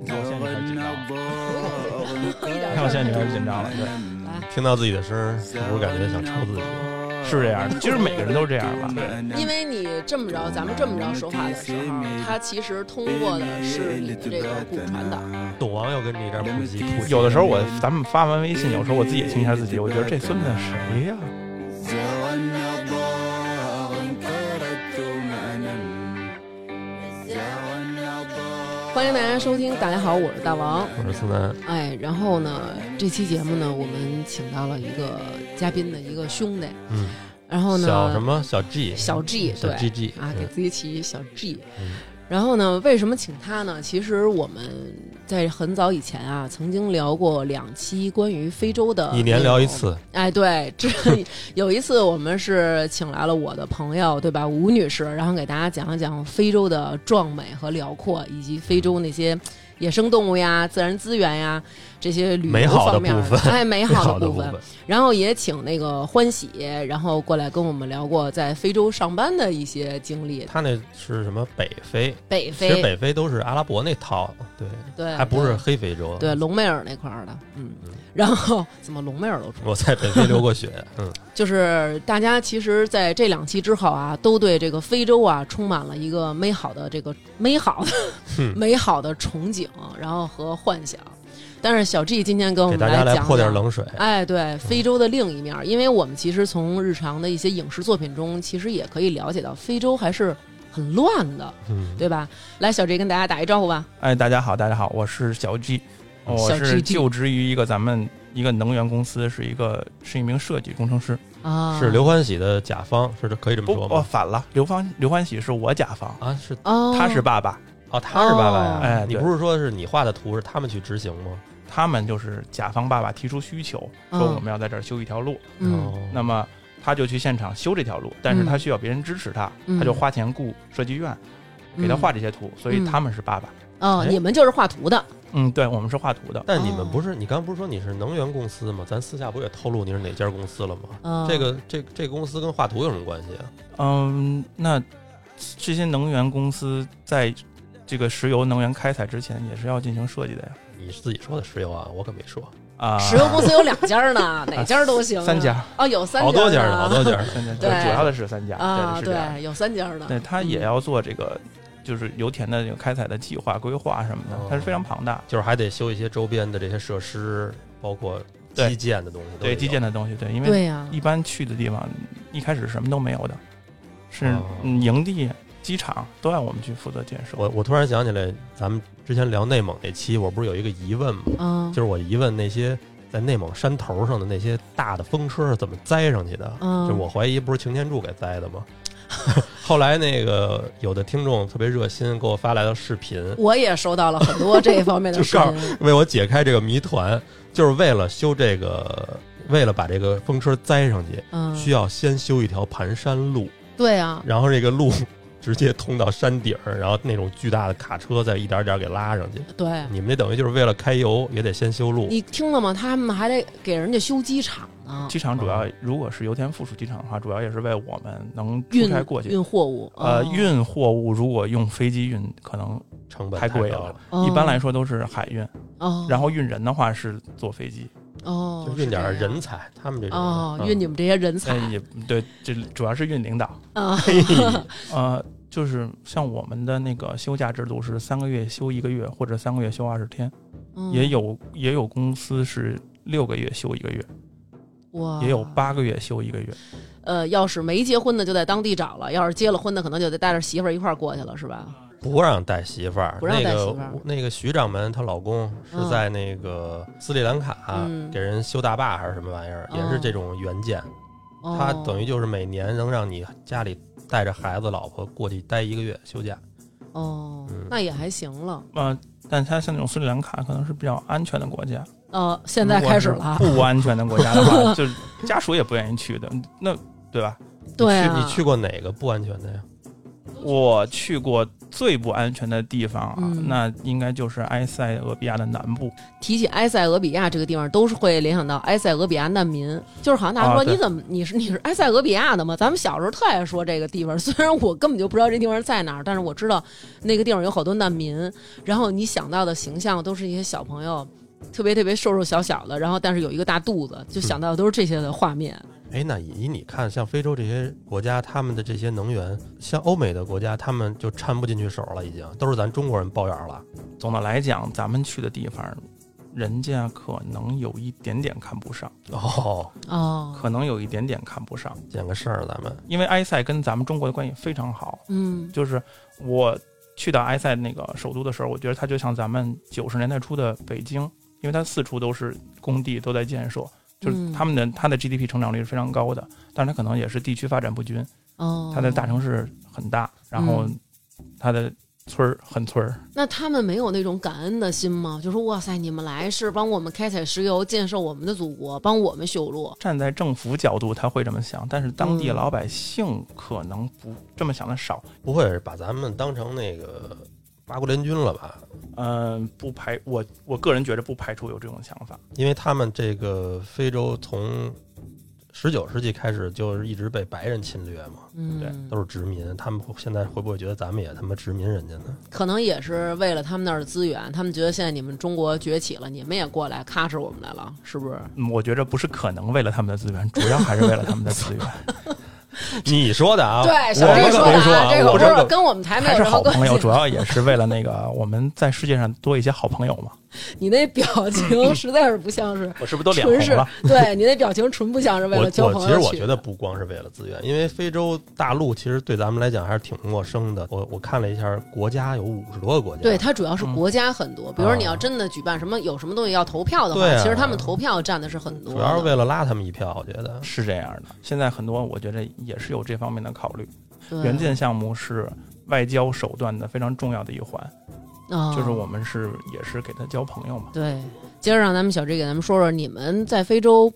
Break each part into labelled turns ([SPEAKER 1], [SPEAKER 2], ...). [SPEAKER 1] 你看我现在女孩紧张了，
[SPEAKER 2] 故意
[SPEAKER 1] 你
[SPEAKER 2] 的
[SPEAKER 1] 看我现在女孩紧张了，对，
[SPEAKER 3] 听到自己的声儿，是不是感觉想抽自己？
[SPEAKER 1] 是这样。其实每个人都是这样吧？
[SPEAKER 2] 因为你这么着，咱们这么着说话的时候，他其实通过的是你的这个骨传导。
[SPEAKER 3] 董王要跟你这儿普
[SPEAKER 2] 嗯
[SPEAKER 3] 及普及，嗯
[SPEAKER 1] 有的时候我咱们发完微信，有时候我自己也听一下自己，我觉得这孙子谁呀、
[SPEAKER 2] 欢迎大家收听，大家好，我是大王。
[SPEAKER 3] 我是思南，
[SPEAKER 2] 哎，然后呢，这期节目呢，我们请到了一个嘉宾的一个兄弟，
[SPEAKER 3] 嗯，
[SPEAKER 2] 然后呢，
[SPEAKER 3] 小什么小 G，
[SPEAKER 2] 小 G，
[SPEAKER 3] 小
[SPEAKER 2] 对
[SPEAKER 3] GG
[SPEAKER 2] 啊，
[SPEAKER 3] 嗯
[SPEAKER 2] 给自己起小 G。
[SPEAKER 3] 嗯
[SPEAKER 2] 然后呢，为什么请他呢？其实我们在很早以前啊，曾经聊过两期关于非洲的，
[SPEAKER 3] 一年聊一。次，
[SPEAKER 2] 哎，对，这有一次我们是请来了我的朋友，对吧，吴女士，然后给大家讲一讲非洲的壮美和辽阔，以及非洲那些野生动物呀、自然资源呀这些旅
[SPEAKER 3] 美
[SPEAKER 2] 游
[SPEAKER 3] 好的
[SPEAKER 2] 方面
[SPEAKER 3] 部分
[SPEAKER 2] 哎，美
[SPEAKER 3] 最
[SPEAKER 2] 好
[SPEAKER 3] 好
[SPEAKER 2] 的
[SPEAKER 3] 的
[SPEAKER 2] 部
[SPEAKER 3] 部
[SPEAKER 2] 分
[SPEAKER 3] 分。，
[SPEAKER 2] 然后也请那个欢喜，然后过来跟我们聊过在非洲上班的一些经历。
[SPEAKER 3] 他那是什么北非？
[SPEAKER 2] 北
[SPEAKER 3] 其
[SPEAKER 2] 非，
[SPEAKER 3] 实北非都是阿拉伯那套，对，
[SPEAKER 2] 对，
[SPEAKER 3] 还不是黑非洲。
[SPEAKER 2] 对对，隆美尔那块儿的，嗯，然后怎么隆美尔都出？
[SPEAKER 3] 我在北非流过 血，嗯，
[SPEAKER 2] 就是大家其实在这两期之后啊，都对这个非洲啊充满了一个美好的这个 嗯美好的、
[SPEAKER 3] 哼
[SPEAKER 2] 美好的憧憬，然后和幻想。但是小 G 今天跟我
[SPEAKER 3] 给
[SPEAKER 2] 们
[SPEAKER 3] 大家
[SPEAKER 2] 来
[SPEAKER 3] 来
[SPEAKER 2] 讲
[SPEAKER 3] 泼点
[SPEAKER 2] 讲
[SPEAKER 3] 冷水。
[SPEAKER 2] 哎，对，非洲的另一面儿，因为我们其实从日常的一些影视作品中，其实也可以了解到非洲还是很乱的，
[SPEAKER 3] 嗯，
[SPEAKER 2] 对吧？来，小 J 跟大家打一招呼吧。
[SPEAKER 1] 哎，大家好，大家好，我是小 G，我
[SPEAKER 2] 哦小
[SPEAKER 1] 是
[SPEAKER 2] GG
[SPEAKER 1] 就职于一个咱们一个能源公司，是一个是一名设计工程师。
[SPEAKER 2] 啊，
[SPEAKER 3] 是刘欢喜的甲方，是这可以这么
[SPEAKER 1] 不，
[SPEAKER 3] 说
[SPEAKER 1] 哦，
[SPEAKER 3] 吗？
[SPEAKER 1] 反了，刘芳刘欢喜是我甲方，
[SPEAKER 3] 啊，是
[SPEAKER 2] 哦，
[SPEAKER 1] 他是爸爸，
[SPEAKER 3] 哦，他是爸爸
[SPEAKER 2] 哦！
[SPEAKER 3] 呀
[SPEAKER 1] 哎
[SPEAKER 3] 你
[SPEAKER 1] 对
[SPEAKER 3] 不是说是你画的图是他们去执行吗？
[SPEAKER 1] 他们就是甲方爸爸提出需求，
[SPEAKER 2] 嗯
[SPEAKER 1] 说我们要在这儿修一条路，
[SPEAKER 2] 嗯
[SPEAKER 3] 哦
[SPEAKER 1] 那么他就去现场修这条路，但是他需要别人支持他，
[SPEAKER 2] 嗯
[SPEAKER 1] 他就花钱雇设计院给他画这些图，所以他们是爸爸。
[SPEAKER 2] 哦，
[SPEAKER 3] 哎
[SPEAKER 2] 你们就是画图的
[SPEAKER 1] 嗯，对，我们是画图的。
[SPEAKER 3] 但你
[SPEAKER 2] 哦
[SPEAKER 3] 们不是，你刚不是说你是能源公司吗？咱私下不也透露你是哪家公司了吗？
[SPEAKER 2] 哦
[SPEAKER 3] 这个这这公司跟画图有什么关系啊？
[SPEAKER 1] 嗯，那这些能源公司在这个石油能源开采之前也是要进行设计的呀。
[SPEAKER 3] 你是自己说的石油啊，我可没说，
[SPEAKER 1] 啊，
[SPEAKER 2] 石油公司有两家呢，哪家都行 啊。
[SPEAKER 1] 三家，
[SPEAKER 2] 哦，有三
[SPEAKER 3] 好多
[SPEAKER 2] 家
[SPEAKER 3] 家呢，
[SPEAKER 2] 呢
[SPEAKER 3] 好多家呢。
[SPEAKER 1] 三家，
[SPEAKER 2] 对
[SPEAKER 1] 主要的是三家，
[SPEAKER 2] 啊，
[SPEAKER 1] 对，是这样。
[SPEAKER 2] 对，嗯有三家呢。
[SPEAKER 1] 对，他也要做这个，就是油田的这个开采的计划、规划什么的
[SPEAKER 3] 哦，
[SPEAKER 1] 它是非常庞大。
[SPEAKER 3] 就是还得修一些周边的这些设施，包括
[SPEAKER 1] 对
[SPEAKER 3] 基建的东西都得
[SPEAKER 1] 对
[SPEAKER 3] 有。
[SPEAKER 1] 基建的东西，对，因为
[SPEAKER 2] 对呀，
[SPEAKER 1] 一般去的地方一开始什么都没有的，是
[SPEAKER 3] 哦
[SPEAKER 1] 嗯营地、机场都要我们去负责建设。
[SPEAKER 3] 我我突然想起来，咱们之前聊内蒙那期，我不是有一个疑问吗？
[SPEAKER 2] 嗯，
[SPEAKER 3] 就是我疑问那些在内蒙山头上的那些大的风车是怎么栽上去的？
[SPEAKER 2] 嗯
[SPEAKER 3] 就我怀疑不是擎天柱给栽的吗？ 后来那个有的听众特别热心，给我发来了视频，
[SPEAKER 2] 我也收到了很多这方面的
[SPEAKER 3] 就
[SPEAKER 2] 视
[SPEAKER 3] 告
[SPEAKER 2] 频。
[SPEAKER 3] 为我解开这个谜团，就是为了修这个，为了把这个风车栽上去，
[SPEAKER 2] 嗯，
[SPEAKER 3] 需要先修一条盘山路，
[SPEAKER 2] 对啊，
[SPEAKER 3] 然后这个路 直接通到山顶儿，然后那种巨大的卡车再一点儿点儿给拉上去。
[SPEAKER 2] 对，
[SPEAKER 3] 你们这等于就是为了开油，也得先修路。
[SPEAKER 2] 嗯你听了吗？他们还得给人家修机场呢，
[SPEAKER 1] 机场主要如果是油田附属机场的话，主要也是为我们能出
[SPEAKER 2] 运
[SPEAKER 1] 差过去。
[SPEAKER 2] 运货物，
[SPEAKER 1] 呃，
[SPEAKER 2] 哦，
[SPEAKER 1] 运货物如果用飞机运，可能
[SPEAKER 3] 成本
[SPEAKER 1] 太贵
[SPEAKER 3] 高
[SPEAKER 1] 了。一般来说都是海运，
[SPEAKER 2] 哦，
[SPEAKER 1] 然后运人的话是坐飞机。
[SPEAKER 2] 哦，
[SPEAKER 3] 就运点儿
[SPEAKER 2] 是这样
[SPEAKER 3] 人才，他们这种
[SPEAKER 2] 哦，
[SPEAKER 3] 嗯
[SPEAKER 2] 运你们这些人才
[SPEAKER 1] 但也嗯对，这主要是运领导。
[SPEAKER 2] 啊，
[SPEAKER 1] 呃，就是像我们的那个休假制度是三个月休一个月，或者三个月休二十天，
[SPEAKER 2] 嗯
[SPEAKER 1] 也有也有公司是六个月休一个月，
[SPEAKER 2] 哇，
[SPEAKER 1] 也有八个月休一个月。
[SPEAKER 2] 呃，要是没结婚的就在当地找了，要是结了婚的可能就得带着媳妇儿一块儿过去了，是吧？
[SPEAKER 3] 不让带媳妇儿。
[SPEAKER 2] 不让带媳妇儿
[SPEAKER 3] 那个那个徐掌门她老公是在那个斯里兰卡、
[SPEAKER 2] 嗯
[SPEAKER 3] 给人修大坝还是什么玩意儿，
[SPEAKER 2] 哦
[SPEAKER 3] 也是这种原件。
[SPEAKER 2] 哦、
[SPEAKER 3] 他等于就是每年能让你家里带着孩子、老婆过去待一个月休假。
[SPEAKER 2] 哦
[SPEAKER 3] 嗯，
[SPEAKER 2] 那也还行了。
[SPEAKER 1] 呃，但它像那种斯里兰卡可能是比较安全的国家，
[SPEAKER 2] 呃，现在开始了啊
[SPEAKER 1] 如果，嗯是不安全的国家的 话，就是家属也不愿意去的，那对吧？
[SPEAKER 2] 对、啊
[SPEAKER 3] 你去你去过哪个不安全的呀？
[SPEAKER 1] 我去过最不安全的地方啊，
[SPEAKER 2] 嗯
[SPEAKER 1] 那应该就是埃塞俄比亚的南部。
[SPEAKER 2] 提起埃塞俄比亚这个地方，都是会联想到埃塞俄比亚难民，就是好像大家说、
[SPEAKER 1] 啊对
[SPEAKER 2] 你怎么你是你是埃塞俄比亚的吗？咱们小时候特爱说这个地方， 虽然我根本就不知道这地方在哪儿，但是我知道那个地方有好多难民。然后你想到的形象都是一些小朋友，特别特别瘦瘦小小的，然后但是有一个大肚子，就想到的都是这些的画面。
[SPEAKER 3] 哎，那以你看，像非洲这些国家，他们的这些能源，像欧美的国家，他们就掺不进去手了，已经都是咱中国人包圆了。
[SPEAKER 1] 总的来讲，咱们去的地方，人家可能有一点点看不上，
[SPEAKER 3] 哦，
[SPEAKER 2] 哦，
[SPEAKER 1] 可能有一点点看不上，
[SPEAKER 3] 见个事儿，咱们
[SPEAKER 1] 因为埃塞跟咱们中国的关系非常好。
[SPEAKER 2] 嗯
[SPEAKER 1] 就是我去到埃塞那个首都的时候，我觉得它就像咱们九十年代初的北京，因为它四处都是工地都在建设，就是
[SPEAKER 2] 嗯
[SPEAKER 1] 他们的它的 GDP 成长率是非常高的，但是它可能也是地区发展不均，
[SPEAKER 2] 哦，嗯
[SPEAKER 1] 它的大城市很大，然后它的村儿很村儿，
[SPEAKER 2] 那他们没有那种感恩的心吗？就说哇塞，你们来是帮我们开采石油，建设我们的祖国，帮我们修路。
[SPEAKER 1] 站在政府角度，他会这么想，但是当地
[SPEAKER 2] 嗯
[SPEAKER 1] 老百姓可能不这么想的少。
[SPEAKER 3] 不会是把咱们当成那个八国联军了吧？
[SPEAKER 1] 嗯、不排我我个人觉得不排除有这种想法。
[SPEAKER 3] 因为他们这个非洲从十九世纪开始就是一直被白人侵略嘛，
[SPEAKER 2] 嗯，
[SPEAKER 1] 对
[SPEAKER 3] 都是殖民。他们现在会不会觉得咱们也他妈殖民人家 呢？
[SPEAKER 2] 可能也是为了他们那儿的资源，他们觉得现在你们中国崛起了，你们也过来咔哧我们来了，是不是？
[SPEAKER 1] 嗯我觉着不是可能为了他们的资源，主要还是为了他们的资源。
[SPEAKER 3] 你说的啊？
[SPEAKER 2] 对，小
[SPEAKER 3] 我
[SPEAKER 2] 这
[SPEAKER 3] 们
[SPEAKER 2] 说
[SPEAKER 3] 可没
[SPEAKER 2] 的
[SPEAKER 3] 说
[SPEAKER 2] 啊，
[SPEAKER 3] 啊，
[SPEAKER 2] 这个
[SPEAKER 3] 我
[SPEAKER 2] 不
[SPEAKER 3] 这
[SPEAKER 2] 是
[SPEAKER 3] 个
[SPEAKER 2] 跟我们台没
[SPEAKER 1] 还
[SPEAKER 2] 有
[SPEAKER 1] 是
[SPEAKER 2] 任何
[SPEAKER 1] 好朋友，
[SPEAKER 2] 关
[SPEAKER 1] 主
[SPEAKER 2] 系。
[SPEAKER 1] 要也是为了那个我们在世界上多一些好朋友嘛。
[SPEAKER 2] 你那表情实在是不像是，
[SPEAKER 1] 我是不是都脸
[SPEAKER 2] 纯
[SPEAKER 1] 红
[SPEAKER 2] 是
[SPEAKER 1] 了？
[SPEAKER 2] 对你那表情纯不像是为
[SPEAKER 3] 我
[SPEAKER 2] 了交
[SPEAKER 3] 我
[SPEAKER 2] 朋友
[SPEAKER 3] 其实我
[SPEAKER 2] 去
[SPEAKER 3] 觉得不光是为了资源，因为非洲大陆其实对咱们来讲还是挺陌生的。我我看了一下，国家有五十多个国家，
[SPEAKER 2] 对，它主要是国家很多，比如说你要
[SPEAKER 3] 啊
[SPEAKER 2] 真的举办什么有什么东西要投票的话，
[SPEAKER 3] 对啊
[SPEAKER 2] 其实他们投票占的是很多
[SPEAKER 3] 主
[SPEAKER 2] 的。
[SPEAKER 3] 要是为了拉他们一票，我觉得。
[SPEAKER 1] 是这样的，现在很多我觉得也是有这方面的考虑。
[SPEAKER 2] 对
[SPEAKER 1] 援建项目是外交手段的非常重要的一环，
[SPEAKER 2] 啊
[SPEAKER 1] 就是我们是也是给他交朋友嘛。
[SPEAKER 2] 对，接着让咱们小 J 给咱们说说，你们在非洲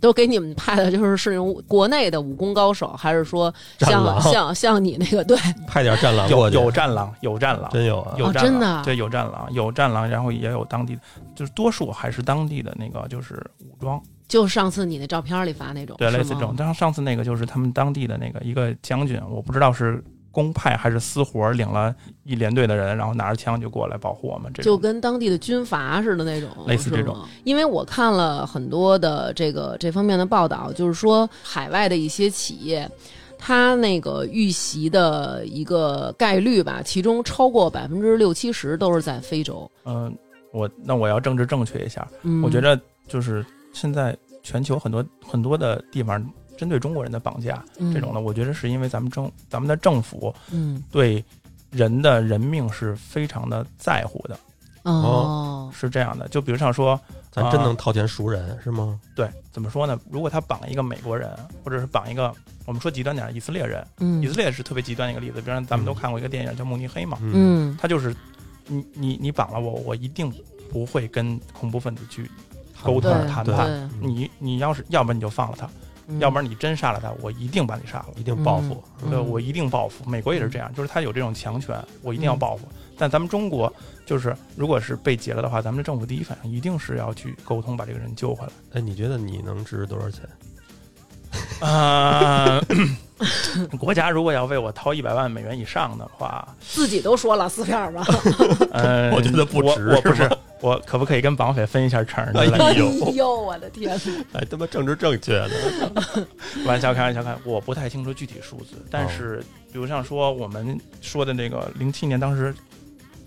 [SPEAKER 2] 都给你们派的就是是那种国内的武功高手，还是说
[SPEAKER 3] 战
[SPEAKER 2] 像
[SPEAKER 3] 狼
[SPEAKER 2] 像像你那个对
[SPEAKER 3] 派点战狼
[SPEAKER 1] 有
[SPEAKER 3] 啊过去，
[SPEAKER 1] 有战狼，有战狼，
[SPEAKER 3] 真有啊！
[SPEAKER 1] 有
[SPEAKER 2] 哦
[SPEAKER 1] 战狼，
[SPEAKER 2] 真的啊
[SPEAKER 1] 对，有战狼，有战狼，然后也有当地，就是多数还是当地的那个就是武装，
[SPEAKER 2] 就上次你那照片里发那种，
[SPEAKER 1] 对，
[SPEAKER 2] 是
[SPEAKER 1] 类似
[SPEAKER 2] 吗
[SPEAKER 1] 这种。但是上次那个就是他们当地的那个一个将军，我不知道是公派还是私活，领了一连队的人，然后拿着枪就过来保护我们，这
[SPEAKER 2] 就
[SPEAKER 1] 种
[SPEAKER 2] 跟当地的军阀似的那种，
[SPEAKER 1] 类似这
[SPEAKER 2] 是
[SPEAKER 1] 种
[SPEAKER 2] 吗。因为我看了很多的这个这方面的报道，就是说海外的一些企业。它那个遇袭的一个概率吧，其中超过百分之六七十都是在非洲。
[SPEAKER 1] 嗯、我那我要政治正确一下，
[SPEAKER 2] 嗯，
[SPEAKER 1] 我觉着就是现在全球很多很多的地方针对中国人的绑架这种的，我觉得是因为咱们政咱们的政府
[SPEAKER 2] 嗯，
[SPEAKER 1] 对人的人命是非常的在乎的，
[SPEAKER 2] 嗯，哦，
[SPEAKER 1] 是这样的。就比如像说，
[SPEAKER 3] 咱
[SPEAKER 1] 啊
[SPEAKER 3] 真能掏钱赎人是吗？
[SPEAKER 1] 对，怎么说呢？如果他绑一个美国人，或者是绑一个我们说极端点儿以色列人，
[SPEAKER 2] 嗯
[SPEAKER 1] 以色列是特别极端的一个例子，比方咱们都看过一个电影叫《慕尼黑》嘛，
[SPEAKER 3] 嗯，
[SPEAKER 2] 嗯，
[SPEAKER 1] 他就是你你你绑了我，我一定不会跟恐怖分子去，
[SPEAKER 3] 好
[SPEAKER 1] 沟
[SPEAKER 2] 对
[SPEAKER 1] 通
[SPEAKER 3] 吧
[SPEAKER 1] 谈
[SPEAKER 2] 对
[SPEAKER 1] 判，
[SPEAKER 2] 嗯
[SPEAKER 3] 嗯
[SPEAKER 1] 你你要是要不然你就放了他，要不然你真杀了他，我一定把你杀了，
[SPEAKER 3] 一定报复。
[SPEAKER 2] 嗯
[SPEAKER 1] 对，我一定报复。美国也是这样，就是他有这种强权，我一定要报复。但咱们中国就是，如果是被劫了的话，咱们的政府第一反应一定是要去沟通，把这个人救回来。
[SPEAKER 3] 哎，你觉得你能值多少钱？
[SPEAKER 1] 啊， 国家如果要为我掏一百万美元以上的话，
[SPEAKER 2] 自己都说了四片 儿吧，
[SPEAKER 1] 呃，
[SPEAKER 3] 我觉得不值
[SPEAKER 1] 我我不
[SPEAKER 3] 是
[SPEAKER 1] 是，我可不可以跟绑匪分一下成儿之类的？
[SPEAKER 3] 哎
[SPEAKER 2] 哎
[SPEAKER 3] 呦
[SPEAKER 2] 呦，我的天哪，
[SPEAKER 3] 哎，他妈政治正确的，
[SPEAKER 1] 玩笑开玩笑开，我不太清楚具体数字，
[SPEAKER 3] 哦
[SPEAKER 1] 但是比如像说我们说的那个零七年当时。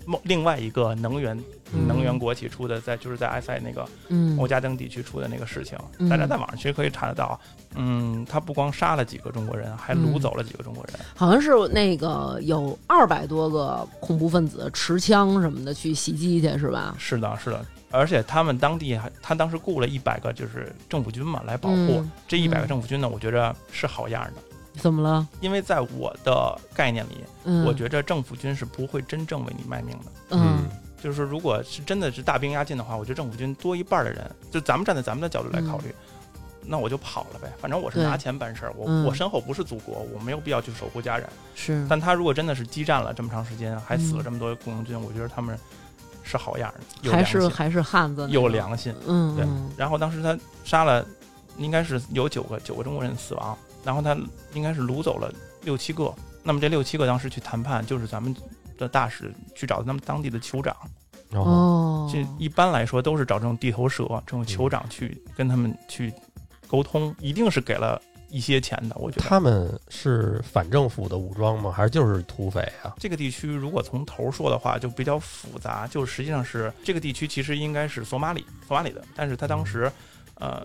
[SPEAKER 1] 梦另外一个能源
[SPEAKER 2] 嗯
[SPEAKER 1] 能源国企出的，在就是在埃塞那个
[SPEAKER 2] 嗯
[SPEAKER 1] 欧加登地区出的那个事情
[SPEAKER 2] 嗯，
[SPEAKER 1] 大家在网上其实可以查得到。嗯，他不光杀了几个中国人，还
[SPEAKER 2] 嗯
[SPEAKER 1] 掳走了几个中国人。
[SPEAKER 2] 好像是那个有二百多个恐怖分子持枪什么的去袭击去，是吧？
[SPEAKER 1] 是的，是的，而且他们当地还，他当时雇了一百个就是政府军嘛来保护、
[SPEAKER 2] 嗯
[SPEAKER 1] 这一百个
[SPEAKER 2] 嗯
[SPEAKER 1] 政府军呢，我觉着是好样的，
[SPEAKER 2] 怎么了？
[SPEAKER 1] 因为在我的概念里，
[SPEAKER 2] 嗯，
[SPEAKER 1] 我觉着政府军是不会真正为你卖命的。
[SPEAKER 2] 嗯，
[SPEAKER 1] 就是说如果是真的是大兵压境的话，我觉得政府军多一半的人，就咱们站在咱们的角度来考虑，那我就跑了呗，反正我是
[SPEAKER 2] 嗯对
[SPEAKER 1] 拿钱办事儿，我、
[SPEAKER 2] 嗯
[SPEAKER 1] 我身后不是祖国，我没有必要去守护家人。
[SPEAKER 2] 是，
[SPEAKER 1] 但他如果真的是激战了这么长时间，还死了这么多雇佣军，我觉得他们是好样的，有
[SPEAKER 2] 嗯还
[SPEAKER 1] 良
[SPEAKER 2] 是
[SPEAKER 1] 心，
[SPEAKER 2] 还是汉子，
[SPEAKER 1] 有，良心。
[SPEAKER 2] 嗯，
[SPEAKER 1] 对
[SPEAKER 2] 嗯
[SPEAKER 1] 然后当时他杀了，应该是有九个九个中国人死亡，然后他应该是掳走了六七个。那么这六七个当时去谈判，就是咱们的大使去找他们当地的酋长。
[SPEAKER 3] 然后
[SPEAKER 2] 哦，
[SPEAKER 1] 这一般来说都是找这种地头蛇、这种酋长去跟他们去沟通，一定是给了一些钱的。我觉得
[SPEAKER 3] 他们是反政府的武装吗？还是就是土匪啊？
[SPEAKER 1] 这个地区如果从头说的话，就比较复杂。就实际上是这个地区其实应该是索马里索马里的，但是他当时，呃，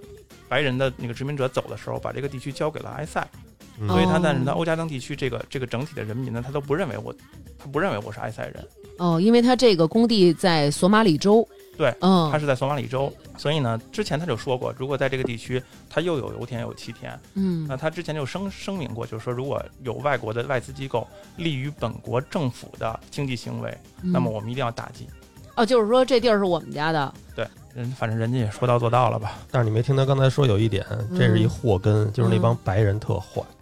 [SPEAKER 1] 白人的那个殖民者走的时候，把这个地区交给了埃塞，
[SPEAKER 3] 嗯
[SPEAKER 1] 所以他
[SPEAKER 2] 哦
[SPEAKER 1] 但是他欧加登地区这个这个整体的人民呢，他都不认为我，他不认为我是埃塞人，
[SPEAKER 2] 哦，因为他这个工地在索马里州，
[SPEAKER 1] 对，
[SPEAKER 2] 嗯，
[SPEAKER 1] 他是在索马里州，所以呢，之前他就说过，如果在这个地区他又有油田又有气田。
[SPEAKER 2] 嗯
[SPEAKER 1] 那他之前就声声明过，就是说，如果有外国的外资机构利于本国政府的经济行为，那么
[SPEAKER 2] 嗯
[SPEAKER 1] 我们一定要打击。
[SPEAKER 2] 哦，就是说这地儿是我们家的，
[SPEAKER 1] 人反正人家也说到做到了
[SPEAKER 2] 哦
[SPEAKER 1] 吧？
[SPEAKER 3] 但是你没听他刚才说有一点，
[SPEAKER 2] 嗯
[SPEAKER 3] 这是一祸根，就是那帮白人特坏，
[SPEAKER 2] 嗯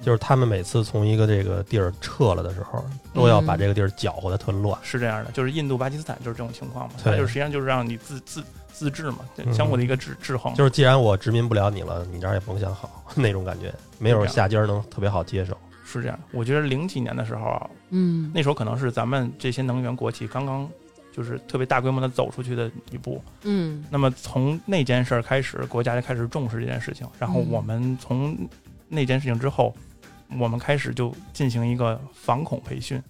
[SPEAKER 3] 就是他们每次从一个这个地儿撤了的时候，都要把这个地儿搅和的特乱。
[SPEAKER 1] 是这样的，就是印度、巴基斯坦就是这种情况嘛，
[SPEAKER 3] 对
[SPEAKER 1] 它就实际上就是让你自自自治嘛，
[SPEAKER 3] 嗯
[SPEAKER 1] 相互的一个制制衡。
[SPEAKER 3] 就是既然我殖民不了你了，你这儿也甭想好 那种感觉，没有下家能特别好接受。
[SPEAKER 1] 是这样的，我觉得零几年的时候啊，
[SPEAKER 2] 嗯，
[SPEAKER 1] 那时候可能是咱们这些能源国企刚刚就是特别大规模的走出去的一步。
[SPEAKER 2] 嗯
[SPEAKER 1] 那么从那件事儿开始，国家就开始重视这件事情，然后
[SPEAKER 2] 嗯
[SPEAKER 1] 我们从那件事情之后，我们开始就进行一个反恐培训，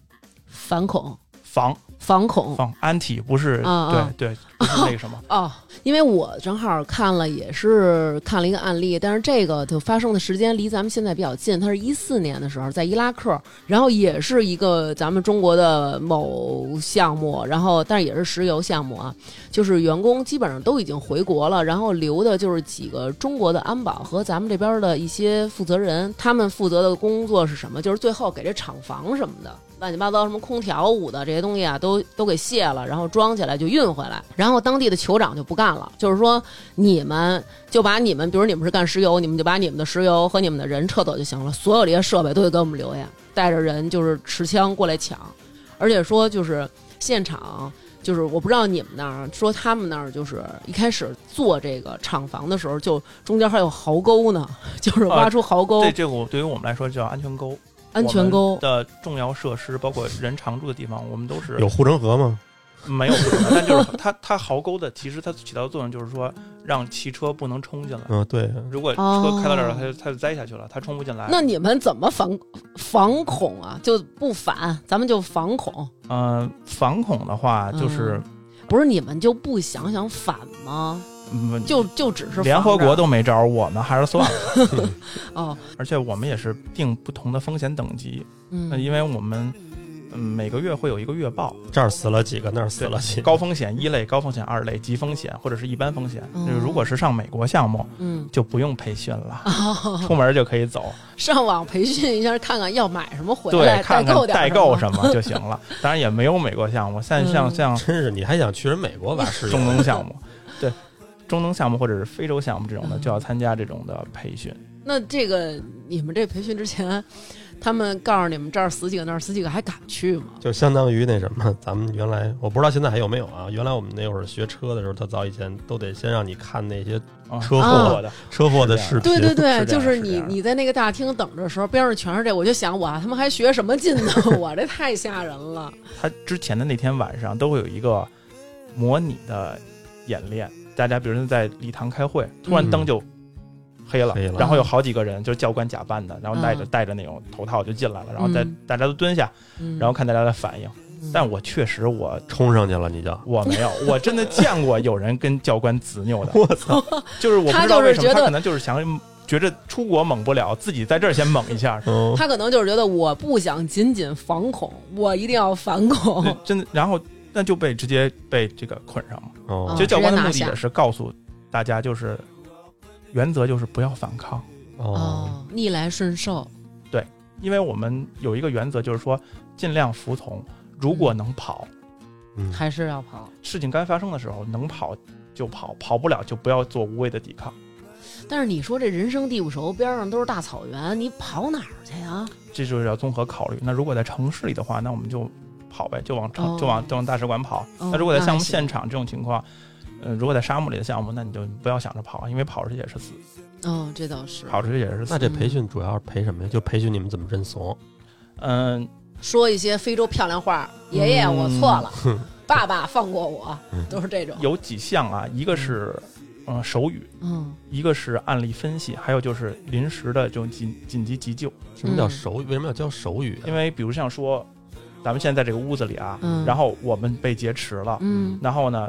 [SPEAKER 2] 反恐
[SPEAKER 1] 防
[SPEAKER 2] 反恐
[SPEAKER 1] 防 anti 不是、
[SPEAKER 2] 啊啊，
[SPEAKER 1] 对对，不是那个什么
[SPEAKER 2] 哦，因为我正好看了，也是看了一个案例，但是这个就发生的时间离咱们现在比较近，它是一四年的时候在伊拉克，然后也是一个咱们中国的某项目，然后但是也是石油项目啊，就是员工基本上都已经回国了，然后留的就是几个中国的安保和咱们这边的一些负责人，他们负责的工作是什么？就是最后给这厂房什么的。乱七八糟，什么空调、捂的这些东西啊，都都给卸了，然后装起来就运回来。然后当地的酋长就不干了，就是说你们就把你们，比如你们是干石油，你们就把你们的石油和你们的人撤走就行了，所有这些设备都得给我们留下，带着人就是持枪过来抢，而且说就是现场。就是我不知道你们那儿说他们那儿就是一开始做这个厂房的时候，就中间还有壕沟呢， 就是挖出壕沟、
[SPEAKER 1] 这这个我对于我们来说叫安全沟，
[SPEAKER 2] 哦安全
[SPEAKER 1] 我
[SPEAKER 2] 沟
[SPEAKER 1] 们。的重要设施，包括人常住的地方，我们都是
[SPEAKER 3] 有护城河吗？
[SPEAKER 1] 没有不可能，但就是它它壕沟的，其实它起到的作用就是说让汽车不能冲进来。
[SPEAKER 3] 嗯，对，
[SPEAKER 1] 如果车
[SPEAKER 2] 哦
[SPEAKER 1] 开到这儿了，它就它就栽下去了，它冲不进来。
[SPEAKER 2] 那你们怎么防防恐啊？就不反，咱们就防恐，
[SPEAKER 1] 嗯，反恐的话就是
[SPEAKER 2] 不是你们就不想想反吗？
[SPEAKER 1] 嗯
[SPEAKER 2] 就就只是
[SPEAKER 1] 联
[SPEAKER 2] 防
[SPEAKER 1] 合
[SPEAKER 2] 着
[SPEAKER 1] 国都没招儿，我们还是算了。
[SPEAKER 2] 哦，
[SPEAKER 1] 而且我们也是定不同的风险等级，那
[SPEAKER 2] 嗯
[SPEAKER 1] 呃因为我们嗯每个月会有一个月报，
[SPEAKER 3] 这儿死了几个，那儿死了几个。
[SPEAKER 1] 高风险一类、高风险二类、极风险或者是一般风险。
[SPEAKER 2] 嗯
[SPEAKER 1] 就是如果是上美国项目，
[SPEAKER 2] 嗯、
[SPEAKER 1] 就不用培训了，
[SPEAKER 2] 哦，
[SPEAKER 1] 出门就可以走，
[SPEAKER 2] 上网培训一下，看看要买什么回来，
[SPEAKER 1] 对，看
[SPEAKER 2] 购
[SPEAKER 1] 看
[SPEAKER 2] 点
[SPEAKER 1] 代购
[SPEAKER 2] 什
[SPEAKER 1] 什么就行了。当然也没有美国项目，像像
[SPEAKER 2] 嗯
[SPEAKER 1] 像
[SPEAKER 3] 真是，你还想去人美国挖石
[SPEAKER 1] 中
[SPEAKER 3] 油？
[SPEAKER 1] 东项目，对。中东项目或者是非洲项目这种的，
[SPEAKER 2] 嗯
[SPEAKER 1] 就要参加这种的培训。
[SPEAKER 2] 么。那这个你们这培训之前，他们告诉你们这儿死几个那儿死几个，还敢去吗？
[SPEAKER 3] 就相当于那什么，咱们原来我不知道现在还有没有啊？原来我们那会儿学车的时候，他早以前都得先让你看那些
[SPEAKER 1] 啊
[SPEAKER 3] 车
[SPEAKER 2] 啊
[SPEAKER 3] 祸
[SPEAKER 1] 的，
[SPEAKER 3] 车祸的视频，
[SPEAKER 2] 对对对，
[SPEAKER 1] 是这样
[SPEAKER 2] 就是
[SPEAKER 1] 是这
[SPEAKER 2] 你
[SPEAKER 1] 样
[SPEAKER 2] 你在那个大厅等着的时候，边上全是这，我就想我他妈还学什么劲呢？我这太吓人了。
[SPEAKER 1] 他之前的那天晚上都会有一个模拟的演练，大家比如说在礼堂开会，突然灯就黑了，
[SPEAKER 3] 嗯黑了
[SPEAKER 1] 然后有好几个人就是教官假扮的，然后戴着、
[SPEAKER 2] 嗯
[SPEAKER 1] 戴着那种头套就进来了，然后大
[SPEAKER 2] 嗯
[SPEAKER 1] 大家都蹲下，
[SPEAKER 2] 嗯、
[SPEAKER 1] 然后看大家的反应。
[SPEAKER 2] 嗯，
[SPEAKER 1] 但我确实我。
[SPEAKER 3] 冲上去了你就。
[SPEAKER 1] 我没有，我真的见过有人跟教官执拗 的，
[SPEAKER 3] 我操！
[SPEAKER 1] 就是我不
[SPEAKER 2] 他
[SPEAKER 1] 知
[SPEAKER 2] 就
[SPEAKER 1] 道
[SPEAKER 2] 是
[SPEAKER 1] 为什么
[SPEAKER 2] 觉
[SPEAKER 1] 他
[SPEAKER 2] 得
[SPEAKER 1] 可能就是想觉着出国猛不了，自己在这儿先猛一下，
[SPEAKER 3] 嗯，
[SPEAKER 2] 他可能就是觉得我不想仅仅防恐， 我一定要反恐。
[SPEAKER 1] 对真的，然后那就被直接被这个捆上了。
[SPEAKER 3] 哦
[SPEAKER 1] 其实教官的目的
[SPEAKER 2] 直接拿下
[SPEAKER 1] 也是告诉大家，就是原则就是不要反抗，
[SPEAKER 3] 哦，，
[SPEAKER 2] 逆来顺受。
[SPEAKER 1] 因为我们有一个原则，就是说尽量服从，如果能跑，
[SPEAKER 3] 嗯
[SPEAKER 2] 还是要跑。
[SPEAKER 1] 事情该发生的时候能跑就跑，跑不了就不要做无谓的抵抗。
[SPEAKER 2] 但是你说这人生地不熟，边上都是大草原，你跑哪儿去啊呀？
[SPEAKER 1] 这就是要综合考虑。那如果在城市里的话，那我们就跑呗，就往城、
[SPEAKER 2] 哦
[SPEAKER 1] 就往就往大使馆跑。
[SPEAKER 2] 哦
[SPEAKER 1] 那如果在
[SPEAKER 2] 那
[SPEAKER 1] 项目
[SPEAKER 2] 还行
[SPEAKER 1] 现场这种情况，呃，如果在沙漠里的项目，那你就不要想着跑，因为跑出去也是死，
[SPEAKER 2] 嗯，这倒是。
[SPEAKER 1] 跑出去也是死。
[SPEAKER 3] 那这培训主要是培什么呀？就培训你们怎么认怂。
[SPEAKER 1] 嗯、
[SPEAKER 2] 说一些非洲漂亮话，爷爷，
[SPEAKER 1] 嗯
[SPEAKER 2] 我错了， 爸爸放过我，都是这种。
[SPEAKER 1] 有几项啊，一个是嗯、呃手语，
[SPEAKER 2] 嗯，
[SPEAKER 1] 一个是案例分析，还有就是临时的这种紧紧急急救。
[SPEAKER 3] 什么叫
[SPEAKER 2] 嗯
[SPEAKER 3] 手语？为什么要教手语啊？
[SPEAKER 1] 因为比如像说，咱们现在在这个屋子里啊，
[SPEAKER 2] 嗯
[SPEAKER 1] 然后我们被劫持了，
[SPEAKER 2] 嗯
[SPEAKER 1] 然后呢，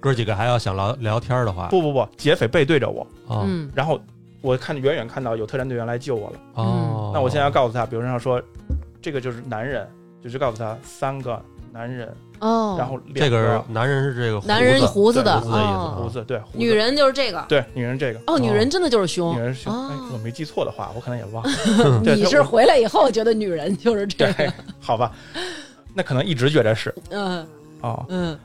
[SPEAKER 3] 哥几个还要想聊聊天的话，
[SPEAKER 1] 不不不，劫匪背对着我，
[SPEAKER 3] 啊
[SPEAKER 2] 嗯
[SPEAKER 1] 然后我看远远看到有特战队员来救我了，
[SPEAKER 2] 嗯
[SPEAKER 3] 哦，
[SPEAKER 1] 那我现在要告诉他，比如像说，这个就是男人，就是告诉他三个男人，
[SPEAKER 2] 哦，
[SPEAKER 1] 然后两啊
[SPEAKER 3] 这个男人是这个
[SPEAKER 2] 男人胡子的
[SPEAKER 3] 胡子的意思啊
[SPEAKER 2] 哦
[SPEAKER 1] 胡子对，胡子
[SPEAKER 2] 女人就是这个。
[SPEAKER 1] 对女人这个。
[SPEAKER 2] 哦，女人真的就是
[SPEAKER 1] 女
[SPEAKER 2] 凶。
[SPEAKER 1] 人是，哎
[SPEAKER 2] 哦，
[SPEAKER 1] 我没记错的话，我可能也忘了。 对
[SPEAKER 2] 你
[SPEAKER 1] 他
[SPEAKER 2] 是
[SPEAKER 1] 我
[SPEAKER 2] 回来以后觉得女人就是这样。
[SPEAKER 1] 对， 好吧，那可能一直觉得是
[SPEAKER 2] 嗯
[SPEAKER 1] 哦，
[SPEAKER 2] 嗯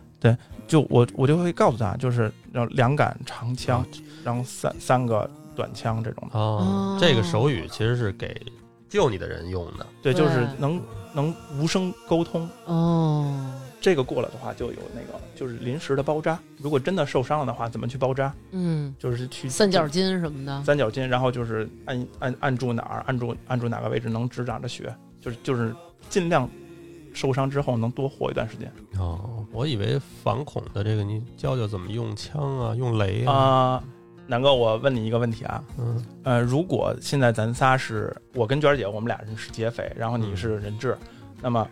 [SPEAKER 1] 就我我就会告诉他，就是要两杆长枪
[SPEAKER 3] 啊，
[SPEAKER 1] 然后三三个短枪这种的，
[SPEAKER 3] 哦
[SPEAKER 2] 哦，
[SPEAKER 3] 这个手语其实是给救你的人用的。
[SPEAKER 1] 对，
[SPEAKER 2] 对
[SPEAKER 1] 就是能能无声沟通。
[SPEAKER 2] 哦
[SPEAKER 1] 这个过了的话，就有那个就是临时的包扎。如果真的受伤了的话，怎么去包扎？
[SPEAKER 2] 嗯，
[SPEAKER 1] 就是去
[SPEAKER 2] 三角巾什么的。
[SPEAKER 1] 三角巾，然后就是按按按住哪儿，按住按住哪个位置能止长着血，就是就是尽量受伤之后能多活一段时间
[SPEAKER 3] 哦，我以为反恐的这个你教教怎么用枪啊，用雷啊，
[SPEAKER 1] 啊。南哥，我问你一个问题啊，
[SPEAKER 3] 嗯，
[SPEAKER 1] 呃，如果现在咱仨是我跟娟儿姐，我们俩人是劫匪，然后你
[SPEAKER 3] 嗯
[SPEAKER 1] 是人质，那么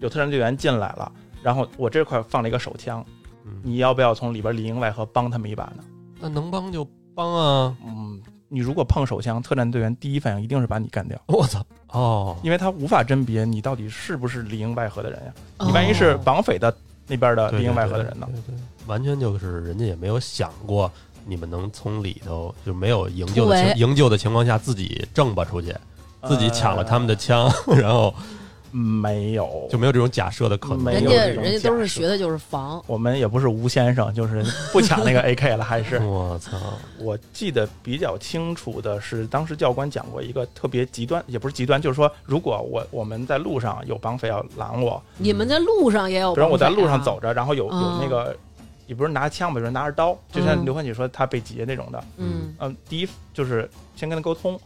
[SPEAKER 1] 有特战队员进来了，然后我这块放了一个手枪，
[SPEAKER 3] 嗯
[SPEAKER 1] 你要不要从里边里应外合帮他们一把呢？
[SPEAKER 3] 那能帮就帮啊。
[SPEAKER 1] 嗯，你如果碰手枪，特战队员第一反应一定是把你干掉，
[SPEAKER 3] 我操！哦，
[SPEAKER 1] 因为他无法甄别你到底是不是里应外合的人呀、
[SPEAKER 2] 哦
[SPEAKER 1] 你万一是绑匪的那边的
[SPEAKER 3] 对
[SPEAKER 1] 里应外合的人呢？？
[SPEAKER 3] 对对对对完全就是人家也没有想过你们能从里头就没有营救的
[SPEAKER 2] 突围
[SPEAKER 3] 情营救的情况下自己挣吧出去，自己抢了他们的
[SPEAKER 1] 呃
[SPEAKER 3] 枪，然后
[SPEAKER 1] 没有，
[SPEAKER 3] 就没有这种假设的可能。
[SPEAKER 1] 没
[SPEAKER 2] 人
[SPEAKER 1] 有
[SPEAKER 2] 家
[SPEAKER 1] 这种嗯
[SPEAKER 2] 人家都是
[SPEAKER 1] 假设
[SPEAKER 2] 学的就是防。
[SPEAKER 1] 我们也不是吴先生， 就是不抢那个 AK 了，还是
[SPEAKER 3] 我操！
[SPEAKER 1] 我记得比较清楚的是，当时教官讲过一个特别极端，也不是极端，就是说，如果我我们在路上有绑匪要拦我，
[SPEAKER 2] 你们在路上也有
[SPEAKER 1] 比
[SPEAKER 2] 绑匪啊，
[SPEAKER 1] 如我在路上走着，然后有有
[SPEAKER 2] 嗯
[SPEAKER 1] 那个，也不是拿枪吧，就是拿着刀，就像
[SPEAKER 2] 嗯
[SPEAKER 1] 刘欢姐说他被劫那种的，
[SPEAKER 2] 嗯，
[SPEAKER 1] 嗯，第一就是先跟他沟通，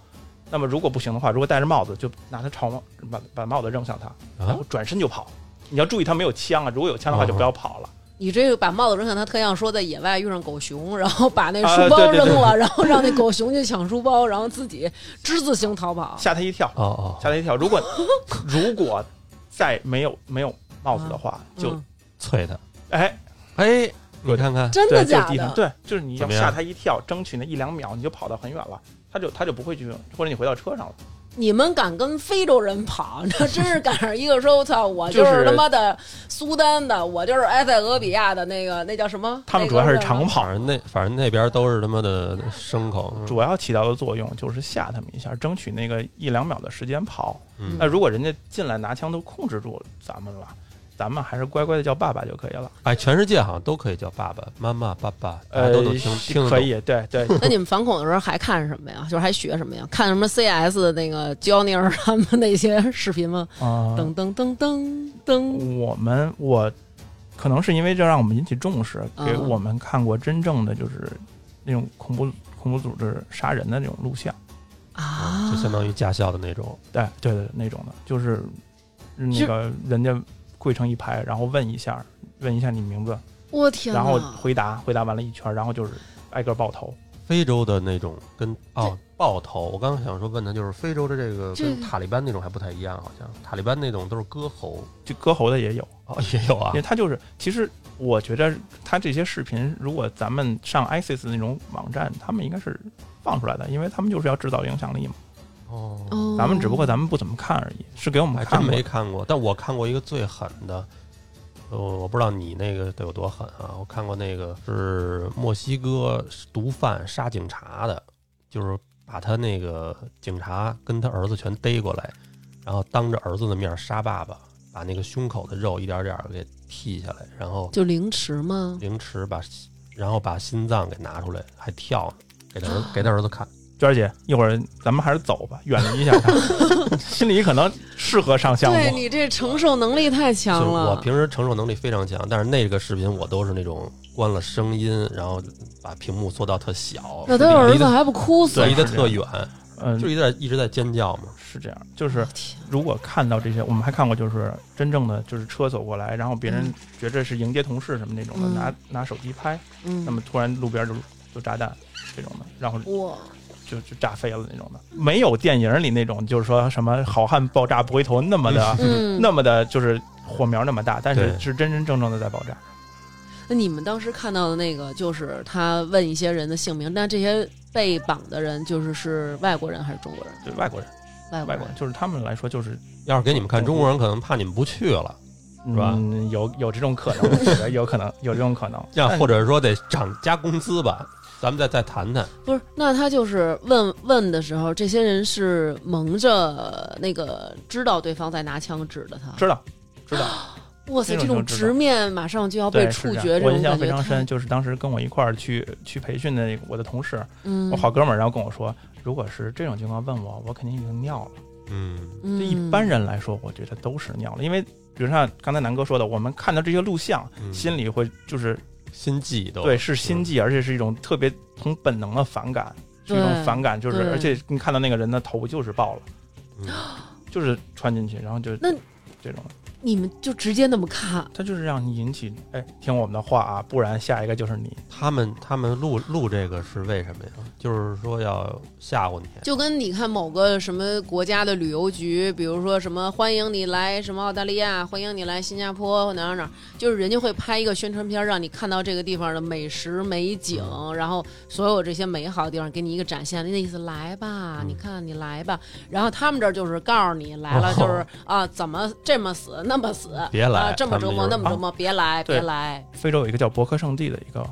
[SPEAKER 1] 那么如果不行的话，如果戴着帽子，就拿他朝帽把把帽子扔向他，然
[SPEAKER 3] 啊
[SPEAKER 1] 后，转身就跑。你要注意他没有枪啊，如果有枪的话就不要跑了。
[SPEAKER 2] 你这个把帽子扔下，他特像说在野外遇上狗熊，然后把那
[SPEAKER 1] 啊
[SPEAKER 2] 书包
[SPEAKER 1] 对对对
[SPEAKER 2] 扔了，然后让那狗熊去抢书包，然后自己之字形逃跑。
[SPEAKER 1] 吓他一跳，
[SPEAKER 3] 哦哦，
[SPEAKER 1] 吓他一跳。如果 如果再没有没有帽子的话，就
[SPEAKER 2] 嗯
[SPEAKER 3] 啐他！
[SPEAKER 1] 哎。
[SPEAKER 3] 哎，你看 看，
[SPEAKER 2] 真
[SPEAKER 1] 对，
[SPEAKER 2] 的
[SPEAKER 1] 就是
[SPEAKER 2] 假
[SPEAKER 1] 地上，
[SPEAKER 2] 的？
[SPEAKER 1] 对，就是你
[SPEAKER 3] 怎
[SPEAKER 1] 要
[SPEAKER 3] 么样
[SPEAKER 1] 吓他一跳，争取那一两秒，你就跑到很远了，他就他就不会去，或者你回到车上了。
[SPEAKER 2] 你们敢跟非洲人跑？ 那真是赶上一个说，我操，我
[SPEAKER 1] 就是
[SPEAKER 2] 他妈的苏丹的，我就是埃塞俄比亚的那个，那叫什么？
[SPEAKER 1] 他们主要还是长
[SPEAKER 2] 那
[SPEAKER 1] 跑
[SPEAKER 3] 反，正那反正那边都是他妈的牲口。
[SPEAKER 1] 主要起到的作用就是吓他们一下，争取那个一两秒的时间跑。
[SPEAKER 3] 嗯
[SPEAKER 1] 那如果人家进来拿枪都控制住咱们了，咱们还是乖乖的叫爸爸就可以了。
[SPEAKER 3] 哎，全世界好像都可以叫爸爸妈妈、爸爸，大家
[SPEAKER 1] 呃
[SPEAKER 3] 都能听听得
[SPEAKER 1] 可
[SPEAKER 3] 懂。
[SPEAKER 1] 以，对 对，
[SPEAKER 2] 那你们反恐的时候还看什么呀？就是还学什么呀？看什么 CS 的那个 j o n i r 他们那些视频吗？
[SPEAKER 1] 啊、
[SPEAKER 2] 噔噔噔噔
[SPEAKER 3] 嗯
[SPEAKER 2] 噔，
[SPEAKER 1] 我们我可能是因为这让我们引起重视，给
[SPEAKER 2] 嗯
[SPEAKER 1] 我们看过真正的就是那种恐怖恐怖组织杀人的那种录像。
[SPEAKER 2] 啊，
[SPEAKER 3] 嗯就相当于驾校的那种。
[SPEAKER 1] 对对对，那种的，就是那
[SPEAKER 2] 是
[SPEAKER 1] 个人家跪成一排，然后问一下，问一下你名字，
[SPEAKER 2] 我天呐！
[SPEAKER 1] 然后回答，回答完了一圈，然后就是挨个爆头。
[SPEAKER 3] 非洲的那种跟哦爆头，我刚刚想说问他，就是非洲的这个
[SPEAKER 2] 这
[SPEAKER 3] 跟塔利班那种还不太一样，好像塔利班那种都是割喉
[SPEAKER 1] 就割喉的也有，
[SPEAKER 3] 哦，也有啊
[SPEAKER 1] 因为他就是，其实我觉得他这些视频，如果咱们上 ISIS 那种网站，他们应该是放出来的，因为他们就是要制造影响力嘛。
[SPEAKER 3] 哦，
[SPEAKER 2] 哦，
[SPEAKER 1] 咱们只不过咱们不怎么看而已，是给我们
[SPEAKER 3] 还
[SPEAKER 1] 看
[SPEAKER 3] 真
[SPEAKER 1] 过
[SPEAKER 3] 没看过，但我看过一个最狠的，呃，我不知道你那个得有多狠啊，我看过那个是墨西哥毒贩杀警察的，就是把他那个警察跟他儿子全逮过来，然后当着儿子的面杀爸爸，把那个胸口的肉一点点儿给剔下来，然后
[SPEAKER 2] 就凌迟吗？
[SPEAKER 3] 凌迟把，然后把心脏给拿出来，还跳呢，给他儿给他儿子看。
[SPEAKER 1] 娟儿姐，一会儿咱们还是走吧，远离一下他， 心里可能适合上项目。
[SPEAKER 2] 对你这承受能力太
[SPEAKER 3] 就
[SPEAKER 2] 强
[SPEAKER 3] 是我
[SPEAKER 2] 了，
[SPEAKER 3] 平时承受能力非常强，但是那个视频我都是那种关了声音，然后把屏幕缩到特小，
[SPEAKER 2] 那他儿
[SPEAKER 3] 离
[SPEAKER 2] 子
[SPEAKER 3] 得
[SPEAKER 2] 还不哭死
[SPEAKER 1] 对
[SPEAKER 3] 离
[SPEAKER 2] 了？
[SPEAKER 3] 得特远，
[SPEAKER 1] 嗯，
[SPEAKER 3] 就一直在一直在尖叫嘛。
[SPEAKER 1] 是这样，就是
[SPEAKER 2] 天
[SPEAKER 1] 如果看到这些，我们还看过，就是真正的就是车走过来，然后别人
[SPEAKER 2] 嗯
[SPEAKER 1] 觉着是迎接同事什么那种的，
[SPEAKER 2] 嗯
[SPEAKER 1] 拿拿手机拍，那
[SPEAKER 2] 嗯，
[SPEAKER 1] 么突然路边就就炸弹这种的，然后
[SPEAKER 2] 哇，
[SPEAKER 1] 就就炸飞了那种的，没有电影里那种就是说什么好汉爆炸不回头那么 的、
[SPEAKER 2] 嗯，
[SPEAKER 1] 那么的，就是火苗那么大，但是
[SPEAKER 3] 对
[SPEAKER 1] 是真真正正的在爆炸。
[SPEAKER 2] 那你们当时看到的那个，就是他问一些人的姓名，那这些被绑的人就是是外国人还是中国人？
[SPEAKER 1] 对外国人，
[SPEAKER 2] 外
[SPEAKER 1] 外国人就是他们来说就是
[SPEAKER 3] 要是给你们看中国人，可能怕你们不去了，是吧
[SPEAKER 1] 嗯，有有这种可能，我觉得有可能有这种可能。
[SPEAKER 3] 这样
[SPEAKER 1] 但
[SPEAKER 3] 或者说得涨加工资吧，咱们再再谈谈。
[SPEAKER 2] 不是，那他就是问问的时候，这些人是蒙着那个知道对方在拿枪指的他。
[SPEAKER 1] 知道知道，
[SPEAKER 2] 哇塞，
[SPEAKER 1] 这
[SPEAKER 2] 这
[SPEAKER 1] 种
[SPEAKER 2] 种
[SPEAKER 1] 就知
[SPEAKER 2] 直
[SPEAKER 1] 道
[SPEAKER 2] 面马上就要啊被
[SPEAKER 1] 对，
[SPEAKER 2] 处
[SPEAKER 1] 是这
[SPEAKER 2] 决，
[SPEAKER 1] 样
[SPEAKER 2] 这
[SPEAKER 1] 我
[SPEAKER 2] 种
[SPEAKER 1] 印象
[SPEAKER 2] 感觉
[SPEAKER 1] 非常
[SPEAKER 2] 太
[SPEAKER 1] 深，，就是当时跟我一块儿去去培训的我的同事，
[SPEAKER 2] 嗯，
[SPEAKER 1] 我好哥们儿，然后跟我说，如果是这种情况问我，我肯定已经尿了。
[SPEAKER 3] 嗯，
[SPEAKER 2] 嗯，
[SPEAKER 1] 这一般人来说，我觉得都是尿了，因为比如像刚才南哥说的，我们看到这些录像，
[SPEAKER 3] 嗯
[SPEAKER 1] 心里会就是
[SPEAKER 3] 心悸都
[SPEAKER 1] 对是心，悸，而且是一种特别从本能的反感，是一
[SPEAKER 2] 对
[SPEAKER 1] 种反感，就是
[SPEAKER 2] 对
[SPEAKER 1] 而且你看到那个人的头就是爆了，
[SPEAKER 3] 嗯
[SPEAKER 1] 就是穿进去，然后就
[SPEAKER 2] 那
[SPEAKER 1] 这种，
[SPEAKER 2] 你们就直接那么看，
[SPEAKER 1] 他就是让你引起哎听我们的话啊，不然下一个就是你。
[SPEAKER 3] 他们他们录录这个是为什么呀？就是说要吓唬你，
[SPEAKER 2] 就跟你看某个什么国家的旅游局，比如说什么欢迎你来什么澳大利亚，欢迎你来新加坡哪儿哪儿，就是人家会拍一个宣传片儿，让你看到这个地方的美食美景，
[SPEAKER 1] 嗯
[SPEAKER 2] 然后所有这些美好的地方给你一个展现，那意思来吧，
[SPEAKER 3] 嗯
[SPEAKER 2] 你看你来吧。然后他们这儿就是告诉你来
[SPEAKER 1] 哦
[SPEAKER 2] 了，就是、啊怎么这么死那么死，
[SPEAKER 3] 别来
[SPEAKER 2] 啊这么折磨那
[SPEAKER 3] 他们就是
[SPEAKER 2] 么折磨，别来
[SPEAKER 1] 对
[SPEAKER 2] 别来。
[SPEAKER 1] 非洲有一个叫伯克圣地的一个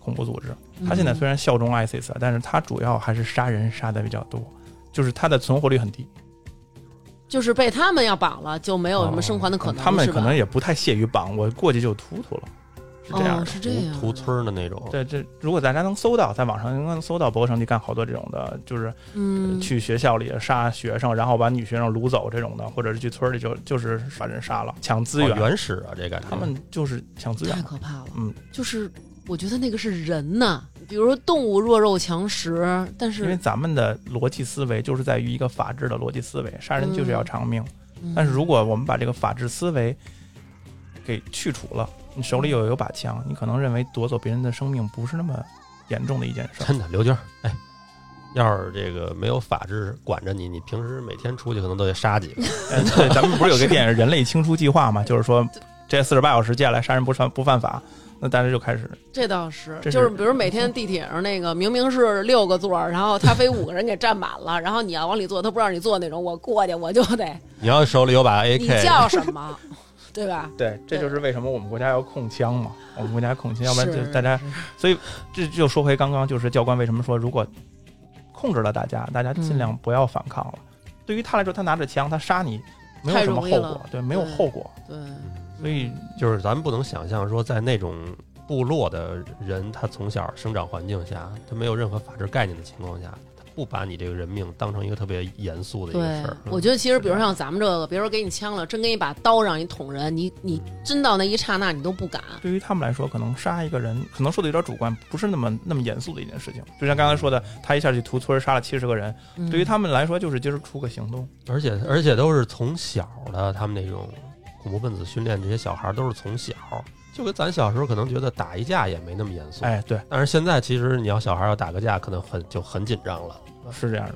[SPEAKER 1] 恐怖组织，他
[SPEAKER 2] 嗯
[SPEAKER 1] 现在虽然效忠 ISIS，啊但是他主要还是杀人杀的比较多，就是他的存活率很低。
[SPEAKER 2] 就是被他们要绑了，就没有什么生还的可能，
[SPEAKER 1] 哦他们
[SPEAKER 2] 是吧
[SPEAKER 1] 可能也不太屑于绑，我过去就突突了，是这样
[SPEAKER 2] 哦
[SPEAKER 1] 的。
[SPEAKER 2] 是这样的
[SPEAKER 3] 屠屠村的那
[SPEAKER 2] 哦
[SPEAKER 3] 种，
[SPEAKER 1] 对，这如果大家能搜到，在网上应该能搜到伯克圣地干好多这种的，就是
[SPEAKER 2] 嗯，
[SPEAKER 1] 呃去学校里杀学生，然后把女学生掳走这种的，或者是去村里就就是把人杀了，抢资
[SPEAKER 3] 好
[SPEAKER 1] 源。
[SPEAKER 3] 原始啊，这感觉
[SPEAKER 1] 他们就是抢资
[SPEAKER 2] 太
[SPEAKER 1] 源，
[SPEAKER 2] 可怕了。
[SPEAKER 1] 嗯，
[SPEAKER 2] 就是我觉得那个是人呐，比如说动物弱肉强食，但
[SPEAKER 1] 因为
[SPEAKER 2] 是
[SPEAKER 1] 咱们的逻辑思维就是在于一个法治的逻辑思维，杀人就是要偿命。
[SPEAKER 2] 嗯
[SPEAKER 1] 但是如果我们把这个法治思维给去除了，你手
[SPEAKER 2] 嗯
[SPEAKER 1] 里有有把枪，你可能认为夺走别人的生命不是那么严重的一件事儿。
[SPEAKER 3] 真的，刘娟儿，哎，要是这个没有法制管着你，你平时每天出去可能都得杀几个。
[SPEAKER 1] 嗯，对，咱们不是有个电影《人类清除计划》嘛，就是说这四十八小时接下来杀人不犯不犯法，那大家就开始
[SPEAKER 2] 这倒是，
[SPEAKER 1] 这是
[SPEAKER 2] 就是比如每天地铁上那个明明是六个座儿，然后他非五个人给占满了，然后你要往里坐，他不让你坐那种，我过去我就 得，
[SPEAKER 3] 你要手里有把
[SPEAKER 2] 你
[SPEAKER 3] AK，
[SPEAKER 2] 叫什么，对吧？
[SPEAKER 1] 对，这就是为什么我们国家要控枪嘛，我们国家控枪，要不然就是大家，
[SPEAKER 2] 是
[SPEAKER 1] 所以这就说回刚刚，就是教官为什么说如果控制了大家，大家
[SPEAKER 2] 嗯
[SPEAKER 1] 尽量不要反抗了。对于他来说，他拿着枪，他杀你没有
[SPEAKER 2] 太
[SPEAKER 1] 什么
[SPEAKER 2] 容易
[SPEAKER 1] 后
[SPEAKER 2] 了
[SPEAKER 1] 果，对，没有
[SPEAKER 2] 对嗯
[SPEAKER 1] 后果，
[SPEAKER 2] 对，
[SPEAKER 1] 所以
[SPEAKER 3] 就是咱们不能想象说在那种部落的人，他从小生长环境下，他没有任何法制概念的情况下，他不把你这个人命当成一个特别严肃的一个
[SPEAKER 2] 对
[SPEAKER 3] 事儿。，
[SPEAKER 2] 我觉得其实，比如像咱们这个，别说给你枪了，真给你把刀让你捅人，你你
[SPEAKER 3] 嗯
[SPEAKER 2] 真到那一刹那，你都不敢。
[SPEAKER 1] 对于他们来说，可能杀一个人，可能说的有点主观，不是那么那么严肃的一件事情。就像刚才说的，他一下去屠村杀了七十个人，
[SPEAKER 2] 嗯
[SPEAKER 1] 对于他们来说就是今儿出个行动。
[SPEAKER 3] 而且而且都是从小的，他们那种恐怖分子训练这些小孩儿都是从小，就跟咱小时候可能觉得打一架也没那么严肃，
[SPEAKER 1] 哎，对，
[SPEAKER 3] 但是现在其实你要小孩要打个架，可能很就很紧张了。
[SPEAKER 1] 是这样的。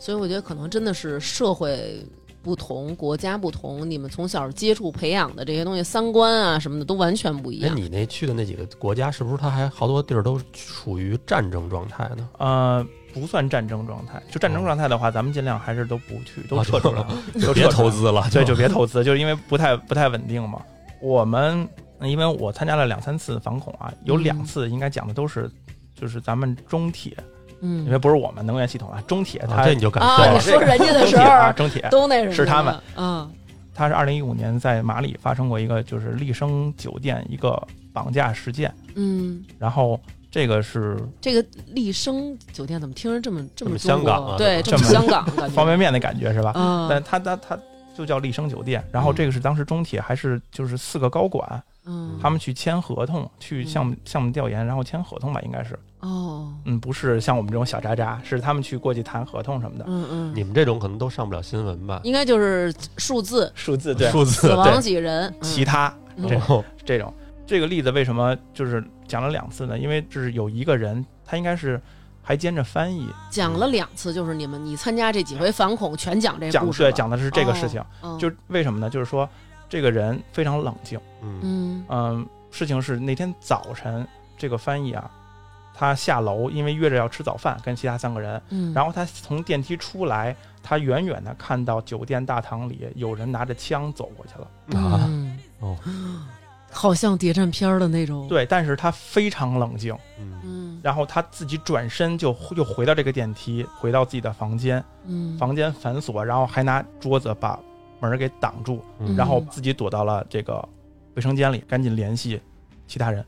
[SPEAKER 2] 所以我觉得可能真的是社会不同、国家不同，你们从小接触培养的这些东西，三观啊什么的都完全不一
[SPEAKER 3] 哎，
[SPEAKER 2] 样。
[SPEAKER 3] 你那去的那几个国家，是不是它还好多地儿都处于战争状态呢？
[SPEAKER 1] 呃，不算战争状态。就
[SPEAKER 2] 哦
[SPEAKER 1] 战争状态的话，咱们尽量还是都不去，都
[SPEAKER 3] 啊
[SPEAKER 1] 撤出来，都撤出来
[SPEAKER 3] 别投，资了，啊
[SPEAKER 1] 对，就别投资，就是因为不太不太稳定嘛。我们因为我参加了两三次反恐啊，有
[SPEAKER 2] 嗯
[SPEAKER 1] 两次应该讲的都是，就是咱们中铁，因为
[SPEAKER 2] 嗯，
[SPEAKER 1] 不是我们能源系统啊，中铁
[SPEAKER 3] 啊
[SPEAKER 1] 它
[SPEAKER 3] 这你就敢
[SPEAKER 2] 啊，
[SPEAKER 3] 说
[SPEAKER 2] 你
[SPEAKER 3] 了。
[SPEAKER 2] 说人家的
[SPEAKER 1] 中
[SPEAKER 2] 时
[SPEAKER 1] 铁啊，
[SPEAKER 2] 候
[SPEAKER 1] 中铁
[SPEAKER 2] 都那什么
[SPEAKER 1] 是他们
[SPEAKER 2] 啊，
[SPEAKER 1] 它是二零一五年在马里发生过一个就是丽笙酒店一个绑架事件，
[SPEAKER 2] 嗯
[SPEAKER 1] 然后这个是
[SPEAKER 2] 这个丽笙酒店怎么听着这么这么
[SPEAKER 3] 这么香港啊
[SPEAKER 2] 中国对，
[SPEAKER 1] 这
[SPEAKER 2] 这么
[SPEAKER 1] 么
[SPEAKER 2] 香港感觉
[SPEAKER 1] 方便面的感觉是吧？
[SPEAKER 2] 啊，
[SPEAKER 1] 但它它它就叫丽笙酒店，然后这个是当时中铁还是就是四个高管
[SPEAKER 2] 嗯
[SPEAKER 1] 他们去签合同，去
[SPEAKER 2] 嗯
[SPEAKER 1] 项目项目调研，然后签合同吧，应该是，
[SPEAKER 2] 哦，
[SPEAKER 1] 嗯，不是像我们这种小渣渣，是他们去过去谈合同什么的，
[SPEAKER 2] 嗯嗯，
[SPEAKER 3] 你们这种可能都上不了新闻吧？
[SPEAKER 2] 应该就是数字
[SPEAKER 1] 数字对，
[SPEAKER 3] 数字
[SPEAKER 2] 死亡
[SPEAKER 1] 对
[SPEAKER 2] 几人，嗯
[SPEAKER 1] 其他
[SPEAKER 2] 嗯
[SPEAKER 1] 这
[SPEAKER 3] 哦
[SPEAKER 1] 这种这个例子为什么就是讲了两次呢？因为这是有一个人，他应该是还兼着翻译
[SPEAKER 2] 讲了两次，就是你们你参加这几回反恐全讲这
[SPEAKER 1] 讲
[SPEAKER 2] 故事
[SPEAKER 1] 对
[SPEAKER 2] 了，
[SPEAKER 1] 讲的是这个事情，
[SPEAKER 2] 哦，
[SPEAKER 1] 就是为什么呢？就是说这个人非常冷静，
[SPEAKER 3] 嗯
[SPEAKER 2] 嗯
[SPEAKER 1] 嗯，事情是那天早晨这个翻译啊，他下楼因为约着要吃早饭跟其他三个人，
[SPEAKER 2] 嗯，
[SPEAKER 1] 然
[SPEAKER 2] 后
[SPEAKER 1] 后他从电梯出来，他远远的看到酒店大堂里有人拿着枪走过去了，
[SPEAKER 3] 啊，
[SPEAKER 2] 嗯
[SPEAKER 3] 哦，
[SPEAKER 2] 好像谍战片儿的那种，，
[SPEAKER 1] 对，但是他非常冷静。
[SPEAKER 3] 嗯
[SPEAKER 2] 嗯
[SPEAKER 1] 然后他自己转身就又回到这个电梯，回到自己的房间，
[SPEAKER 2] 嗯，
[SPEAKER 1] 房间反锁，然后还拿桌子把门儿给挡住，
[SPEAKER 3] 嗯
[SPEAKER 2] 哦
[SPEAKER 1] 然后自己躲到了这个卫生间里，赶紧联系其他人。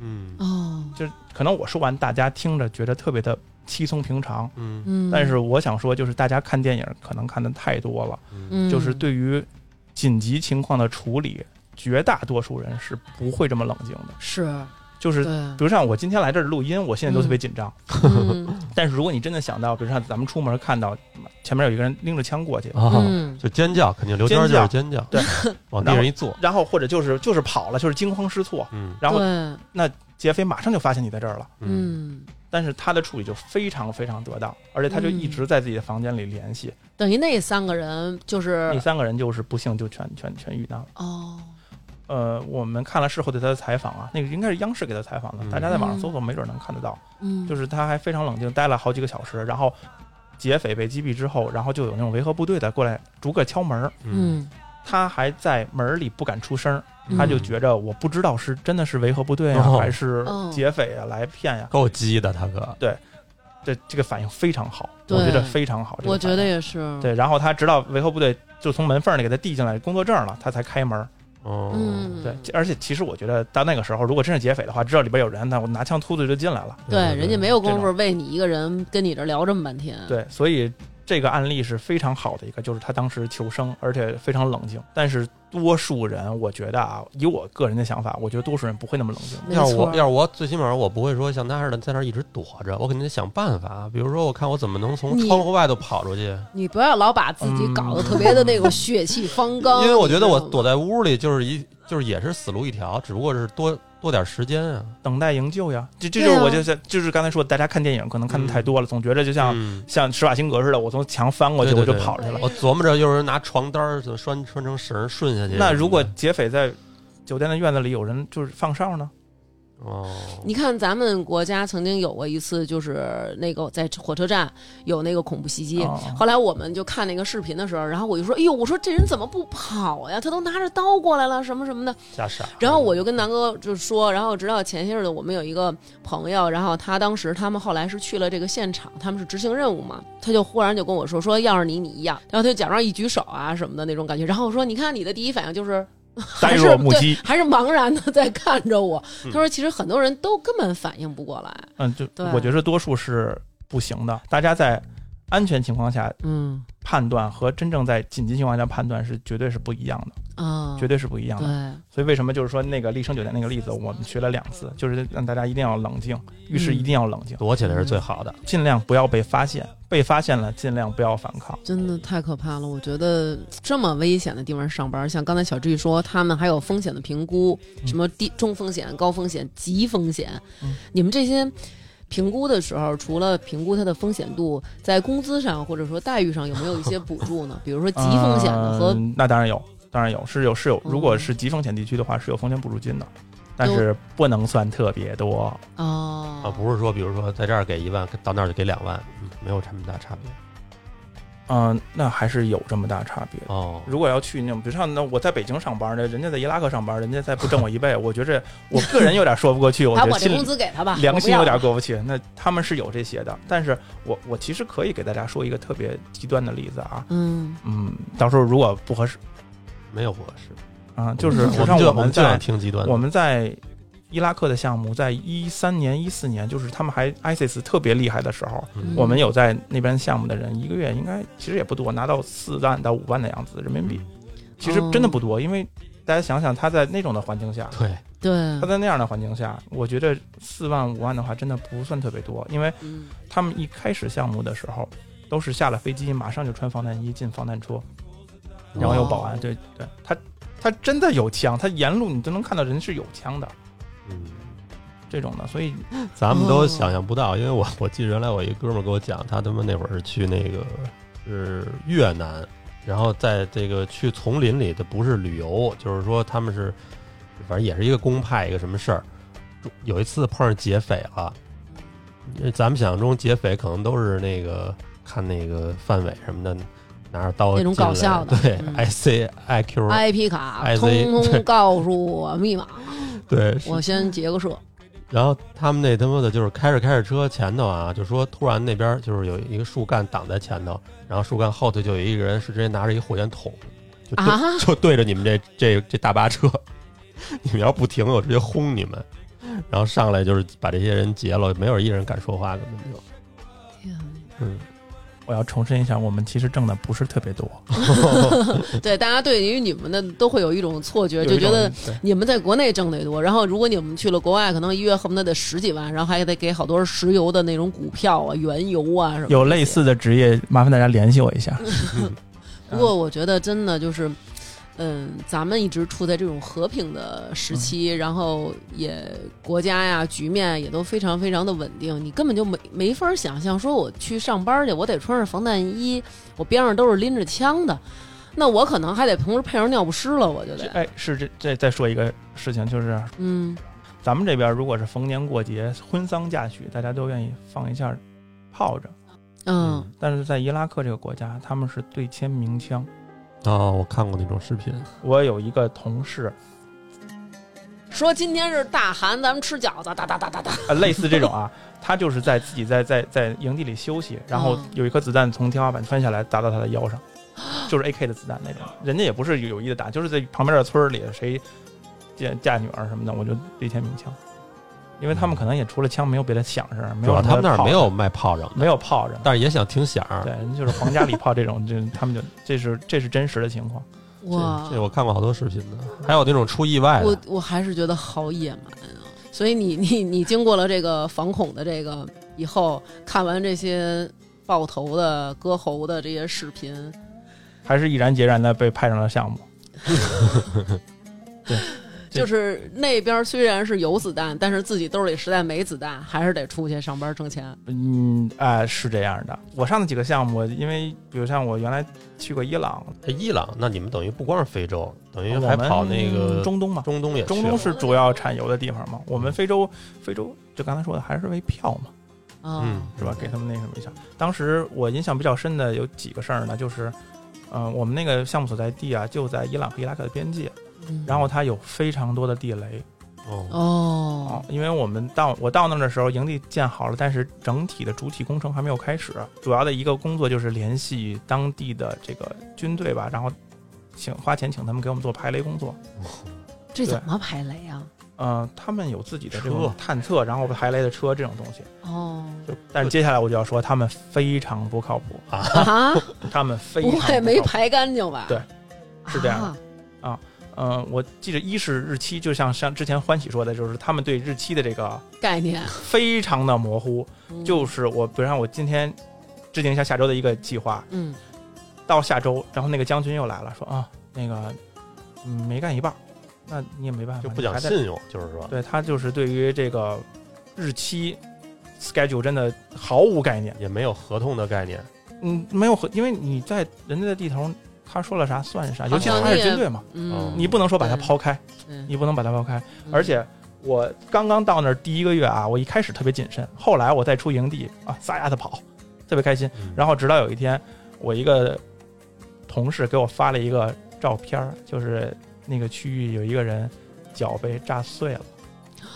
[SPEAKER 3] 嗯
[SPEAKER 2] 哦，
[SPEAKER 1] 就是可能我说完，大家听着觉得特别的稀松平常，
[SPEAKER 3] 嗯
[SPEAKER 2] 嗯，
[SPEAKER 1] 但是我想说，就是大家看电影可能看的太多了，
[SPEAKER 3] 嗯
[SPEAKER 2] 嗯
[SPEAKER 1] 就是对于紧急情况的处理，绝大多数人是不会这么冷静的。
[SPEAKER 2] 是
[SPEAKER 1] 就是
[SPEAKER 2] 对，
[SPEAKER 1] 比如像我今天来这儿录音，我现在都特别紧张。
[SPEAKER 2] 嗯
[SPEAKER 1] 但是如果你真的想到，比如像咱们出门看到前面有一个人拎着枪过去，
[SPEAKER 3] 啊，
[SPEAKER 2] 嗯
[SPEAKER 3] 就尖叫，肯定刘娟儿就是尖叫，
[SPEAKER 1] 对，
[SPEAKER 3] 往地上一坐，
[SPEAKER 1] 然后或者就是就是跑了，就是惊慌失措，
[SPEAKER 3] 嗯
[SPEAKER 1] 然后
[SPEAKER 2] 对，
[SPEAKER 1] 劫匪马上就发现你在这儿了。
[SPEAKER 3] 嗯
[SPEAKER 2] 嗯，
[SPEAKER 1] 但是他的处理就非常非常得当，而且他就一直在自己的房间里联系。
[SPEAKER 2] 等于那三个人就是
[SPEAKER 3] 嗯
[SPEAKER 1] 那三个人就是不幸就全全全遇难了。
[SPEAKER 2] 哦，
[SPEAKER 1] 呃，我们看了事后对他的采访啊，那个应该是央视给他采访的，
[SPEAKER 3] 嗯
[SPEAKER 1] 大家在网上搜索没准能看得到。
[SPEAKER 2] 嗯，
[SPEAKER 1] 就是是他还非常冷静，待了好几个小时，然后劫匪被击毙之后，然后就有那种维和部队的过来逐个敲门儿，
[SPEAKER 3] 嗯
[SPEAKER 2] 嗯，
[SPEAKER 1] 他还在门儿里不敢出声儿，
[SPEAKER 2] 嗯
[SPEAKER 1] 他就觉着我不知道是真的是维和部队啊，
[SPEAKER 3] 哦
[SPEAKER 1] 还是
[SPEAKER 2] 嗯
[SPEAKER 1] 劫匪啊来骗呀、
[SPEAKER 3] 够鸡的，他可
[SPEAKER 1] 这这个反应非常好，
[SPEAKER 2] 对
[SPEAKER 1] 我觉得非常好。这个
[SPEAKER 2] 我觉得
[SPEAKER 1] 反
[SPEAKER 2] 也是，
[SPEAKER 1] 应对，然后他直到维和部队就从门缝儿里给他递进来工作证了，他才开门。
[SPEAKER 3] 哦，
[SPEAKER 2] 嗯，
[SPEAKER 1] 对，而且其实我觉得到那个时候，如果真是劫匪的话，知道里边有人，那我拿枪突突就进来了。
[SPEAKER 2] 对，人家没有功
[SPEAKER 1] 这
[SPEAKER 2] 夫为你一个人跟你这聊这么半天，
[SPEAKER 1] 对，所以这个案例是非常好的一个，就是他当时求生，而且非常冷静。但是多数人，我觉得啊，以我个人的想法，我觉得多数人不会那么冷静。
[SPEAKER 2] 没
[SPEAKER 3] 要是
[SPEAKER 2] 错
[SPEAKER 3] 我，要是我最起码我不会说像他似的在那儿一直躲着，我肯定得想办法。啊比如说，我看我怎么能从
[SPEAKER 2] 你
[SPEAKER 3] 窗户外头跑出去，
[SPEAKER 2] 你不要老把自己
[SPEAKER 1] 嗯
[SPEAKER 2] 搞得特别的那种血气 方刚，
[SPEAKER 3] 因为我觉得
[SPEAKER 2] 你
[SPEAKER 3] 我
[SPEAKER 2] 知道吗
[SPEAKER 3] 躲在屋里就是一就是也是死路一条，只不过是多多点时间啊。
[SPEAKER 1] 等待营救呀，这这
[SPEAKER 2] 对
[SPEAKER 1] 就是
[SPEAKER 2] 啊
[SPEAKER 1] 我就是就是刚才说的，大家看电影可能看的太多了，总觉得就像、
[SPEAKER 3] 嗯
[SPEAKER 1] 像施瓦辛格似的，我从墙翻过去
[SPEAKER 3] 对对
[SPEAKER 1] 我就
[SPEAKER 3] 对
[SPEAKER 1] 跑出去了。
[SPEAKER 3] 我琢磨着，有人拿床单儿怎么拴拴成绳儿顺下去。
[SPEAKER 1] 那如果劫匪在酒店的院子里有人就是放哨呢？
[SPEAKER 3] 哦，
[SPEAKER 2] 你看，咱们国家曾经有过一次，就是那个在火车站有那个恐怖袭击。
[SPEAKER 1] 哦
[SPEAKER 2] 后来我们就看那个视频的时候，然后我就说：“哎呦，我说这人怎么不跑呀？他都拿着刀过来了，什么什么的。
[SPEAKER 3] 吓傻了。”
[SPEAKER 2] 然后我就跟南哥就说，然后直到前些日子，我们有一个朋友，然后他当时他们后来是去了这个现场，他们是执行任务嘛，他就忽然就跟我说：“说要是你，你一样。”然后他就假装一举手啊什么的那种感觉。然后我说：“你看你的第一反应就是
[SPEAKER 1] 呆
[SPEAKER 2] 还是
[SPEAKER 1] 若木
[SPEAKER 2] 对
[SPEAKER 1] 鸡，
[SPEAKER 2] 还是茫然的在看着我。
[SPEAKER 3] 嗯
[SPEAKER 2] 他说，其实很多人都根本反应不过来。
[SPEAKER 1] 嗯，就
[SPEAKER 2] 对
[SPEAKER 1] 我觉得多数是不行的。大家在安全情况下
[SPEAKER 2] 嗯
[SPEAKER 1] 判断和真正在紧急情况下判断是绝对是不一样的，
[SPEAKER 2] 啊，
[SPEAKER 1] 绝对是不一样的。
[SPEAKER 2] 对，
[SPEAKER 1] 所以为什么就是说那个立生酒店那个例子，我们学了两次，就是让大家一定要冷静，遇事一定要冷静，
[SPEAKER 2] 嗯
[SPEAKER 3] 躲起来是最好的。
[SPEAKER 1] 尽量不要被发现，被发现了尽量不要反抗。
[SPEAKER 2] 真的太可怕了。我觉得这么危险的地方上班，像刚才小志说，他们还有风险的评估，
[SPEAKER 1] 嗯
[SPEAKER 2] 什么低中风险、高风险、极风险，
[SPEAKER 1] 嗯
[SPEAKER 2] 你们这些。评估的时候，除了评估它的风险度，在工资上或者说待遇上有没有一些补 助呢？比如说极风险的和
[SPEAKER 1] 嗯那当然有，当然有是有是有，
[SPEAKER 2] 嗯
[SPEAKER 1] 如果是极风险地区的话是有风险补助金的，但是不能算特别多。
[SPEAKER 2] 哦
[SPEAKER 3] 啊，不是说，比如说在这儿给一万，到那儿就给两万，嗯没有这么大差别。
[SPEAKER 1] 嗯，那还是有这么大差别的。
[SPEAKER 3] 哦，
[SPEAKER 1] 如果要去那种，比如像那我在北京上班的，人家在伊拉克上班，人家再不挣我一 倍，我觉着我个人有点说不过去，我
[SPEAKER 2] 把
[SPEAKER 1] 觉
[SPEAKER 2] 我
[SPEAKER 1] 得
[SPEAKER 2] 这
[SPEAKER 1] 心
[SPEAKER 2] 工
[SPEAKER 1] 里
[SPEAKER 2] 资给他吧，
[SPEAKER 1] 良
[SPEAKER 2] 啊我不
[SPEAKER 1] 心
[SPEAKER 2] 要
[SPEAKER 1] 有点过不去。那他们是有这些的，但是我我其实可以给大家说一个特别极端的例子啊，
[SPEAKER 2] 嗯
[SPEAKER 1] 嗯，到时候如果不合适
[SPEAKER 3] 没有合适，
[SPEAKER 1] 啊、就是
[SPEAKER 3] 我
[SPEAKER 1] 像
[SPEAKER 3] 就
[SPEAKER 1] 我
[SPEAKER 3] 我们就想
[SPEAKER 1] 在
[SPEAKER 2] 嗯
[SPEAKER 3] 听极端的。
[SPEAKER 1] 我们在伊拉克的项目，在一三年、一四年，就是他们还 ISIS 特别厉害的时候，
[SPEAKER 3] 嗯
[SPEAKER 1] 我们有在那边项目的人，一个月应该其实也不多，拿到四万到五万的样子人民币，其实真的不多，因为大家想想，他在那种的环境下，
[SPEAKER 3] 对，
[SPEAKER 2] 对，
[SPEAKER 1] 他在那样的环境下，我觉得四万五万的话，真的不算特别多，因为
[SPEAKER 2] 嗯
[SPEAKER 1] 他们一开始项目的时候，都是下了飞机马上就穿防弹衣进防弹车，然后有保安，
[SPEAKER 2] 哦
[SPEAKER 1] 对对，他他真的有枪，他沿路你都能看到人是有枪的
[SPEAKER 3] 嗯，
[SPEAKER 1] 这种的，所以
[SPEAKER 3] 咱们都
[SPEAKER 2] 哦
[SPEAKER 3] 想象不到，因为我 我记得原来我一哥们儿给我讲，他他妈那会儿是去那个是越南，然后在这个去丛林里的不是旅游，就是说他们是反正也是一个公派一个什么事儿，有一次碰上劫匪了，因为咱们想象中劫匪可能都是那个看那个范伟什么的，拿着刀
[SPEAKER 2] 那种搞
[SPEAKER 3] 进来
[SPEAKER 2] 笑的
[SPEAKER 3] 对、
[SPEAKER 2] 嗯哎
[SPEAKER 3] i C I Q
[SPEAKER 2] ，IP 卡
[SPEAKER 3] IZ
[SPEAKER 2] 通
[SPEAKER 3] 对
[SPEAKER 2] 通告诉我密码，
[SPEAKER 3] 对，是
[SPEAKER 2] 我先结个社。
[SPEAKER 3] 然后他们那他妈的就是开着开着车前头啊，就说突然那边就是有一个树干挡在前头，然后树干后头就有一个人是直接拿着一火箭筒，就对、
[SPEAKER 2] 啊
[SPEAKER 3] 就对着你们这这这大巴车，你们要不停，我直接轰你们。然后上来就是把这些人劫了，没有一人敢说话，根本就嗯，
[SPEAKER 1] 我要重申一下，我们其实挣的不是特别多，
[SPEAKER 2] 对，大家对于你们的都会有一种错觉，
[SPEAKER 1] 有
[SPEAKER 2] 就
[SPEAKER 1] 一
[SPEAKER 2] 觉
[SPEAKER 1] 种
[SPEAKER 2] 得
[SPEAKER 1] 对
[SPEAKER 2] 你们在国内挣得多，然后如果你们去了国外，可能一月恨不得得十几万，然后还得给好多石油的那种股票啊、原油啊什么。
[SPEAKER 1] 有类。似的职业，麻烦大家联系我一下。
[SPEAKER 2] 不过我觉得真的就是，嗯，咱们一直处在这种和平的时期，然后也国家呀局面也都非常非常的稳定，你根本就没没法想象说我去上班去，我得穿着防弹衣，我边上都是拎着枪的，那我可能还得同时配上尿不湿了，我就
[SPEAKER 1] 这
[SPEAKER 2] 得，
[SPEAKER 1] 哎，是这这再说一个事情，就是
[SPEAKER 2] 嗯，
[SPEAKER 1] 咱们这边如果是逢年过节、婚丧嫁娶，大家都愿意放一下炮仗，
[SPEAKER 2] 嗯，
[SPEAKER 1] 但是在伊拉克这个国家，他们是对铅鸣枪。
[SPEAKER 3] 哦，我看过那种视频，
[SPEAKER 1] 我有一个同事，
[SPEAKER 2] 说今天是大寒，咱们吃饺子，哒哒哒哒哒。
[SPEAKER 1] 呃，类似这种啊， 他就是在自己在在在营地里休息，然后
[SPEAKER 2] 嗯
[SPEAKER 1] 有一颗子弹从天花板穿下来砸到他的腰上， 就是 AK 的子弹那种，人家也不是有意的打，就是在旁边的村儿里谁嫁嫁女儿什么的，我就对天鸣枪，因为他们可能也除了枪没有别的响声，没
[SPEAKER 3] 嗯主
[SPEAKER 1] 有
[SPEAKER 3] 要
[SPEAKER 1] 什么
[SPEAKER 3] 他们那儿
[SPEAKER 1] 炮
[SPEAKER 3] 没有卖炮仗，
[SPEAKER 1] 没有炮仗，
[SPEAKER 3] 但是也想听响儿。
[SPEAKER 1] 对，人就是皇家礼炮这种，就他们就这是这是真实的情况，
[SPEAKER 2] 哇
[SPEAKER 3] 这，这我看过好多视频的，还有那种出意外
[SPEAKER 2] 我
[SPEAKER 3] 的，
[SPEAKER 2] 我还是觉得好野蛮啊！所以你你你经过了这个反恐的这个以后，看完这些爆头的、割喉的这些视频，
[SPEAKER 1] 还是毅然决然的被派上了项目。对
[SPEAKER 2] 就是那边虽然是有子弹，但是自己兜里实在没子弹，还是得出去上班挣钱。
[SPEAKER 1] 嗯，哎、是这样的。我上的几个项目，因为比如像我原来去过伊朗，
[SPEAKER 3] 哎伊朗，那你们等于不光是非洲，等于
[SPEAKER 1] 我
[SPEAKER 3] 还
[SPEAKER 1] 们
[SPEAKER 3] 跑那个
[SPEAKER 1] 中东嘛，
[SPEAKER 3] 中东也去
[SPEAKER 1] 中
[SPEAKER 3] 了嗯
[SPEAKER 1] 东是主要产油的地方嘛。我们非洲，非洲就刚才说的还是为票嘛，
[SPEAKER 2] 啊、
[SPEAKER 3] 嗯
[SPEAKER 1] 是吧？给他们那什么一下。当时我印象比较深的有几个事儿呢，就是，呃，我们那个项目所在地啊，就在伊朗和伊拉克的边界，
[SPEAKER 2] 嗯
[SPEAKER 1] 然后它有非常多的地雷
[SPEAKER 3] 哦，
[SPEAKER 1] 啊
[SPEAKER 2] 哦，，
[SPEAKER 1] 因为我们到我到那儿的时候，营地建好了，但是整体的主体工程还没有开始。主要的一个工作就是联系当地的这个军队吧，然后请花钱请他们给我们做排雷工作。
[SPEAKER 2] 这怎么排雷啊？
[SPEAKER 1] 呃，他们有自己的这种
[SPEAKER 3] 车
[SPEAKER 1] 探测，然后排雷的车这种东西。
[SPEAKER 2] 哦
[SPEAKER 1] 就但是接下来我就要说，他们非常不靠谱，
[SPEAKER 2] 啊，
[SPEAKER 1] 他们非常
[SPEAKER 2] 不
[SPEAKER 1] 不
[SPEAKER 2] 会没
[SPEAKER 1] 靠谱
[SPEAKER 2] 排干净吧？
[SPEAKER 1] 对是这样的
[SPEAKER 2] 啊
[SPEAKER 1] 呃，我记得一是日期，就像像之前欢喜说的，就是他们对日期的这个
[SPEAKER 2] 概念，
[SPEAKER 1] 非常的模糊。
[SPEAKER 2] 嗯
[SPEAKER 1] 就是我，比如像我今天制定一下下周的一个计划，
[SPEAKER 2] 嗯
[SPEAKER 1] 到下周，然后那个将军又来了，说啊，那个嗯没干一半儿，那你也没办法，
[SPEAKER 3] 就不
[SPEAKER 1] 你
[SPEAKER 3] 讲
[SPEAKER 1] 还在。
[SPEAKER 3] 信用，就是说，
[SPEAKER 1] 对他就是对于这个日期 schedule 真的毫无概念，
[SPEAKER 3] 也没有合同的概念，
[SPEAKER 1] 嗯，没有和，因为你在人家的地头，他说了啥算啥，尤其
[SPEAKER 3] 好像
[SPEAKER 1] 他是
[SPEAKER 2] 也
[SPEAKER 1] 军队嘛，
[SPEAKER 2] 嗯，
[SPEAKER 1] 你不能说把它
[SPEAKER 2] 对
[SPEAKER 1] 抛开，
[SPEAKER 2] 嗯
[SPEAKER 1] 你不能把它抛开，
[SPEAKER 2] 嗯
[SPEAKER 1] 而且。我刚刚到那儿第一个月啊，我一开始特别谨慎，后来我再出营地啊，撒丫子跑，特别开心。然后直到有一天，我一个同事给我发了一个照片儿，就是那个区域有一个人脚被炸碎了。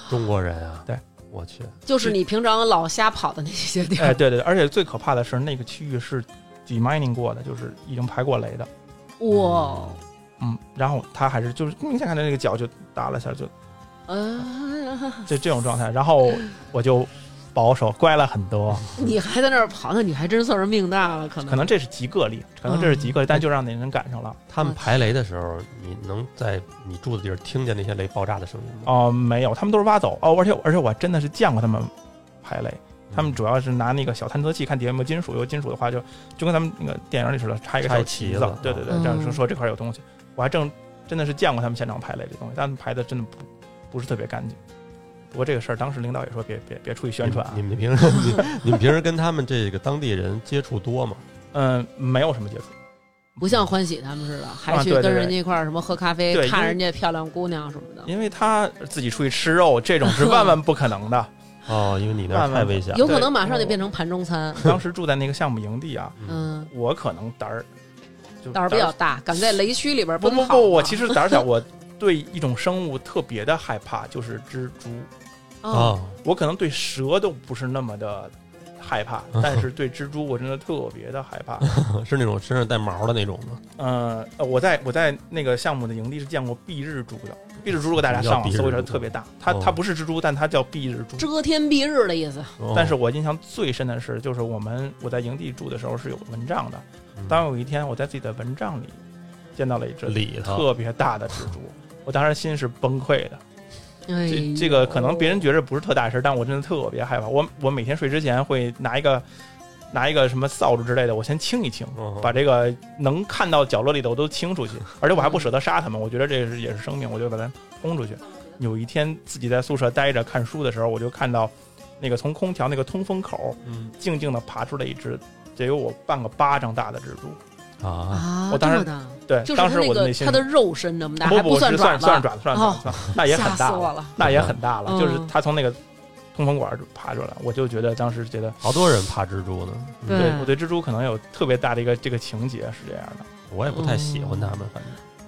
[SPEAKER 3] 中国人啊，
[SPEAKER 1] 对，
[SPEAKER 3] 我去，
[SPEAKER 2] 就是你平常老瞎跑的那些地
[SPEAKER 1] 哎，
[SPEAKER 2] 儿。
[SPEAKER 1] 对对，对而且最可怕的是那个区域是 demining 过的，就是已经排过嗯雷的。
[SPEAKER 2] 哇，
[SPEAKER 1] 嗯，然后他还是就是明显看到那个脚就打了一下，就
[SPEAKER 2] 哎
[SPEAKER 1] 就这种状态。然后我就保守乖了很多，
[SPEAKER 2] 你还在那儿跑，那你还真算是命大了，可能
[SPEAKER 1] 可能这是极个例，可能这是极个例，但就让那人赶上了。
[SPEAKER 3] 他们排雷的时候，你能在你住的地儿听见那些雷爆炸的声音吗？
[SPEAKER 1] 哦，没有，他们都是挖走哦，而且而且我真的是见过他们排雷。他
[SPEAKER 3] 嗯
[SPEAKER 1] 们主要是拿那个小探测器看底下有没有金属，有金属的话就就跟咱们那个电影里似的，插一个
[SPEAKER 3] 插
[SPEAKER 1] 小
[SPEAKER 3] 一
[SPEAKER 1] 旗
[SPEAKER 3] 旗
[SPEAKER 1] 子
[SPEAKER 3] 子，
[SPEAKER 1] 对对对，
[SPEAKER 2] 嗯
[SPEAKER 1] 这样说说这块有东西。我还正真的是见过他们现场排雷这东西，但他们排的真的不不是特别干净。不过这个事儿，当时领导也说别别别出去宣传啊
[SPEAKER 3] 你，们 你们平时你你们平时跟他们这个当地人接触多吗？
[SPEAKER 1] 嗯，没有什么接触，
[SPEAKER 2] 不像欢喜他们似的，还
[SPEAKER 1] 啊
[SPEAKER 2] 去
[SPEAKER 1] 对对
[SPEAKER 2] 跟
[SPEAKER 1] 对
[SPEAKER 2] 人家一块儿什么喝咖啡
[SPEAKER 1] 对因，为
[SPEAKER 2] 看人家漂亮姑娘什么的。
[SPEAKER 1] 因为他自己出去吃肉这种是万万不可能的。
[SPEAKER 3] 哦，因为你那儿
[SPEAKER 1] 慢慢
[SPEAKER 3] 太危险了。
[SPEAKER 2] 有可能马上
[SPEAKER 1] 对
[SPEAKER 2] 就
[SPEAKER 1] 哦
[SPEAKER 2] 变成盘中餐，
[SPEAKER 1] 当时住在那个项目营地啊，
[SPEAKER 2] 嗯，
[SPEAKER 1] 我可能胆儿就
[SPEAKER 2] 胆儿比较大，敢在雷区里边
[SPEAKER 1] 不
[SPEAKER 2] 奔
[SPEAKER 1] 不
[SPEAKER 2] 跑
[SPEAKER 1] 不，我
[SPEAKER 2] 啊
[SPEAKER 1] 其实胆儿小，我对一种生物特别的害怕，就是蜘蛛。
[SPEAKER 2] 哦，
[SPEAKER 3] 哦，
[SPEAKER 1] 我可能对蛇都不是那么的害怕，
[SPEAKER 3] 嗯
[SPEAKER 1] 但是对蜘蛛我真的特别的害怕。
[SPEAKER 3] 是那种身上带毛的那种吗？
[SPEAKER 1] 嗯，呃我在我在那个项目的营地是见过避日蛛的，避日蛛如果大家上网搜一下，特别大。它它不是蜘蛛，但它叫避日蛛。
[SPEAKER 2] 遮天蔽日的意思。
[SPEAKER 3] 哦
[SPEAKER 1] 但是我印象最深的是，就是我们我在营地住的时候是有蚊帐的。
[SPEAKER 3] 嗯
[SPEAKER 1] 当有一天我在自己的蚊帐里见到了一只
[SPEAKER 3] 里头
[SPEAKER 1] 特别大的蜘 蛛，我当时心是崩溃的。
[SPEAKER 2] 哎
[SPEAKER 1] 这
[SPEAKER 2] 呦，
[SPEAKER 1] 这个可能别人觉着不是特大事儿，但我真的特别害怕。我我每天睡之前会拿一个拿一个什么扫帚之类的，我先清一清，
[SPEAKER 3] 嗯
[SPEAKER 1] 把这个能看到角落里的我都清出去。而且我还不舍得杀它们，我觉得这是也是生命，我就把它轰出去。有一天自己在宿舍待着看书的时候，我就看到那个从空调那个通风口
[SPEAKER 3] 嗯
[SPEAKER 1] 静静的爬出来一只，得有我半个巴掌大的蜘蛛。嗯
[SPEAKER 3] 啊，
[SPEAKER 2] 啊，
[SPEAKER 1] 我当时
[SPEAKER 2] 这么大
[SPEAKER 1] 对，
[SPEAKER 2] 就是
[SPEAKER 1] 当
[SPEAKER 2] 它
[SPEAKER 1] 时我
[SPEAKER 2] 那
[SPEAKER 1] 的内
[SPEAKER 2] 个
[SPEAKER 1] 心
[SPEAKER 2] 它的肉身这么大，
[SPEAKER 1] 不
[SPEAKER 2] 还
[SPEAKER 1] 不
[SPEAKER 2] 算
[SPEAKER 1] 是
[SPEAKER 2] 爪
[SPEAKER 1] 算
[SPEAKER 2] 子，
[SPEAKER 1] 算爪子，算爪子，算那也很
[SPEAKER 2] 吓
[SPEAKER 1] 大
[SPEAKER 2] 死
[SPEAKER 1] 了
[SPEAKER 2] 我了。
[SPEAKER 1] 那也很大了，
[SPEAKER 2] 嗯
[SPEAKER 1] 就是他从那个通风管儿爬出来，我就觉得当时觉得，
[SPEAKER 3] 好多人怕蜘蛛呢。嗯
[SPEAKER 2] 对
[SPEAKER 1] 对我对蜘蛛可能有特别大的一个这个情节是这样的。
[SPEAKER 3] 我也不太喜欢他们，反正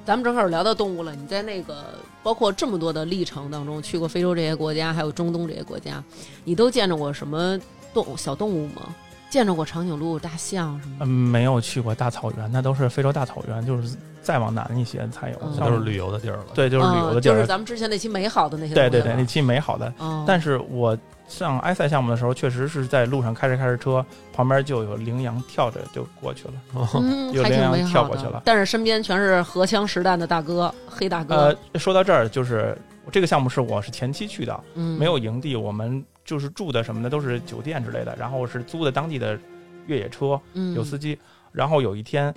[SPEAKER 2] 咱们正好聊到动物了，你在那个包括这么多的历程当中，去过非洲这些国家，还有中东这些国家，你都见着过什么动物小动物吗？见着过长颈鹿、大象什么的？
[SPEAKER 1] 嗯，没有去过大草原，那都是非洲大草原，就是再往南一些才有，
[SPEAKER 2] 嗯
[SPEAKER 1] 像
[SPEAKER 3] 那都是旅游的地儿了。
[SPEAKER 1] 对，就是旅游的地
[SPEAKER 2] 嗯就
[SPEAKER 1] 儿
[SPEAKER 2] 是。咱们之前那期美好的那些
[SPEAKER 1] 对对对，
[SPEAKER 2] 东西
[SPEAKER 1] 那
[SPEAKER 2] 了，
[SPEAKER 1] 期美好的。
[SPEAKER 2] 哦，
[SPEAKER 1] 但是我上埃塞项目的时候，确实是在路上开着开着车，旁边就有羚羊跳着就过去了。
[SPEAKER 3] 哦，
[SPEAKER 2] 嗯，
[SPEAKER 1] 有
[SPEAKER 2] 还
[SPEAKER 1] 羚
[SPEAKER 2] 挺
[SPEAKER 1] 羊
[SPEAKER 2] 美好
[SPEAKER 1] 跳
[SPEAKER 2] 的
[SPEAKER 1] 过去了
[SPEAKER 2] 但是身边全是荷枪实弹的大哥，黑大哥
[SPEAKER 1] 呃，，说到这儿，就是这个项目是我是前期去的，
[SPEAKER 2] 嗯，
[SPEAKER 1] 没有营地，我们就是住的什么的都是酒店之类的，然后是租的当地的越野车，
[SPEAKER 2] 嗯
[SPEAKER 1] 有司机。然后有一天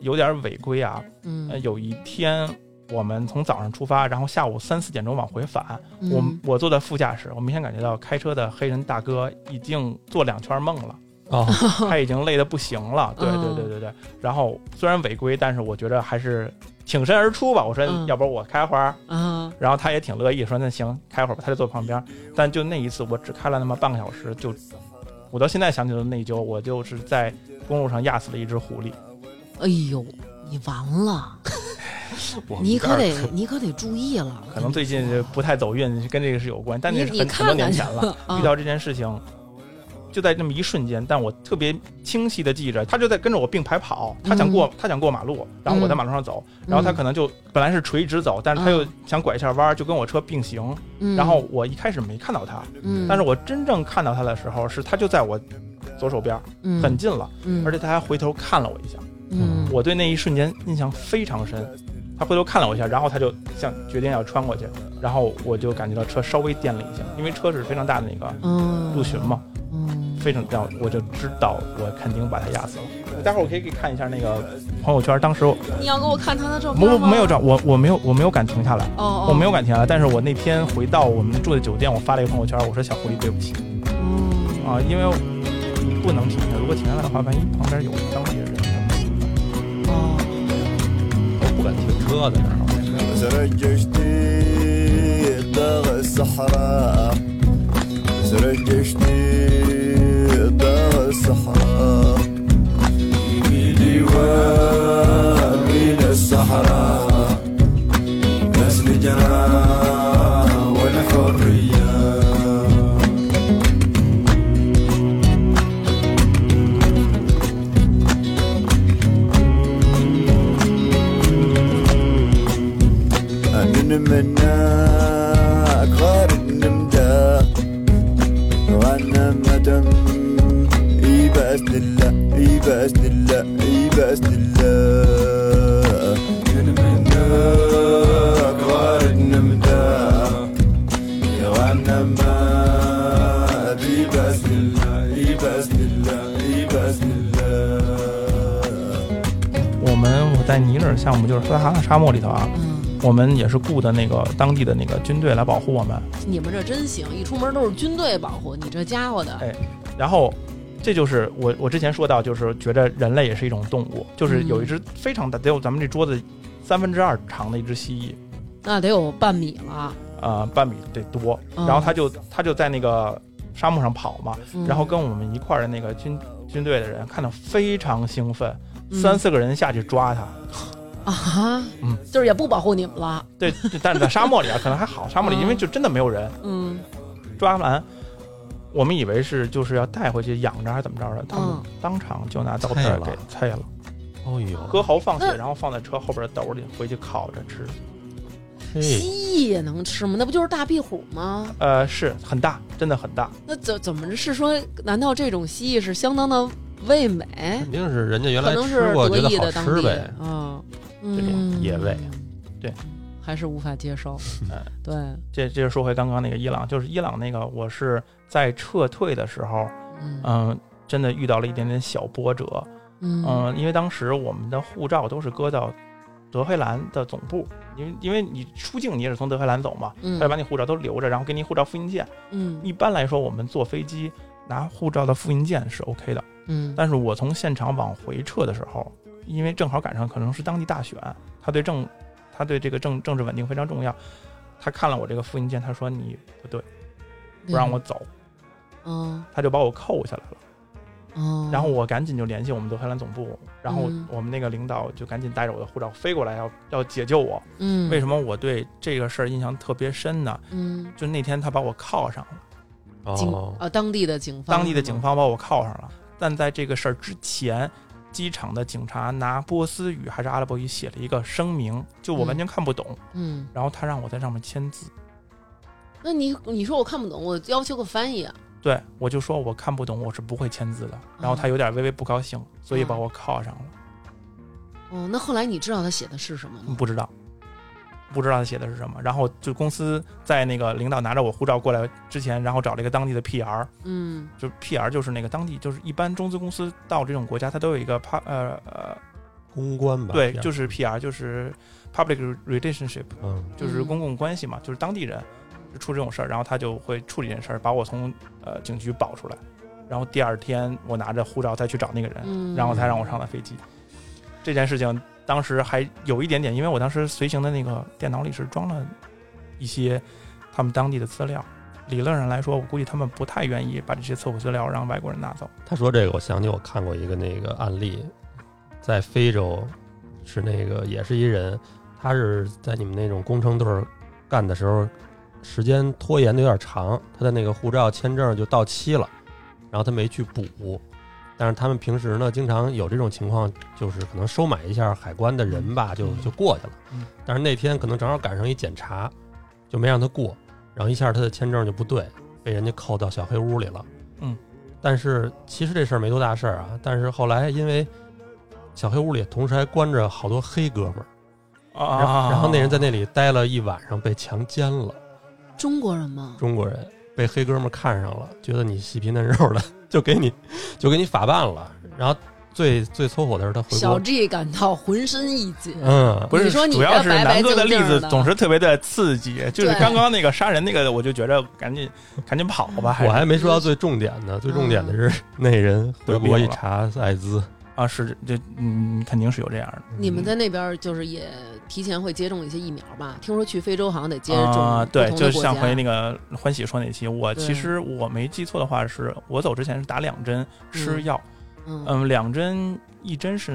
[SPEAKER 1] 有点违规啊，
[SPEAKER 2] 嗯
[SPEAKER 1] 呃，有一天我们从早上出发，然后下午三四点钟往回返，我
[SPEAKER 2] 嗯
[SPEAKER 1] 我坐在副驾驶，我明显感觉到开车的黑人大哥已经做两圈梦 了，
[SPEAKER 3] 哦，
[SPEAKER 1] 他已经累得不行了。对对
[SPEAKER 2] 嗯
[SPEAKER 1] 对对对。然后虽然违规，但是我觉得还是挺身而出吧。我说
[SPEAKER 2] 嗯，
[SPEAKER 1] 要不然我开会儿。
[SPEAKER 2] 啊，
[SPEAKER 1] 然后他也挺乐意，说那行开会儿吧，他就坐旁边。但就那一次，我只开了那么半个小时，就我到现在想起了内疚，我就是在公路上压死了一只狐狸。
[SPEAKER 2] 哎呦，你完了，
[SPEAKER 3] 我们
[SPEAKER 2] 你
[SPEAKER 3] 这
[SPEAKER 2] 可
[SPEAKER 3] 儿
[SPEAKER 2] 得你可得注意了，
[SPEAKER 1] 可能最近不太走运，跟这个是有关，但那
[SPEAKER 2] 你
[SPEAKER 1] 是
[SPEAKER 2] 嗯你
[SPEAKER 1] 很很多
[SPEAKER 2] 看看
[SPEAKER 1] 年
[SPEAKER 2] 去
[SPEAKER 1] 前了。
[SPEAKER 2] 啊
[SPEAKER 1] 遇到这件事情，就在那么一瞬间，但我特别清晰的记着，他就在跟着我并排跑，他想
[SPEAKER 2] 嗯
[SPEAKER 1] 过、他想过马路，然后我在马路上走，然后他可能就本来是垂直走，但是他又想拐一下弯儿，就跟我车并行。
[SPEAKER 2] 嗯
[SPEAKER 1] 然后我一开始没看到他，
[SPEAKER 2] 嗯，
[SPEAKER 1] 但是我真正看到他的时候，是他就在我左手边，
[SPEAKER 2] 嗯
[SPEAKER 1] 很近了，
[SPEAKER 2] 嗯
[SPEAKER 1] 而且他还回头看了我一下。
[SPEAKER 2] 嗯
[SPEAKER 1] 我对那一瞬间印象非常深，他回头看了我一下，然后他就像决定要穿过去，然后我就感觉到车稍微颠了一下，因为车是非常大的那个
[SPEAKER 2] 嗯
[SPEAKER 1] 陆巡嘛，
[SPEAKER 2] 嗯
[SPEAKER 1] 非常大，我就知道我肯定把他压死了。待会儿我可以给你看一下那个朋友圈，当时我
[SPEAKER 2] 你要给我看他的照片
[SPEAKER 1] 没
[SPEAKER 2] 吗
[SPEAKER 1] 没有照，我我没有我没有敢停下来。
[SPEAKER 2] 啊哦哦
[SPEAKER 1] 我没有敢停下来，但是我那天回到我们住的酒店，我发了一个朋友圈，我说小狐狸对不起，
[SPEAKER 2] 嗯
[SPEAKER 1] 啊，因为你不能停下，如果停下来的话，万一旁边有当地的人，
[SPEAKER 2] 哦
[SPEAKER 3] 都不敢停车在那儿。
[SPEAKER 4] زرق جديد داغ الصحراء زرق جديد داغ الصحراء يجي ديوان من الصحراء ناس الجناح والحريه أنا منك غارب من دم اي باذن الله اي باذن الله اي باذن الله كلمتك غارد نمداك يا غنى ما اي باذن الله اي باذن الله اي باذن الله
[SPEAKER 1] 我们我在尼日尔项目就是撒哈拉沙漠里头啊，
[SPEAKER 2] 嗯，
[SPEAKER 1] 我们也是雇的那个当地的那个军队来保护我们。
[SPEAKER 2] 你们这真行，一出门都是军队保护，你这家伙的，
[SPEAKER 1] 哎然后，这就是我我之前说到，就是觉得人类也是一种动物，就是有一
[SPEAKER 2] 嗯
[SPEAKER 1] 只非常大，得有咱们这桌子三分之二长的一只蜥蜴，
[SPEAKER 2] 那得有半米了。
[SPEAKER 1] 呃，半米得多，
[SPEAKER 2] 嗯
[SPEAKER 1] 然后他就他就在那个沙漠上跑嘛，
[SPEAKER 2] 嗯
[SPEAKER 1] 然后跟我们一块儿的那个军军队的人看到非常兴奋，
[SPEAKER 2] 嗯
[SPEAKER 1] 三四个人下去抓他。
[SPEAKER 2] 啊哈，
[SPEAKER 1] 嗯
[SPEAKER 2] 就是也不保护你们了，
[SPEAKER 1] 对， 对但是在沙漠里啊，可能还好，沙漠里
[SPEAKER 2] 嗯
[SPEAKER 1] 因为就真的没有人
[SPEAKER 2] 嗯
[SPEAKER 1] 抓完。我们以为是就是要带回去养着还是怎么着的，他们
[SPEAKER 2] 嗯
[SPEAKER 1] 当场就拿刀
[SPEAKER 3] 菜
[SPEAKER 1] 片
[SPEAKER 3] 了
[SPEAKER 1] 给菜了，
[SPEAKER 3] 哦呦，
[SPEAKER 1] 割喉放血，
[SPEAKER 2] 那
[SPEAKER 1] 然后放在车后边的兜里回去烤着吃。
[SPEAKER 3] 嘿，
[SPEAKER 2] 蜥蜴也能吃吗？那不就是大壁虎吗？
[SPEAKER 1] 呃，是很大，真的很大。
[SPEAKER 2] 那怎怎么着是说？难道这种蜥蜴是相当的味美？
[SPEAKER 3] 肯定是人家原
[SPEAKER 2] 可
[SPEAKER 3] 来
[SPEAKER 2] 能
[SPEAKER 3] 吃
[SPEAKER 2] 是
[SPEAKER 3] 过，
[SPEAKER 2] 得
[SPEAKER 3] 觉
[SPEAKER 2] 意
[SPEAKER 3] 得
[SPEAKER 2] 的
[SPEAKER 3] 好
[SPEAKER 2] 当地
[SPEAKER 3] 吃呗。
[SPEAKER 2] 啊，
[SPEAKER 3] 这
[SPEAKER 2] 嗯，
[SPEAKER 3] 种野味，
[SPEAKER 1] 对，
[SPEAKER 2] 还是无法 接受
[SPEAKER 1] 哎。
[SPEAKER 2] 对，
[SPEAKER 1] 这这就说回刚刚那个伊朗，就是伊朗那个，我是在撤退的时候，
[SPEAKER 2] 嗯
[SPEAKER 1] 嗯，真的遇到了一点点小波折。
[SPEAKER 2] 嗯
[SPEAKER 1] 嗯，因为当时我们的护照都是搁到德黑兰的总部，因为因为你出境你也是从德黑兰走嘛，
[SPEAKER 2] 嗯
[SPEAKER 1] 他就把你护照都留着，然后给你护照复印件。
[SPEAKER 2] 嗯
[SPEAKER 1] 一般来说，我们坐飞机拿护照的复印件是 OK 的，
[SPEAKER 2] 嗯，
[SPEAKER 1] 但是我从现场往回撤的时候，因为正好赶上可能是当地大选，他对政他对这个政政治稳定非常重要。他看了我这个复印件，他说你不对，不让我走，
[SPEAKER 2] 嗯
[SPEAKER 1] 他就把我扣下来了。
[SPEAKER 2] 嗯，
[SPEAKER 1] 然后我赶紧就联系我们德黑兰总部，然后
[SPEAKER 2] 嗯
[SPEAKER 1] 我们那个领导就赶紧带着我的护照飞过来要要解救我。
[SPEAKER 2] 嗯，
[SPEAKER 1] 为
[SPEAKER 2] 么？
[SPEAKER 1] 什么我对这个事儿印象特别深呢？
[SPEAKER 2] 嗯，
[SPEAKER 1] 就那天他把我铐上了，
[SPEAKER 2] 警
[SPEAKER 3] 哦，
[SPEAKER 2] 啊，当地的警方，
[SPEAKER 1] 当地的警，方把我铐上了。但在这个事儿之前，机场的警察拿波斯语还是阿拉伯语写了一个声明，就我完全看不懂。
[SPEAKER 2] 嗯，
[SPEAKER 1] 然后他让我在上面签字，
[SPEAKER 2] 那你你说我看不懂，我要求个翻译啊，
[SPEAKER 1] 对我就说我看不懂，我是不会签字的。然后他有点微微不高兴，所以把我铐上了。
[SPEAKER 2] 哦，那后来你知道他写的是什么吗？
[SPEAKER 1] 不知道，不知道他写的是什么。然后就公司在那个领导拿着我护照过来之前，然后找了一个当地的 PR，
[SPEAKER 2] 嗯
[SPEAKER 1] 就是 PR 就是那个当地就是一般中资公司到这种国家，它都有一个 p 呃呃
[SPEAKER 3] 公关吧，
[SPEAKER 1] 对，
[SPEAKER 3] 这样
[SPEAKER 1] 就是 PR 就是 public relationship，
[SPEAKER 3] 嗯，
[SPEAKER 1] 就是公共关系嘛，就是当地人出这种事儿，然后他就会处理这件事儿，把我从呃警局保出来。然后第二天我拿着护照再去找那个人，
[SPEAKER 2] 嗯，
[SPEAKER 1] 然后才让我上的飞机。这件事情当时还有一点点，因为我当时随行的那个电脑里是装了一些他们当地的资料。理论上来说，我估计他们不太愿意把这些测绘资料让外国人拿走。
[SPEAKER 3] 他说这个，我想起我看过一个那个案例，在非洲是那个也是一人，他是在你们那种工程队儿干的时候，时间拖延的有点长，他的那个护照签证就到期了，然后他没去补。但是他们平时呢，经常有这种情况，就是可能收买一下海关的人吧，就
[SPEAKER 1] 嗯
[SPEAKER 3] 就过去了
[SPEAKER 1] 嗯。
[SPEAKER 3] 但是那天可能正好赶上一检查，就没让他过，然后一下他的签证就不对，被人家扣到小黑屋里了。
[SPEAKER 1] 嗯
[SPEAKER 3] 但是其实这事儿没多大事儿啊。但是后来因为小黑屋里同时还关着好多黑哥们儿，
[SPEAKER 1] 啊
[SPEAKER 3] 然后然后那人在那里待了一晚上，被强奸了。
[SPEAKER 2] 中国人吗？
[SPEAKER 3] 中国人被黑哥们儿看上了，觉得你细皮嫩肉的，就给你就给你法办了。然后最最凑合的是他回
[SPEAKER 2] 小
[SPEAKER 3] 国，
[SPEAKER 2] G 感到浑身一紧，
[SPEAKER 3] 嗯，
[SPEAKER 1] 不是
[SPEAKER 2] 你说你
[SPEAKER 1] 主要
[SPEAKER 2] 这
[SPEAKER 1] 是
[SPEAKER 2] 白白
[SPEAKER 1] 南哥的
[SPEAKER 2] 净
[SPEAKER 1] 例
[SPEAKER 2] 净
[SPEAKER 1] 子
[SPEAKER 2] 的
[SPEAKER 1] 总是特别的刺激，就是
[SPEAKER 2] 对
[SPEAKER 1] 刚刚那个杀人那个，我就觉着赶紧赶紧跑吧，啊还
[SPEAKER 3] 我
[SPEAKER 1] 是嗯
[SPEAKER 3] 还没说到最重点呢，最重点的 是那人回国一查艾滋，
[SPEAKER 1] 啊是这嗯肯定是有这样的。
[SPEAKER 2] 你们在那边儿就是也提前会接种一些疫苗吧？听说去非洲好像得接种不同
[SPEAKER 1] 啊、
[SPEAKER 2] 的国家、
[SPEAKER 1] 对，就上回那个欢喜说那期，我
[SPEAKER 2] 对
[SPEAKER 1] 其实我没记错的话是，我走之前是打两针吃
[SPEAKER 2] 嗯
[SPEAKER 1] 药，
[SPEAKER 2] 嗯，
[SPEAKER 1] 嗯，两针一针是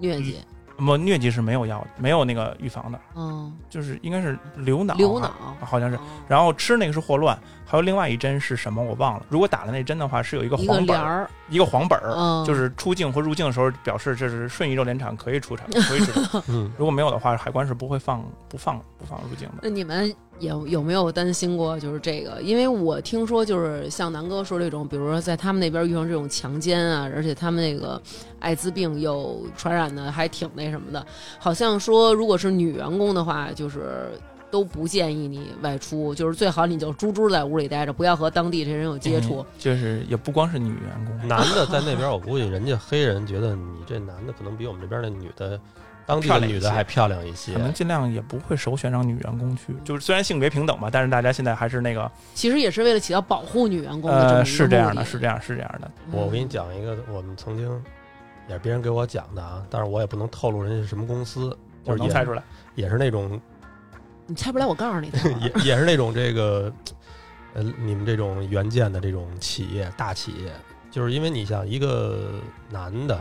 [SPEAKER 2] 疟疾，
[SPEAKER 1] 不疟疾是没有药没有那个预防的，
[SPEAKER 2] 嗯，
[SPEAKER 1] 就是应该是流脑
[SPEAKER 2] 流
[SPEAKER 1] 啊
[SPEAKER 2] 脑，
[SPEAKER 1] 好像是。
[SPEAKER 2] 哦
[SPEAKER 1] 然后吃那个是霍乱，还有另外一针是什么我忘了。如果打了那针的话，是有一个
[SPEAKER 2] 一个
[SPEAKER 1] 黄本
[SPEAKER 2] 帘
[SPEAKER 1] 儿，
[SPEAKER 2] 儿，
[SPEAKER 1] 一个黄本儿，
[SPEAKER 2] 嗯，
[SPEAKER 1] 就是出境或入境的时候表示这是顺义肉联厂可以出产，可以出产。
[SPEAKER 3] 嗯，
[SPEAKER 1] 如果没有的话，海关是不会放不放不放入境的。
[SPEAKER 2] 那你们有有没有担心过就是这个？因为我听说就是像南哥说这种，比如说在他们那边遇上这种强奸啊，而且他们那个艾滋病又传染的还挺那什么的，好像说如果是女员工的话，就是。都不建议你外出，就是最好你就猪猪在屋里待着，不要和当地这人有接触。
[SPEAKER 1] 嗯就是也不光是女员工，
[SPEAKER 3] 男的在那边，我估计人家黑人觉得你这男的可能比我们这边的女的，当地
[SPEAKER 1] 漂
[SPEAKER 3] 的
[SPEAKER 1] 亮一
[SPEAKER 3] 女的
[SPEAKER 1] 些
[SPEAKER 3] 还漂亮一些
[SPEAKER 1] 可。能尽量也不会首选让女员工去。就是虽然性别平等吧，但是大家现在还是那个
[SPEAKER 2] 其实也是为了起到保护女员工的这么一
[SPEAKER 1] 呃，
[SPEAKER 2] 个
[SPEAKER 1] 是这样
[SPEAKER 2] 目
[SPEAKER 1] 的，
[SPEAKER 2] 的嗯
[SPEAKER 1] 是这样，是这样的。
[SPEAKER 3] 我我给你讲一个，我们曾经也是别人给我讲的啊，但是我也不能透露人家是什么公司，
[SPEAKER 1] 我
[SPEAKER 3] 就是
[SPEAKER 1] 能
[SPEAKER 3] 也
[SPEAKER 1] 猜出来，
[SPEAKER 3] 也是那种
[SPEAKER 2] 你猜不来，我告 诉你的。
[SPEAKER 3] 也也是那种这个，呃，你们这种援建的这种企业，大企业，就是因为你想一个男的，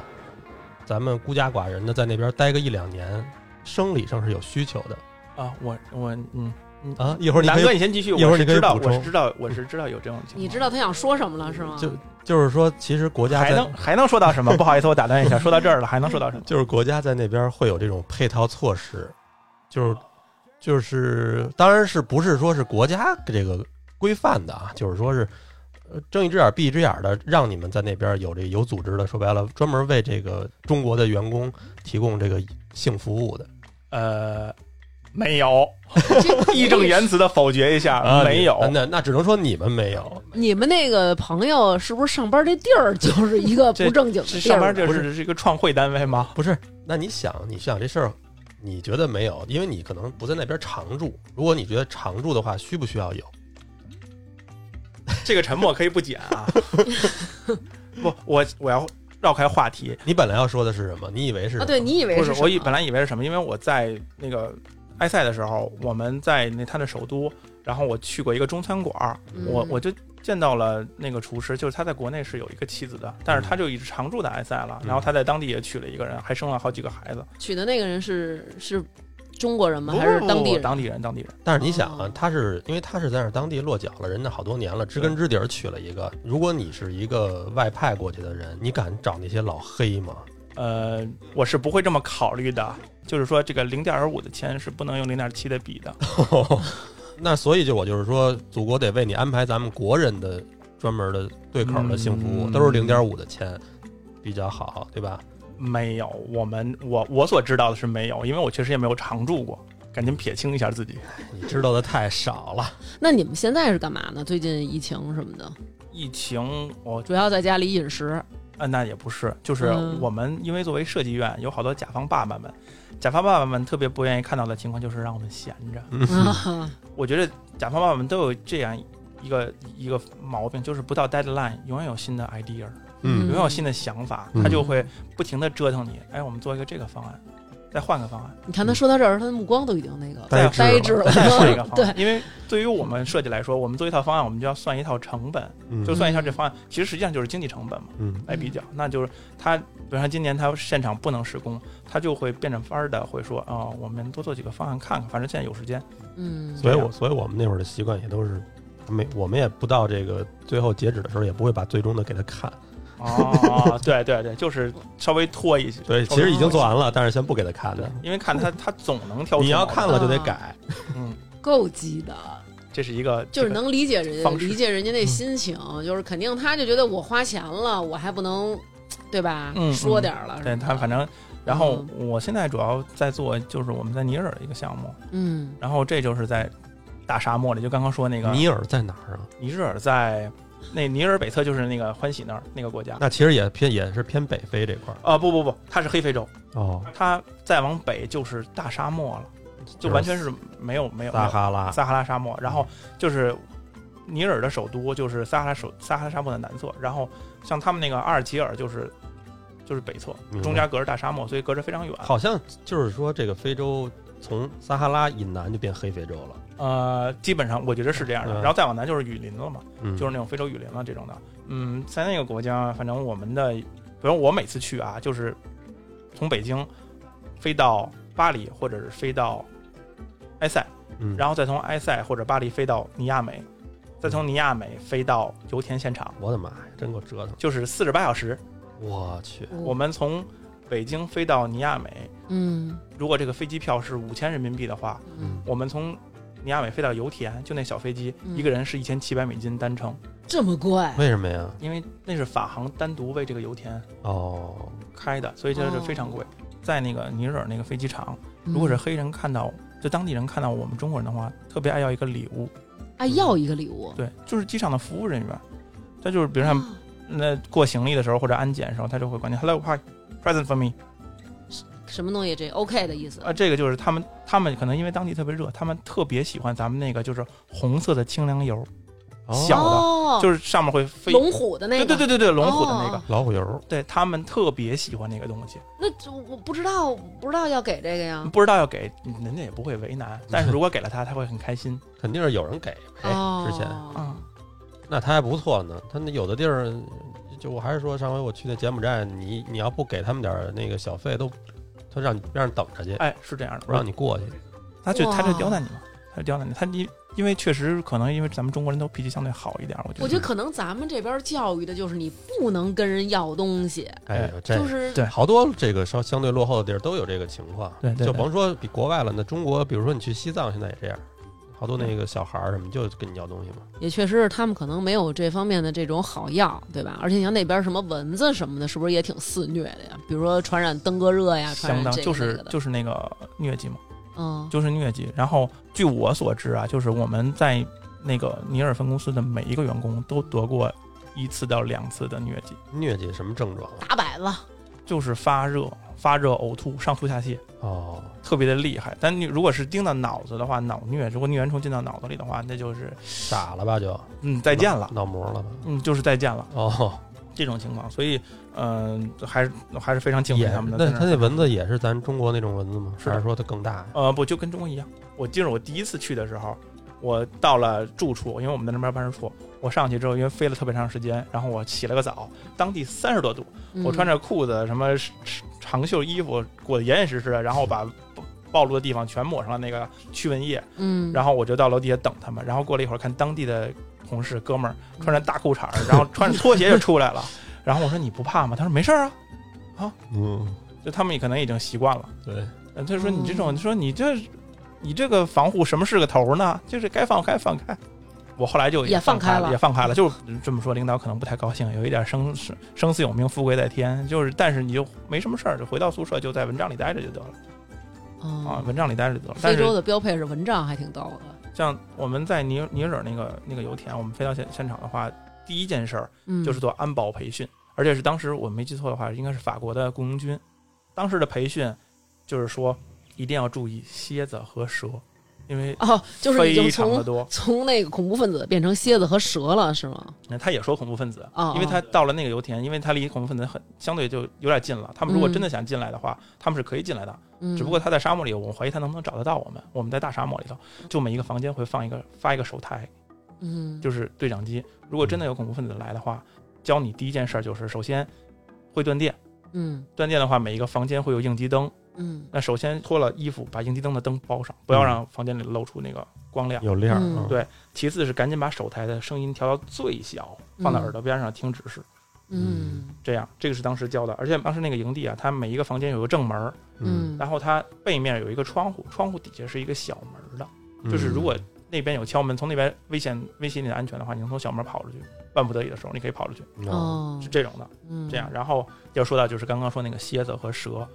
[SPEAKER 3] 咱们孤家寡人的在那边待个一两年，生理上是有需求的
[SPEAKER 1] 啊，我我嗯嗯
[SPEAKER 3] 啊。一会儿你可
[SPEAKER 1] 南
[SPEAKER 3] 以
[SPEAKER 1] 哥，你先继续。
[SPEAKER 3] 一会儿
[SPEAKER 1] 我是
[SPEAKER 3] 你可以
[SPEAKER 1] 知道，
[SPEAKER 3] 补
[SPEAKER 1] 我是
[SPEAKER 3] 充
[SPEAKER 1] 知道，我是知道有这种情况。
[SPEAKER 2] 你知道他想说什么了是吗？
[SPEAKER 3] 就就是说，其实国家
[SPEAKER 1] 还
[SPEAKER 3] 在
[SPEAKER 1] 能还能说到什么？不好意思，我打断一下，说到这儿了，还能说到什么？
[SPEAKER 3] 就是国家在那边会有这种配套措施，就是就是当然是不是说是国家这个规范的啊，就是说是。呃睁一只眼闭一只眼的，让你们在那边有这有组织的，说白了，专门为这个中国的员工提供这个性服务的。
[SPEAKER 1] 呃，没有，
[SPEAKER 2] 这
[SPEAKER 1] 义正言辞的否决一下，没有
[SPEAKER 3] 啊。那那只能说你们没有。
[SPEAKER 2] 你们那个朋友是不是上班这地儿就是 一个不正经的地
[SPEAKER 1] 是
[SPEAKER 2] 儿？
[SPEAKER 1] 上班这
[SPEAKER 3] 不
[SPEAKER 1] 是是一个创汇单位吗？
[SPEAKER 3] 不是，那你想，你想这事儿，你觉得没有？因为你可能不在那边常住。如果你觉得常住的话，需不需要有？
[SPEAKER 1] 这个沉默可以不剪 啊。不，我我要绕开话题，
[SPEAKER 3] 你本来要说的是什么？你以为是
[SPEAKER 2] 啊，对你以为
[SPEAKER 1] 不
[SPEAKER 2] 是
[SPEAKER 1] 是
[SPEAKER 2] 什么
[SPEAKER 1] 我以本来以为是什么，因为我在那个埃塞的时候，我们在那他的首都，然后我去过一个中餐馆儿，
[SPEAKER 2] 嗯
[SPEAKER 1] 我我就见到了那个厨师，就是他在国内是有一个妻子的，但是他就一直常住在埃塞了，
[SPEAKER 3] 嗯
[SPEAKER 1] 然后他在当地也娶了一个人，还生了好几个孩子，
[SPEAKER 2] 娶的那个人是是中国人吗？
[SPEAKER 1] 不
[SPEAKER 2] 还是
[SPEAKER 1] 不
[SPEAKER 2] 当地
[SPEAKER 1] 不
[SPEAKER 2] 人？
[SPEAKER 1] 当地人，当地人。
[SPEAKER 3] 但是你想啊
[SPEAKER 2] 哦，
[SPEAKER 3] 他是因为他是在那儿当地落脚了，人家好多年了，知根知底儿娶了一个。如果你是一个外派过去的人，你敢找那些老黑 吗？
[SPEAKER 1] 呃，我是不会这么考虑的，就是说这个零点五的钱是不能用零点七的比的。
[SPEAKER 3] 那所以就我就是说，祖国得为你安排咱们国人的专门的对口的性服务，
[SPEAKER 1] 嗯
[SPEAKER 3] 都是零点五的钱比较好，对吧？
[SPEAKER 1] 没有，我们我我所知道的是没有，因为我确实也没有常住过。赶紧撇清一下自己。
[SPEAKER 3] 你知道的太少了。
[SPEAKER 2] 那你们现在是干嘛呢？最近疫情什么的，
[SPEAKER 1] 疫情，我
[SPEAKER 2] 主要在家里饮食。
[SPEAKER 1] 呃，那也不是，就是
[SPEAKER 2] 嗯
[SPEAKER 1] 我们因为作为设计院，有好多甲方爸爸们，甲方爸爸们特别不愿意看到的情况就是让我们闲着。
[SPEAKER 2] 啊
[SPEAKER 1] 我觉得甲方爸爸们都有这样一个一个毛病，就是不到 deadline，永远有新的 idea，
[SPEAKER 3] 嗯
[SPEAKER 1] 永远有新的想法，
[SPEAKER 3] 嗯
[SPEAKER 1] 他就会不停的折腾你。哎，我们做一个这个方案，再换个方案，
[SPEAKER 2] 你看他说到这儿，他的目光都已经那个
[SPEAKER 3] 呆滞了
[SPEAKER 2] 呆滞
[SPEAKER 1] 再
[SPEAKER 2] 了。
[SPEAKER 1] 换一个方
[SPEAKER 2] 对
[SPEAKER 1] 案。因为对于我们设计来说，我们做一套方案，我们就要算一套成本，
[SPEAKER 3] 嗯
[SPEAKER 1] 就算一下这方案，其实实际上就是经济成本嘛。
[SPEAKER 3] 嗯
[SPEAKER 1] 来比较，那就是他，比如说今年他现场不能施工，他就会变着法儿的会说啊、我们多做几个方案看看，反正现在有时间。
[SPEAKER 2] 嗯，
[SPEAKER 3] 所以我所以我们那会儿的习惯也都是。没，我们也不到这个最后截止的时候，也不会把最终的给他看。
[SPEAKER 1] 哦，对对对，就是稍微拖一些。
[SPEAKER 3] 对，
[SPEAKER 1] 稍
[SPEAKER 3] 其
[SPEAKER 1] 微
[SPEAKER 3] 实已经
[SPEAKER 1] 拖
[SPEAKER 3] 做
[SPEAKER 1] 一
[SPEAKER 3] 完了，但是先不给他看
[SPEAKER 1] 些
[SPEAKER 3] 的
[SPEAKER 1] 对。，因为看他他总能挑出。
[SPEAKER 3] 你要看，了就
[SPEAKER 2] 啊
[SPEAKER 3] 得改。
[SPEAKER 1] 嗯，
[SPEAKER 2] 够鸡的，
[SPEAKER 1] 这是一个
[SPEAKER 2] 就是能理解人家
[SPEAKER 1] 方式嗯
[SPEAKER 2] 理解人家那心情，就是肯定他就觉得我花钱了，我还不能，对吧？
[SPEAKER 1] 嗯
[SPEAKER 2] 说点儿了
[SPEAKER 1] 这个
[SPEAKER 2] 什
[SPEAKER 1] 对
[SPEAKER 2] 么的，
[SPEAKER 1] 他反正，然后我现在主要在做就是我们在尼日尔的一个项目，
[SPEAKER 2] 嗯
[SPEAKER 1] 然后这就是在大沙漠里，就刚刚说那个
[SPEAKER 3] 尼尔在哪儿啊？
[SPEAKER 1] 尼日尔在那尼日尔北侧就是那个欢喜那儿那个国家。
[SPEAKER 3] 那其实也偏也是偏北非这块儿
[SPEAKER 1] 啊、不不不，它是黑非洲。
[SPEAKER 3] 哦，
[SPEAKER 1] 它再往北就是大沙漠了，就完全是没有没有
[SPEAKER 3] 撒
[SPEAKER 1] 没
[SPEAKER 3] 哈拉
[SPEAKER 1] 有。撒哈拉沙漠。然后就是尼日尔的首都就是撒哈拉首撒哈拉沙漠的南侧，然后像他们那个阿尔及尔就是就是北侧
[SPEAKER 3] 明，白
[SPEAKER 1] 中间隔着大沙漠，所以隔着非常远。
[SPEAKER 3] 好像就是说，这个非洲从撒哈拉以南就变黑非洲了，
[SPEAKER 1] 呃，基本上我觉得是这样的。
[SPEAKER 3] 嗯
[SPEAKER 1] 然后再往南就是雨林了嘛，
[SPEAKER 3] 嗯
[SPEAKER 1] 就是那种非洲雨林了这种的。嗯，在那个国家，反正我们的，比如我每次去啊，就是从北京飞到巴黎，或者是飞到埃塞。
[SPEAKER 3] 嗯
[SPEAKER 1] 然后再从埃塞或者巴黎飞到尼亚美，再从尼亚美飞到油田现场，
[SPEAKER 3] 我的妈呀，真够折腾！
[SPEAKER 1] 就是四十八小时。
[SPEAKER 3] 我去，
[SPEAKER 1] 我们从北京飞到尼亚美，
[SPEAKER 2] 嗯
[SPEAKER 1] 如果这个飞机票是五千人民币的话，
[SPEAKER 2] 嗯
[SPEAKER 1] 我们从尼亚美飞到油田，就那小飞机，
[SPEAKER 2] 嗯
[SPEAKER 1] 一个人是一千七百美金单程，
[SPEAKER 2] 这么贵，
[SPEAKER 3] 为什么呀？
[SPEAKER 1] 因为那是法航单独为这个油田
[SPEAKER 3] 哦，
[SPEAKER 1] 开的，所以这是非常贵。在那个尼日尔那个飞机场，
[SPEAKER 2] 哦嗯
[SPEAKER 1] 如果是黑人看到，就当地人看到我们中国人的话，特别爱要一个礼物，
[SPEAKER 2] 啊，要一个礼物，
[SPEAKER 1] 对，就是机场的服务人员，他就是比如他们
[SPEAKER 2] 啊
[SPEAKER 1] 那过行李的时候或者安检的时候，他就会管你 Hello hi present for me
[SPEAKER 2] 什么东西这 OK 的意思
[SPEAKER 1] 啊，这个就是他们他们可能因为当地特别热，他们特别喜欢咱们那个就是红色的清凉油，
[SPEAKER 3] 哦
[SPEAKER 1] 小的
[SPEAKER 2] 哦，
[SPEAKER 1] 就是上面会飞，
[SPEAKER 2] 龙虎的那
[SPEAKER 1] 对
[SPEAKER 2] 个，
[SPEAKER 1] 对对对对，龙虎的那
[SPEAKER 2] 哦
[SPEAKER 1] 个，
[SPEAKER 3] 老虎油，
[SPEAKER 1] 对他们特别喜欢那个东西，
[SPEAKER 2] 那就我不知道，不知道要给这个呀。
[SPEAKER 1] 不知道要给人家也不会为难， 但是如果给了他，他会很开心。
[SPEAKER 3] 肯定是有人给
[SPEAKER 1] 哎
[SPEAKER 3] 呗。
[SPEAKER 2] 哦，
[SPEAKER 3] 之前
[SPEAKER 1] 嗯，
[SPEAKER 3] 那他还不错呢，他那有的地儿，就我还是说上回我去那柬埔寨，你你要不给他们点儿那个小费，都他让你让人等着去，
[SPEAKER 1] 哎，是这样的，
[SPEAKER 3] 不让你过去。
[SPEAKER 1] 他就
[SPEAKER 2] 哇
[SPEAKER 1] 他就刁难你嘛，他就刁难你，他因因为确实可能因为咱们中国人都脾气相对好一点，我觉
[SPEAKER 2] 我
[SPEAKER 1] 得
[SPEAKER 2] 觉得可能咱们这边教育的就是你不能跟人要东西，
[SPEAKER 3] 哎呦，这
[SPEAKER 2] 就是
[SPEAKER 1] 对
[SPEAKER 3] 好多这个稍相对落后的地儿都有这个情况，
[SPEAKER 1] 对对
[SPEAKER 3] 就
[SPEAKER 1] 对
[SPEAKER 3] 甭说比国外了，那中国，比如说你去西藏，现在也这样，好多
[SPEAKER 1] 嗯
[SPEAKER 3] 那个小孩儿什么就跟你要东西嘛，
[SPEAKER 2] 也确实是他们可能没有这方面的这种好药，对吧？而且你像那边什么蚊子什么的，是不是也挺肆虐的呀？比如说传染登革热呀，
[SPEAKER 1] 相
[SPEAKER 2] 传染
[SPEAKER 1] 当
[SPEAKER 2] 这个
[SPEAKER 1] 就是
[SPEAKER 2] 那个的
[SPEAKER 1] 就是那个疟疾嘛，
[SPEAKER 2] 嗯，
[SPEAKER 1] 就是疟疾。然后据我所知啊，就是我们在那个尼尔分公司的每一个员工都得过一次到两次的疟疾，
[SPEAKER 3] 疟疾什么症状啊？
[SPEAKER 2] 打摆子，
[SPEAKER 1] 就是发热、发热、呕吐、上吐下泻。
[SPEAKER 3] 哦，
[SPEAKER 1] 特别的厉害，但你如果是叮到脑子的话，脑疟，如果疟原虫进到脑子里的话，那就是
[SPEAKER 3] 傻了吧就
[SPEAKER 1] 嗯再见了，
[SPEAKER 3] 脑膜了吧？
[SPEAKER 1] 嗯就是再见了
[SPEAKER 3] 哦，
[SPEAKER 1] 这种情况，所以嗯、还是还是非常敬
[SPEAKER 3] 也
[SPEAKER 1] 佩他们的。
[SPEAKER 3] 那
[SPEAKER 1] 在
[SPEAKER 3] 它
[SPEAKER 1] 儿
[SPEAKER 3] 那蚊子也是咱中国那种蚊子吗？
[SPEAKER 1] 是的
[SPEAKER 3] 还是说它更大呀？
[SPEAKER 1] 呃不就跟中国一样，我记得我第一次去的时候，我到了住处，因为我们在那边办事处，我上去之后因为飞了特别长时间，然后我洗了个澡，当地三十多度，我穿
[SPEAKER 2] 着
[SPEAKER 1] 着裤子什么是是长袖衣服裹得严严实实的，然后把暴暴露的地方全抹上了那个驱蚊液，
[SPEAKER 2] 嗯，
[SPEAKER 1] 然后我就到楼底下等他们，然后过了一会儿，看当地的同事哥们儿穿着大裤衩儿，然后穿着拖鞋就出来了，然后我说你不怕吗？他说没事儿啊，
[SPEAKER 3] 嗯，
[SPEAKER 1] 就他们也可能已经习惯了。
[SPEAKER 3] 对，
[SPEAKER 1] 呃他说你这
[SPEAKER 2] 哦
[SPEAKER 1] 种，说你这你这个防护什么是个头儿呢？就是该放开放开。我后来就
[SPEAKER 2] 也
[SPEAKER 1] 放
[SPEAKER 2] 放开
[SPEAKER 1] 了，
[SPEAKER 2] 了
[SPEAKER 1] 也放开了。就是这么说，领导可能不太高兴，有一点生生生死有命，富贵在天。就是，但是你就没什么事儿，就回到宿舍，就在蚊帐里待着就得了
[SPEAKER 2] 嗯
[SPEAKER 1] 啊，蚊帐里待着就得了。但
[SPEAKER 2] 非
[SPEAKER 1] 是
[SPEAKER 2] 洲的标配是蚊帐，还挺逗的。
[SPEAKER 1] 像我们在尼尼日尔那个那个油田，我们飞到现现场的话，第一件事儿
[SPEAKER 2] 嗯，
[SPEAKER 1] 就是做安保培训，而且是当时我没记错的话，应该是法国的雇佣军，当时的培训就是说一定要注意蝎子和蛇，因为
[SPEAKER 2] 哦，就是已经
[SPEAKER 1] 非常的
[SPEAKER 2] 从
[SPEAKER 1] 多。
[SPEAKER 2] 从那个恐怖分子变成蝎子和蛇了，是吗？
[SPEAKER 1] 那他也说恐怖分子
[SPEAKER 2] 哦，
[SPEAKER 1] 因为他到了那个油田，因为他离恐怖分子很相对就有点近了。他们如果
[SPEAKER 2] 嗯
[SPEAKER 1] 真的想进来的话，他们是可以进来的。
[SPEAKER 2] 嗯，
[SPEAKER 1] 只不过他在沙漠里，我怀疑他能不能找得到我们。我们在大沙漠里头，就每一个房间会放一个发一个手台，
[SPEAKER 2] 嗯，
[SPEAKER 1] 就是对讲机。如果真的有恐怖分子来的话，教你第一件事儿就是首先会断电。
[SPEAKER 2] 嗯
[SPEAKER 1] 断电的话，每一个房间会有应急灯。
[SPEAKER 2] 嗯
[SPEAKER 1] 那首先脱了衣服，把应急灯的灯包上，不要让房间里露出那个光亮。
[SPEAKER 3] 嗯有链儿
[SPEAKER 2] 嗯
[SPEAKER 3] 嗯
[SPEAKER 1] 对其次是赶紧把手台的声音调到最小，放到耳朵边上听指示。
[SPEAKER 2] 嗯
[SPEAKER 1] 这样，这个是当时教的。而且当时那个营地啊，它每一个房间有个正门儿，
[SPEAKER 2] 嗯，
[SPEAKER 1] 然后它背面有一个窗户，窗户底下是一个小门儿的。
[SPEAKER 3] 嗯
[SPEAKER 1] 就是如果那边有敲门，从那边危险威胁你的安全的话，你能从小门跑出去。万不得已的时候，你可以跑出去，
[SPEAKER 3] 哦，
[SPEAKER 2] 哦
[SPEAKER 1] 是，这种的。
[SPEAKER 2] 嗯
[SPEAKER 1] 这样，然后要说到就是刚刚说那个蝎子和蛇，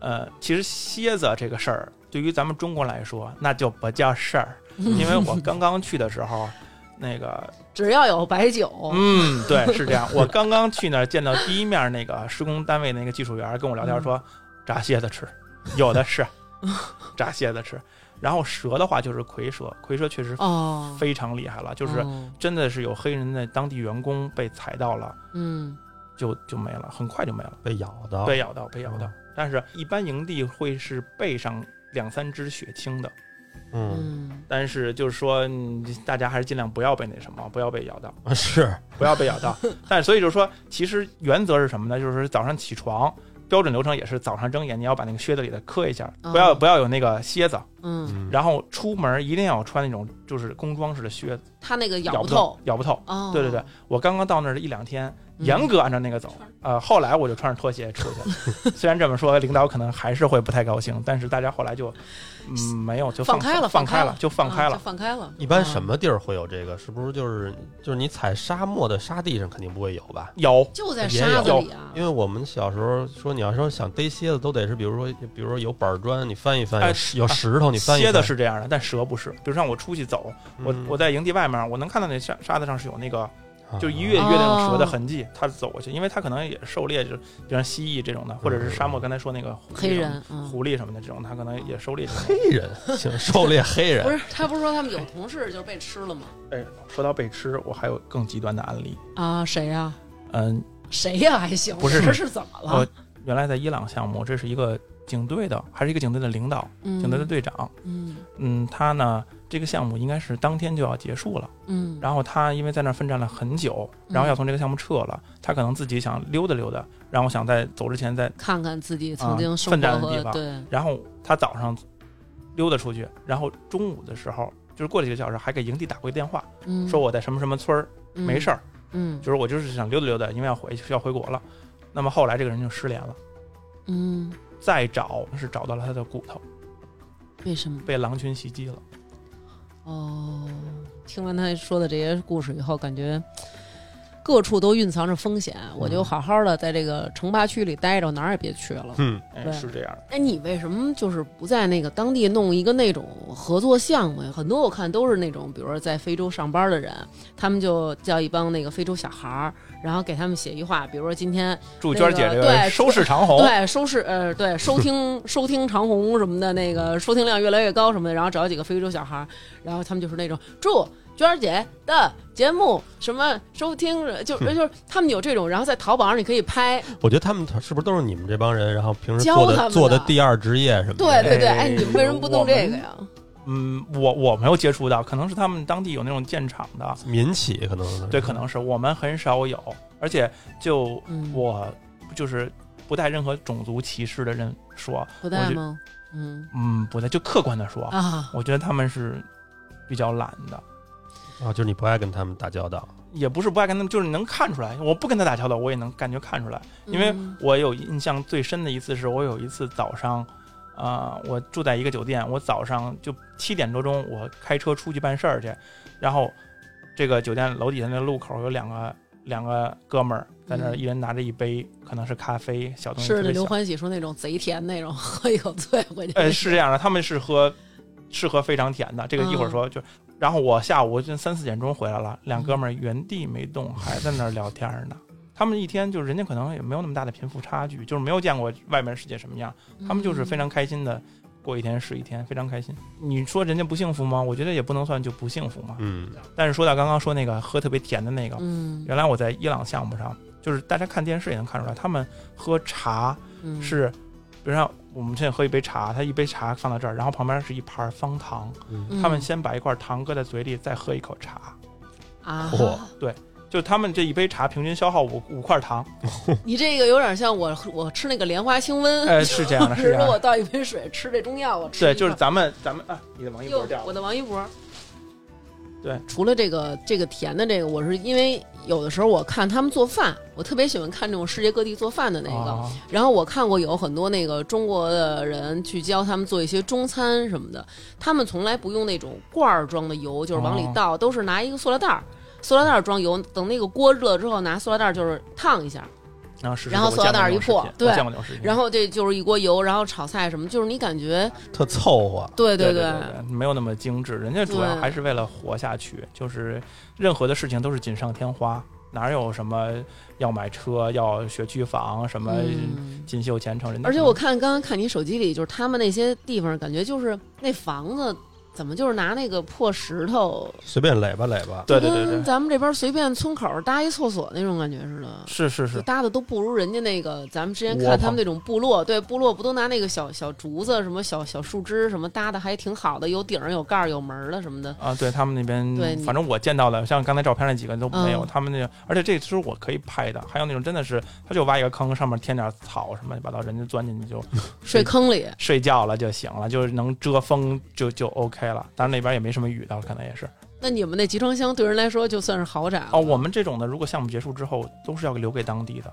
[SPEAKER 1] 呃，其实蝎子这个事儿对于咱们中国来说那就不叫事 儿，因为我刚刚去的时候，那个，
[SPEAKER 2] 只要有白酒，
[SPEAKER 1] 嗯，对，是这样，我刚刚去那儿见到第一面那个施工单位那个技术员儿跟我聊
[SPEAKER 2] 嗯
[SPEAKER 1] 天说，炸蝎子吃，有的是，炸蝎子吃，然后蛇的话就是蝰蛇，蝰蛇确实
[SPEAKER 2] 哦，
[SPEAKER 1] 非常厉害了，就是
[SPEAKER 2] 哦
[SPEAKER 1] 真的是有黑人的当地员工被踩到了，
[SPEAKER 2] 嗯
[SPEAKER 1] 就就没了，很快就没了。
[SPEAKER 3] 嗯被咬
[SPEAKER 2] 哦
[SPEAKER 3] 的，
[SPEAKER 1] 被咬到，被咬到
[SPEAKER 3] 嗯。
[SPEAKER 1] 但是，一般营地会是备上两三只血清的，
[SPEAKER 3] 嗯，
[SPEAKER 2] 嗯
[SPEAKER 1] 但是就是说，嗯大家还是尽量不要被那什么，不要被咬到，
[SPEAKER 3] 嗯 是，
[SPEAKER 1] 不要被咬到。但是，所以就是说，其实原则是什么呢？就是早上起床，标准流程也是早上睁眼，你要把那个靴子里的磕一下，不要
[SPEAKER 2] 哦
[SPEAKER 1] 不要有那个蝎子，
[SPEAKER 2] 嗯，
[SPEAKER 3] 嗯，
[SPEAKER 1] 然后出门一定要穿那种就是工装式的靴子，
[SPEAKER 2] 它那个
[SPEAKER 1] 咬
[SPEAKER 2] 咬不
[SPEAKER 1] 透
[SPEAKER 2] 透，，
[SPEAKER 1] 咬不透。
[SPEAKER 2] 哦，
[SPEAKER 1] 对对对，我刚刚到那儿一两天，
[SPEAKER 2] 嗯
[SPEAKER 1] 严格按照那个走。呃，后来我就穿着拖鞋出去了。虽然这么说，领导可能还是会不太高兴，但是大家后来就，嗯，没有就
[SPEAKER 2] 放
[SPEAKER 1] 开
[SPEAKER 2] 开了
[SPEAKER 1] 放
[SPEAKER 2] 放开
[SPEAKER 1] 了
[SPEAKER 2] 了，
[SPEAKER 1] 就放开
[SPEAKER 2] 啊
[SPEAKER 1] 了
[SPEAKER 2] 就。放开了。
[SPEAKER 3] 一
[SPEAKER 1] 哦
[SPEAKER 3] 般
[SPEAKER 2] 啊
[SPEAKER 3] 什？么地儿会有这个？是不是就是就是你踩沙漠的沙地上肯定不会有吧？
[SPEAKER 1] 有，
[SPEAKER 2] 就在
[SPEAKER 3] 也
[SPEAKER 2] 沙子
[SPEAKER 1] 有
[SPEAKER 2] 里啊
[SPEAKER 3] 因，为我们小时候说，你要说想逮蝎子，都得是比如说，比如说有板砖，你翻一翻；
[SPEAKER 1] 哎
[SPEAKER 3] 有石有石头，你翻一
[SPEAKER 1] 蝎
[SPEAKER 3] 翻。
[SPEAKER 1] 子是这样的，但蛇不是。比如像我出去走，我
[SPEAKER 3] 嗯
[SPEAKER 1] 我在营地外面，我能看到那沙沙子上是有那个
[SPEAKER 3] 啊
[SPEAKER 1] 就一跃一跃那
[SPEAKER 2] 哦
[SPEAKER 1] 种蛇的痕迹，它走过去，因为它可能也狩猎，就比如像蜥蜴这种的，或
[SPEAKER 3] 嗯
[SPEAKER 1] 者是沙漠刚才说那个狐狸
[SPEAKER 2] 黑
[SPEAKER 1] 什么
[SPEAKER 2] 人，嗯，
[SPEAKER 1] 狐狸什么的这种，它可能也狩猎这种。
[SPEAKER 3] 黑 人，行，狩猎黑
[SPEAKER 2] 不
[SPEAKER 3] 人。
[SPEAKER 2] 是，他不是说他们有同事就是被吃了吗？
[SPEAKER 1] 哎，说到被吃，我还有更极端的案例。
[SPEAKER 2] 啊，谁呀？
[SPEAKER 1] 嗯，
[SPEAKER 2] 谁呀？还行，
[SPEAKER 1] 不是呃
[SPEAKER 2] 这是怎么
[SPEAKER 1] 我
[SPEAKER 2] 了？
[SPEAKER 1] 原来在伊朗项目，这是一个警队的，还是一个警队的领导，
[SPEAKER 2] 嗯
[SPEAKER 1] 警队的队长。
[SPEAKER 2] 嗯
[SPEAKER 1] 嗯，他呢，这个项目应该是当天就要结束了。
[SPEAKER 2] 嗯，
[SPEAKER 1] 然后他因为在那儿奋战了很久，然后要从这个项目撤了，他可能自己想溜达溜达，然后想在走之前再，
[SPEAKER 2] 看看自己曾经
[SPEAKER 1] 啊
[SPEAKER 2] 生
[SPEAKER 1] 奋
[SPEAKER 2] 活
[SPEAKER 1] 战的地
[SPEAKER 2] 和
[SPEAKER 1] 方
[SPEAKER 2] 对，
[SPEAKER 1] 然后他早上溜达出去，然后中午的时候，就是过了几个小时，还给营地打过一电话，
[SPEAKER 2] 嗯，
[SPEAKER 1] 说我在什么什么村儿没事
[SPEAKER 2] 儿，
[SPEAKER 1] 儿，
[SPEAKER 2] 嗯
[SPEAKER 1] 就是我就是想溜达溜达，因为要回要回国了。那么后来这个人就失联了，
[SPEAKER 2] 嗯，
[SPEAKER 1] 再找是找到了他的骨头，
[SPEAKER 2] 为什么？
[SPEAKER 1] 被狼群袭击了。
[SPEAKER 2] 哦，听完他说的这些故事以后，感觉各处都蕴藏着风险，我
[SPEAKER 1] 嗯
[SPEAKER 2] 就好好的在这个城八区里待着，哪儿也别去了。
[SPEAKER 3] 嗯，
[SPEAKER 1] 哎，
[SPEAKER 2] 对
[SPEAKER 1] 是这样的。
[SPEAKER 2] 哎，你为什么就是不在那个当地弄一个那种合作项目呀？很多我看都是那种，比如说在非洲上班的人，他们就叫一帮那个非洲小孩儿，然后给他们写一话，比如说今天
[SPEAKER 1] 祝娟儿姐这
[SPEAKER 2] 那个对
[SPEAKER 1] 收视长虹，
[SPEAKER 2] 对，收视呃，对，收听收听长虹什么的，那个收听量越来越高什么的，然后找几个非洲小孩儿，然后他们就是那种祝娟儿姐的节目什么收听，就就是他们有这种，然后在淘宝上你可以拍，
[SPEAKER 3] 我觉得他们是不是都是你们这帮人？然后平时
[SPEAKER 2] 教
[SPEAKER 3] 做
[SPEAKER 2] 他
[SPEAKER 3] 的
[SPEAKER 2] 们
[SPEAKER 3] 做的
[SPEAKER 2] 的
[SPEAKER 3] 第二职业什么的？
[SPEAKER 2] 对对对，
[SPEAKER 1] 哎
[SPEAKER 2] 哎，你们为什么不弄这个呀？
[SPEAKER 1] 嗯，我我没有接触到，可能是他们当地有那种建厂的，
[SPEAKER 3] 民企可能是
[SPEAKER 1] 对，可能是我们很少有，而且就
[SPEAKER 2] 嗯，
[SPEAKER 1] 我就是不带任何种族歧视的人说，
[SPEAKER 2] 不带吗？嗯
[SPEAKER 1] 嗯，不带，就客观的说，
[SPEAKER 2] 啊，
[SPEAKER 1] 我觉得他们是比较懒的，
[SPEAKER 3] 啊，就是你不爱跟他们打交道。
[SPEAKER 1] 也不是不爱跟他们，就是能看出来，我不跟他打交道，我也能感觉看出来，因为
[SPEAKER 2] 嗯
[SPEAKER 1] 我有印象最深的一次是我有一次早上，啊、我住在一个酒店，我早上就七点多钟，我开车出去办事儿去，然后这个酒店楼底下那路口有两个两个哥们儿在那儿，
[SPEAKER 2] 嗯
[SPEAKER 1] 一人拿着一杯，可能是咖啡小东西，嗯
[SPEAKER 2] 是
[SPEAKER 1] 特
[SPEAKER 2] 那
[SPEAKER 1] 别
[SPEAKER 2] 刘
[SPEAKER 1] 小
[SPEAKER 2] 欢喜说那种贼甜那种， 喝一口醉回去。
[SPEAKER 1] 呃，是这样的，他们是喝是喝非常甜的，这个一会儿说就。然后我下午就三四点钟回来了，两哥们儿原地没动，还在那儿聊天呢。他们一天就是人家可能也没有那么大的贫富差距，就是没有见过外面世界什么样，他们就是非常开心的过一天是一天，非常开心。你说人家不幸福吗？我觉得也不能算就不幸福嘛。
[SPEAKER 3] 嗯，
[SPEAKER 1] 但是说到刚刚说那个喝特别甜的那个，
[SPEAKER 2] 嗯，
[SPEAKER 1] 原来我在伊朗项目上，就是大家看电视也能看出来，他们喝茶
[SPEAKER 2] 嗯
[SPEAKER 1] 是，比如像我们现在喝一杯茶，它一杯茶放到这儿，然后旁边是一盘方糖，
[SPEAKER 2] 嗯
[SPEAKER 1] 他们先把一块糖搁在嘴里，再喝一口茶。
[SPEAKER 2] 啊
[SPEAKER 3] 嚯，
[SPEAKER 1] 就他们这一杯茶平均消耗五五块糖，
[SPEAKER 2] 你这个有点像我我吃那个莲花清瘟，
[SPEAKER 1] 呃，是这样的，是
[SPEAKER 2] 比
[SPEAKER 1] 这
[SPEAKER 2] 如
[SPEAKER 1] 样
[SPEAKER 2] 说我
[SPEAKER 1] 的，
[SPEAKER 2] 倒一杯水，吃这中药，我嗯吃
[SPEAKER 1] 对，
[SPEAKER 2] 一
[SPEAKER 1] 就是
[SPEAKER 2] 块
[SPEAKER 1] 咱们咱们啊，你的王一博
[SPEAKER 2] 哟
[SPEAKER 1] 掉，了
[SPEAKER 2] 我，的王一博。
[SPEAKER 1] 对，
[SPEAKER 2] 除了这个这个甜的这个，我是因为有的时候我看他们做饭，我特别喜欢看这种世界各地做饭的那个。
[SPEAKER 1] 啊
[SPEAKER 2] 然后我看过有很多那个中国的人去教他们做一些中餐什么的，他们从来不用那种罐儿装的油，就是往里
[SPEAKER 1] 哦
[SPEAKER 2] 倒，都是拿一个塑料袋儿，塑料袋儿装油，等那个锅热了之后，拿塑料袋儿就是烫一下，
[SPEAKER 1] 然后是，
[SPEAKER 2] 然后塑料袋儿一破对
[SPEAKER 1] 我见过那种视频，
[SPEAKER 2] 然后这就是一锅油，然后炒菜什么，就是你感觉
[SPEAKER 3] 特凑合。
[SPEAKER 2] 对
[SPEAKER 1] 对
[SPEAKER 2] 对，
[SPEAKER 1] 对，没有那么精致，人家主要还是为了活下去，就是任何的事情都是锦上添花，哪有什么要买车、要学区房、什么
[SPEAKER 2] 嗯
[SPEAKER 1] 锦绣前程，人家
[SPEAKER 2] 而且
[SPEAKER 1] 可
[SPEAKER 2] 我
[SPEAKER 1] 能
[SPEAKER 2] 看刚刚看你手机里，就是他们那些地方，感觉就是那房子怎么就是拿那个破石头，
[SPEAKER 3] 随便垒吧垒吧。
[SPEAKER 1] 对对对
[SPEAKER 2] 跟
[SPEAKER 1] 对，
[SPEAKER 2] 咱们这边随便村口搭一厕所那种感觉似的。
[SPEAKER 1] 是是，
[SPEAKER 2] 就是搭的都不如人家那个，咱们之前
[SPEAKER 3] 窝
[SPEAKER 2] 看
[SPEAKER 3] 棚
[SPEAKER 2] 他们那种部落，对部落不都拿那个小小竹子、什么小小树枝什么搭的，还挺好的，有顶儿、有盖儿、有门儿的什么的。
[SPEAKER 1] 啊，对他们那
[SPEAKER 2] 对
[SPEAKER 1] 边，
[SPEAKER 2] 你
[SPEAKER 1] 反正我见到的，像刚才照片那几个都没有，
[SPEAKER 2] 嗯
[SPEAKER 1] 他们那个，而且这其实我可以拍的，还有那种真的是，他就挖一个坑，上面添点草什么乱七八糟，人家钻进去就
[SPEAKER 2] 睡坑里，
[SPEAKER 1] 睡觉了就行了，就是能遮风就就 OK 了。当然那边也没什么雨的，可能也是。
[SPEAKER 2] 那你们那集装箱对人来说就算是豪宅了
[SPEAKER 1] 哦，我们这种的，如果项目结束之后，都是要留给当地的。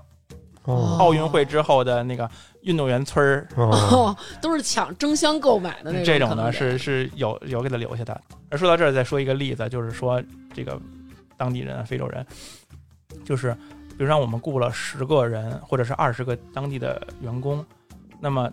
[SPEAKER 2] 哦
[SPEAKER 1] 奥运会之后的那个运动员村儿，
[SPEAKER 3] 哦，
[SPEAKER 2] 哦，都是抢争相购买的那
[SPEAKER 1] 嗯这种
[SPEAKER 2] 种可能
[SPEAKER 1] 呢
[SPEAKER 2] 得
[SPEAKER 1] 是是有有给他留下的。而说到这儿，再说一个例子，就是说这个当地人啊，非洲人，就是比如让我们雇了十个人或者是二十个当地的员工，那么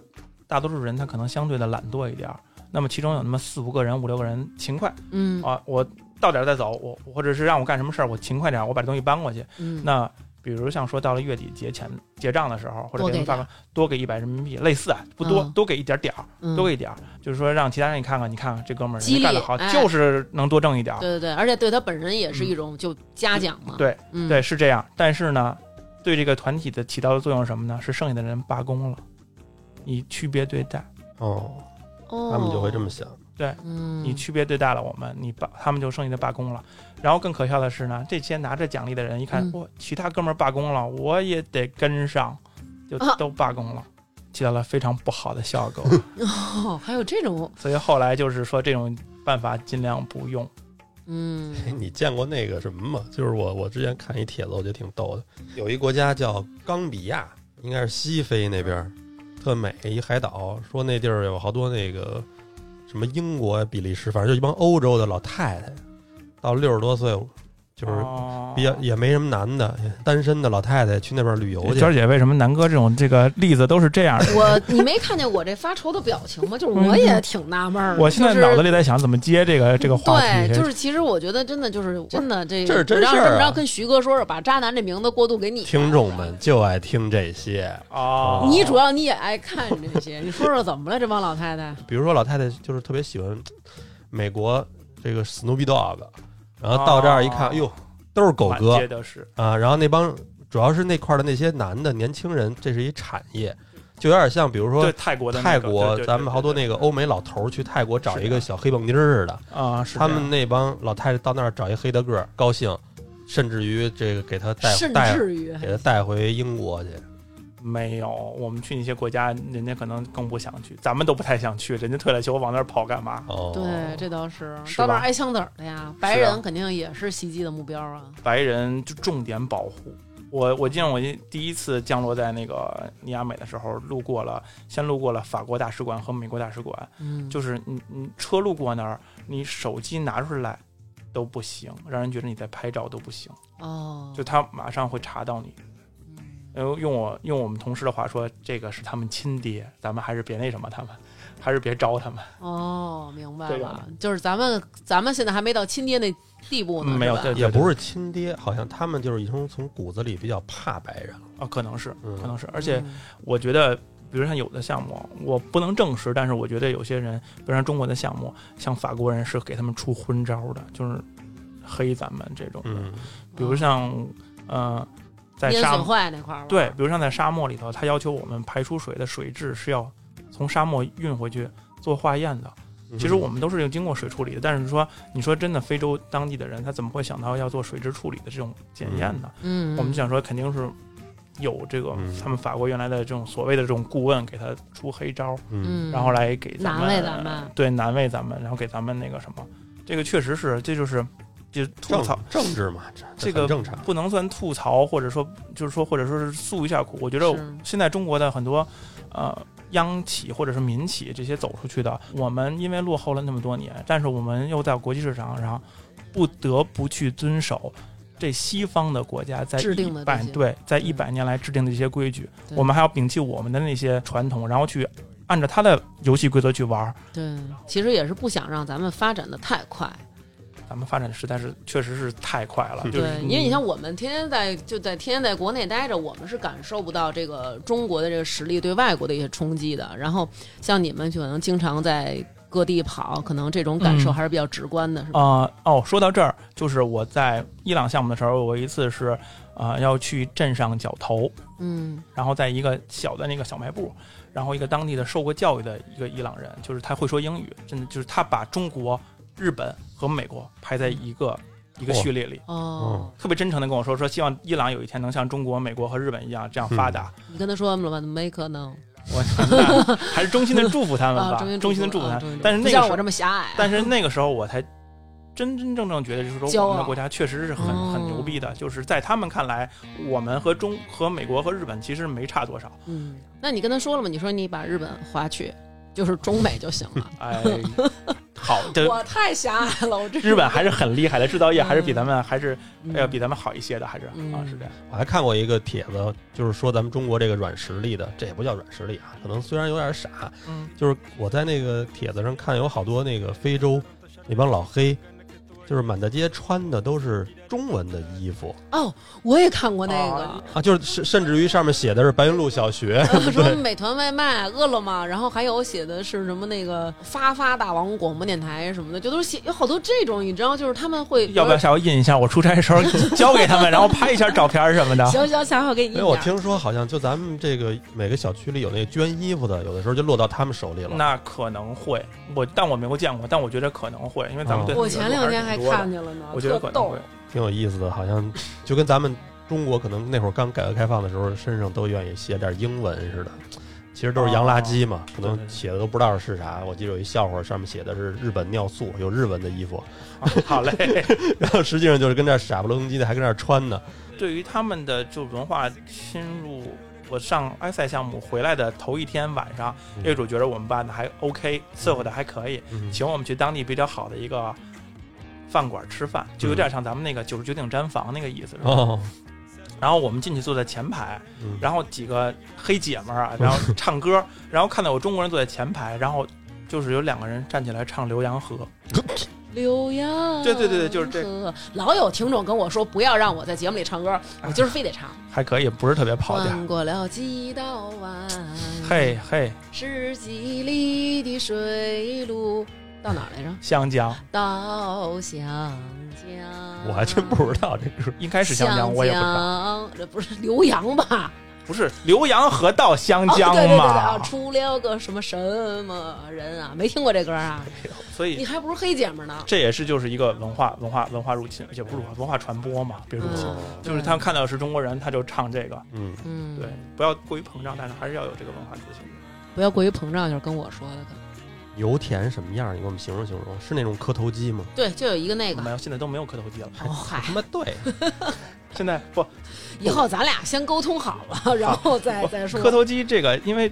[SPEAKER 1] 大多数人他可能相对的懒惰一点儿，那么其中有那么四五个人、五六个人勤快
[SPEAKER 2] 嗯
[SPEAKER 1] 啊，我到点儿再走，我或者是让我干什么事儿，我勤快点儿，我把这东西搬过去。
[SPEAKER 2] 嗯
[SPEAKER 1] 那比如像说到了月底结钱结账的时候，或者
[SPEAKER 2] 多
[SPEAKER 1] 给
[SPEAKER 2] 给
[SPEAKER 1] 人发
[SPEAKER 2] 点
[SPEAKER 1] 个多给一百人民币，类似啊，不多、
[SPEAKER 2] 嗯
[SPEAKER 1] 多给一点点儿，
[SPEAKER 2] 嗯
[SPEAKER 1] 多给一点儿，就是说让其他人你看看，你看看这哥们儿
[SPEAKER 2] 激
[SPEAKER 1] 人家干得
[SPEAKER 2] 励
[SPEAKER 1] 好，
[SPEAKER 2] 哎
[SPEAKER 1] 就是能多挣一点儿，
[SPEAKER 2] 对对对，而且对他本人也是一种就嘉奖嘛。
[SPEAKER 1] 对
[SPEAKER 2] 嗯
[SPEAKER 1] 对，是这样。但是呢，对这个团体的起到的作用是什么呢？是剩下的人罢工了，你区别对待，
[SPEAKER 3] 哦，
[SPEAKER 2] 哦，
[SPEAKER 3] 他们就会这么想。
[SPEAKER 2] 嗯，
[SPEAKER 1] 你区别对待了我们，你罢他们就剩下的罢工了。然后更可笑的是呢，这些拿着奖励的人一看
[SPEAKER 2] 嗯，
[SPEAKER 1] 我、其他哥们儿罢工了，我也得跟上，就
[SPEAKER 2] 啊
[SPEAKER 1] 都罢工了，起到了非常不好的效 果。
[SPEAKER 2] 哦，还有这种
[SPEAKER 1] 所以后来就是说这种办法尽量不用。
[SPEAKER 2] 嗯
[SPEAKER 3] 哎， 你见过那个什么吗？就是我我之前看一帖子，我觉得挺逗的。有一国家叫冈比亚，应该是西非那边儿，特美一海岛，说那地儿有好多那个什么英国、啊比利时，反正就一帮欧洲的老太太，到六十多岁，就是
[SPEAKER 1] 哦
[SPEAKER 3] 比较也没什么男的，单身的老太太去那边旅游去。
[SPEAKER 1] 娟姐为什么南哥这种这个例子都是这样 的？
[SPEAKER 2] 我你没看见我这发愁的表情吗？就是我也挺纳闷儿的。
[SPEAKER 1] 嗯我现在
[SPEAKER 2] 就是
[SPEAKER 1] 脑子里在想怎么接这个这个话题。
[SPEAKER 2] 对，就是其实我觉得真的就是真的这
[SPEAKER 3] 这是真
[SPEAKER 2] 让
[SPEAKER 3] 事
[SPEAKER 2] 这
[SPEAKER 3] 儿
[SPEAKER 2] 么
[SPEAKER 3] 啊
[SPEAKER 2] 着跟徐哥说说，把渣男这名字过渡给你。
[SPEAKER 3] 听众们就爱听这些，
[SPEAKER 1] 哦，
[SPEAKER 2] 你主要你也爱看这些，你说说怎么了？这帮老太太，
[SPEAKER 3] 比如说老太太就是特别喜欢美国这个 Snoopy Dog，然后到这儿一看，
[SPEAKER 1] 哦
[SPEAKER 3] 哟、都是狗
[SPEAKER 1] 满
[SPEAKER 3] 哥
[SPEAKER 1] 街都是
[SPEAKER 3] 啊，然后那帮主要是那块儿的那些男的年轻人，这是一产业，就有点像比如
[SPEAKER 1] 对
[SPEAKER 3] 说。
[SPEAKER 1] 泰国的那
[SPEAKER 3] 泰
[SPEAKER 1] 个
[SPEAKER 3] 国
[SPEAKER 1] 对，对对
[SPEAKER 3] 咱们好多
[SPEAKER 1] 对
[SPEAKER 3] 那个欧美老头儿去泰国找
[SPEAKER 1] 是
[SPEAKER 3] 一个
[SPEAKER 1] 的
[SPEAKER 3] 小黑蹦迪儿似的，
[SPEAKER 1] 对啊，是这
[SPEAKER 3] 他
[SPEAKER 1] 样
[SPEAKER 3] 们那帮老太太到那儿找一黑大个儿高兴，甚至于这个给他带
[SPEAKER 2] 甚
[SPEAKER 3] 带
[SPEAKER 2] 至于
[SPEAKER 3] 给他带回英国去。
[SPEAKER 1] 没有，我们去那些国家，人家可能更不想去，咱们都不太想去，人家退了休往那儿跑干嘛？
[SPEAKER 3] 哦，
[SPEAKER 2] 对，这倒是
[SPEAKER 1] 是
[SPEAKER 2] 到那儿
[SPEAKER 1] 吧啊
[SPEAKER 2] 挨枪子儿的呀，白人肯定也是袭击的目标啊。
[SPEAKER 1] 白人就重点保护。我我记得我第一次降落在那个尼亚美的时候，路过了，先路过了法国大使馆和美国大使馆，
[SPEAKER 2] 嗯，
[SPEAKER 1] 就是你你车路过那儿，你手机拿出来都不行，让人觉得你在拍照都不行，
[SPEAKER 2] 哦，
[SPEAKER 1] 就他马上会查到你。然后用我用我们同事的话说，这个是他们亲爹，咱们还是别那什么他们， 还是别招他们。
[SPEAKER 2] 哦，明白
[SPEAKER 1] 这
[SPEAKER 2] 了
[SPEAKER 1] 种，
[SPEAKER 2] 就是咱们咱们现在还没到亲爹那地步呢，
[SPEAKER 1] 嗯没有
[SPEAKER 2] 是吧
[SPEAKER 1] 对
[SPEAKER 3] 也不是亲爹，好像他们就是已经从骨子里比较怕白人了。
[SPEAKER 1] 啊，可能是，
[SPEAKER 3] 嗯
[SPEAKER 1] 可能是，而且
[SPEAKER 2] 嗯
[SPEAKER 1] 我觉得，比如像有的项目，我不能证实，但是我觉得有些人，比如像中国的项目，像法国人是给他们出昏招的，就是黑咱们这种的。
[SPEAKER 3] 嗯，
[SPEAKER 1] 比如像，
[SPEAKER 2] 哦
[SPEAKER 1] 呃，在
[SPEAKER 2] 烟
[SPEAKER 1] 沙
[SPEAKER 2] 损
[SPEAKER 1] 漠，
[SPEAKER 2] 坏那块儿吧，
[SPEAKER 1] 对，比如像在沙漠里头，他要求我们排出水的水质是要从沙漠运回去做化验的。
[SPEAKER 3] 嗯
[SPEAKER 1] 其
[SPEAKER 2] 嗯
[SPEAKER 1] 实我们都是经过水处理的，但是说，你说真的，非洲当地的人他怎么会想到要做水质处理的这种检验呢？
[SPEAKER 2] 嗯，
[SPEAKER 1] 我们想说肯定是有这个
[SPEAKER 3] 嗯
[SPEAKER 1] 他们法国原来的这种所谓的这种顾问给他出黑招，
[SPEAKER 2] 嗯，
[SPEAKER 3] 嗯，
[SPEAKER 1] 然后来给咱们
[SPEAKER 2] 难为咱们
[SPEAKER 1] 对难为咱们，然后给咱们那个什么，这个确实是，这就是就吐
[SPEAKER 3] 政
[SPEAKER 1] 槽。
[SPEAKER 3] 政治嘛，这
[SPEAKER 1] 这个
[SPEAKER 3] 很正常。
[SPEAKER 1] 不能算吐槽，或者说就是说，或者说是诉一下苦。我觉得
[SPEAKER 2] 是
[SPEAKER 1] 现在中国的很多，呃，央企或者是民企这些走出去的，我们因为落后了那么多年，但是我们又在国际市场上不得不去遵守这西方的国家在
[SPEAKER 2] 制定的
[SPEAKER 1] 一百
[SPEAKER 2] 这些
[SPEAKER 1] 对在
[SPEAKER 2] 嗯
[SPEAKER 1] 一百年来制定的这些规矩，
[SPEAKER 2] 对
[SPEAKER 1] 我们还要摒弃我们的那些传统，然后去按照他的游戏规则去玩儿。
[SPEAKER 2] 对，其实也是不想让咱们发展的太快，
[SPEAKER 1] 咱们发展实在是确实是太快了，
[SPEAKER 3] 嗯
[SPEAKER 1] 就是
[SPEAKER 2] 对，因为你像我们天天在就在天天在国内待着，我们是感受不到这个中国的这个实力对外国的一些冲击的。然后像你们可能经常在各地跑，可能这种感受
[SPEAKER 1] 嗯
[SPEAKER 2] 还是比较直观的，是吧？
[SPEAKER 1] 啊、哦，说到这儿，就是我在伊朗项目的时候，我一次是啊、呃要去镇上角头，
[SPEAKER 2] 嗯
[SPEAKER 1] 然后在一个小的那个小卖部，然后一个当地的受过教育的一个伊朗人，就是他会说英语，真的就是他把中国、日本和美国排在一个一个序列里。
[SPEAKER 2] 哦，
[SPEAKER 1] 特别真诚的跟我说，说希望伊朗有一天能像中国、美国和日本一样这样发达。
[SPEAKER 2] 你跟他说了吗？Make 可能
[SPEAKER 1] 我 那还是衷心的祝福他们
[SPEAKER 2] 啊，
[SPEAKER 1] 吧，衷心的祝福
[SPEAKER 2] 啊
[SPEAKER 1] 他
[SPEAKER 2] 中
[SPEAKER 1] 们。
[SPEAKER 2] 心
[SPEAKER 1] 但是
[SPEAKER 2] 不
[SPEAKER 1] 那个
[SPEAKER 2] 像
[SPEAKER 1] 时
[SPEAKER 2] 我
[SPEAKER 1] 候
[SPEAKER 2] 这么狭隘啊，
[SPEAKER 1] 但是那个时候我才真真正正觉得，就是
[SPEAKER 2] 骄
[SPEAKER 1] 说
[SPEAKER 2] 傲
[SPEAKER 1] 我们的国家确实是很、
[SPEAKER 2] 哦
[SPEAKER 1] 很牛逼的，就是在他们看来，我们和中和美国和日本其实没差多少。
[SPEAKER 2] 嗯，那你跟他说了吗？你说你把日本划去，就是中美就行了。
[SPEAKER 1] 哎，好，这
[SPEAKER 2] 我太狭隘了，我这
[SPEAKER 1] 呃日本哎还是很厉害的，制造业还是比
[SPEAKER 2] 嗯
[SPEAKER 1] 咱们还是
[SPEAKER 2] 嗯
[SPEAKER 1] 要、比咱们好一些的，还是、啊
[SPEAKER 2] 嗯
[SPEAKER 1] 是这样。
[SPEAKER 3] 我还看过一个帖子，就是说咱们中国这个软实力的，这也不叫软实力啊，可能虽然有点傻，
[SPEAKER 1] 嗯
[SPEAKER 3] 就是我在那个帖子上看有好多那个非洲那帮老黑，就是满大街穿的都是中文的衣服
[SPEAKER 2] 哦，我也看过那个。
[SPEAKER 1] 啊
[SPEAKER 3] 啊，就是甚甚至于上面写的是白云路小学，
[SPEAKER 2] 然后什么美团外卖、饿了么，然后还有写的是什么那个发发大王广播电台什么的，就都是写有好多这种，你知道，就是他们会
[SPEAKER 1] 要不要下回印一下？我出差的时候交给他们，然后拍一下照片什么的。
[SPEAKER 2] 行行，下回我给你
[SPEAKER 3] 因
[SPEAKER 2] 印
[SPEAKER 3] 哎为我
[SPEAKER 2] 点儿
[SPEAKER 3] 听说好像就咱们这个每个小区里有那个捐衣服的，有的时候就落到他们手里了。
[SPEAKER 1] 那可能会，我但我没有见过，但我觉得可能会，因为咱们对他们
[SPEAKER 3] 哦
[SPEAKER 2] 我前两天还
[SPEAKER 1] 有多的
[SPEAKER 2] 看见了呢，
[SPEAKER 1] 我觉
[SPEAKER 2] 特
[SPEAKER 1] 得可能
[SPEAKER 2] 逗
[SPEAKER 1] 会。。
[SPEAKER 3] 挺有意思的，好像就跟咱们中国可能那会儿刚改革开放的时候，身上都愿意写点英文似的，其实都是洋垃圾嘛，可
[SPEAKER 1] 对对
[SPEAKER 3] 能
[SPEAKER 1] 对
[SPEAKER 3] 写的都不知道是啥。我记得有一笑话，上面写的是日本尿素，有日文的衣 服，
[SPEAKER 1] 好啊好嘞。
[SPEAKER 3] 然后实际上就是跟这儿傻不愣叽的，还跟这儿穿呢。
[SPEAKER 1] 对于他们的就文化侵入，我上埃塞项目回来的头一天晚上，
[SPEAKER 3] 嗯
[SPEAKER 1] 业主觉得我们办的还 OK，伺候的还可以，
[SPEAKER 3] 嗯
[SPEAKER 1] 请我们去当地比较好的一个饭馆吃饭，就有点像咱们那个九十九顶毡房那个意思。是吧
[SPEAKER 3] 嗯哦，
[SPEAKER 1] 然后我们进去坐在前排，
[SPEAKER 3] 嗯
[SPEAKER 1] 然后几个黑姐们儿
[SPEAKER 3] 哦
[SPEAKER 1] 啊，然后唱歌， 然后看到有中国人坐在前排，然后。就是有两个人站起来唱《浏阳河》，
[SPEAKER 2] 刘洋，
[SPEAKER 1] 对对对对就是这哎
[SPEAKER 2] 这。老有听众跟我说，不要让我在节目里唱歌，我今儿非得唱。
[SPEAKER 1] 还可以，不是特别跑调。
[SPEAKER 2] 穿过了几道弯，
[SPEAKER 1] 嘿嘿，
[SPEAKER 2] 十几里的水路，到哪儿来着？
[SPEAKER 1] 湘江
[SPEAKER 2] 到湘江。
[SPEAKER 3] 我还真不知道这 歌。
[SPEAKER 1] 应该是湘江，我也不知道，
[SPEAKER 2] 湘江这不是浏阳吧？
[SPEAKER 1] 不是浏阳河到湘江
[SPEAKER 2] 哦、对对对对
[SPEAKER 1] 嘛
[SPEAKER 2] 啊，？出了个什么什么人啊？没听过这歌啊？
[SPEAKER 1] 所以
[SPEAKER 2] 你还不如黑姐们呢。
[SPEAKER 1] 这也是就是一个文化文化文化入侵，也不是文化文化传播嘛，别入侵，
[SPEAKER 2] 嗯
[SPEAKER 1] 就是他们看到是中国人，他就唱这个，
[SPEAKER 3] 嗯，
[SPEAKER 2] 嗯，
[SPEAKER 1] 对，不要过于膨胀，但是还是要有这个文化属性。
[SPEAKER 2] 不要过于膨胀，就是跟我说的。可能
[SPEAKER 3] 油田什么样？你给我们形容形容，是那种磕头机吗？
[SPEAKER 2] 对，就有一个那个
[SPEAKER 1] 没。有，现在都没有磕头机了，
[SPEAKER 2] 哦嗨，
[SPEAKER 3] 他妈对，
[SPEAKER 1] 现在不
[SPEAKER 2] 以后咱俩先沟通好了，然后再再说。
[SPEAKER 1] 磕头机这个，因为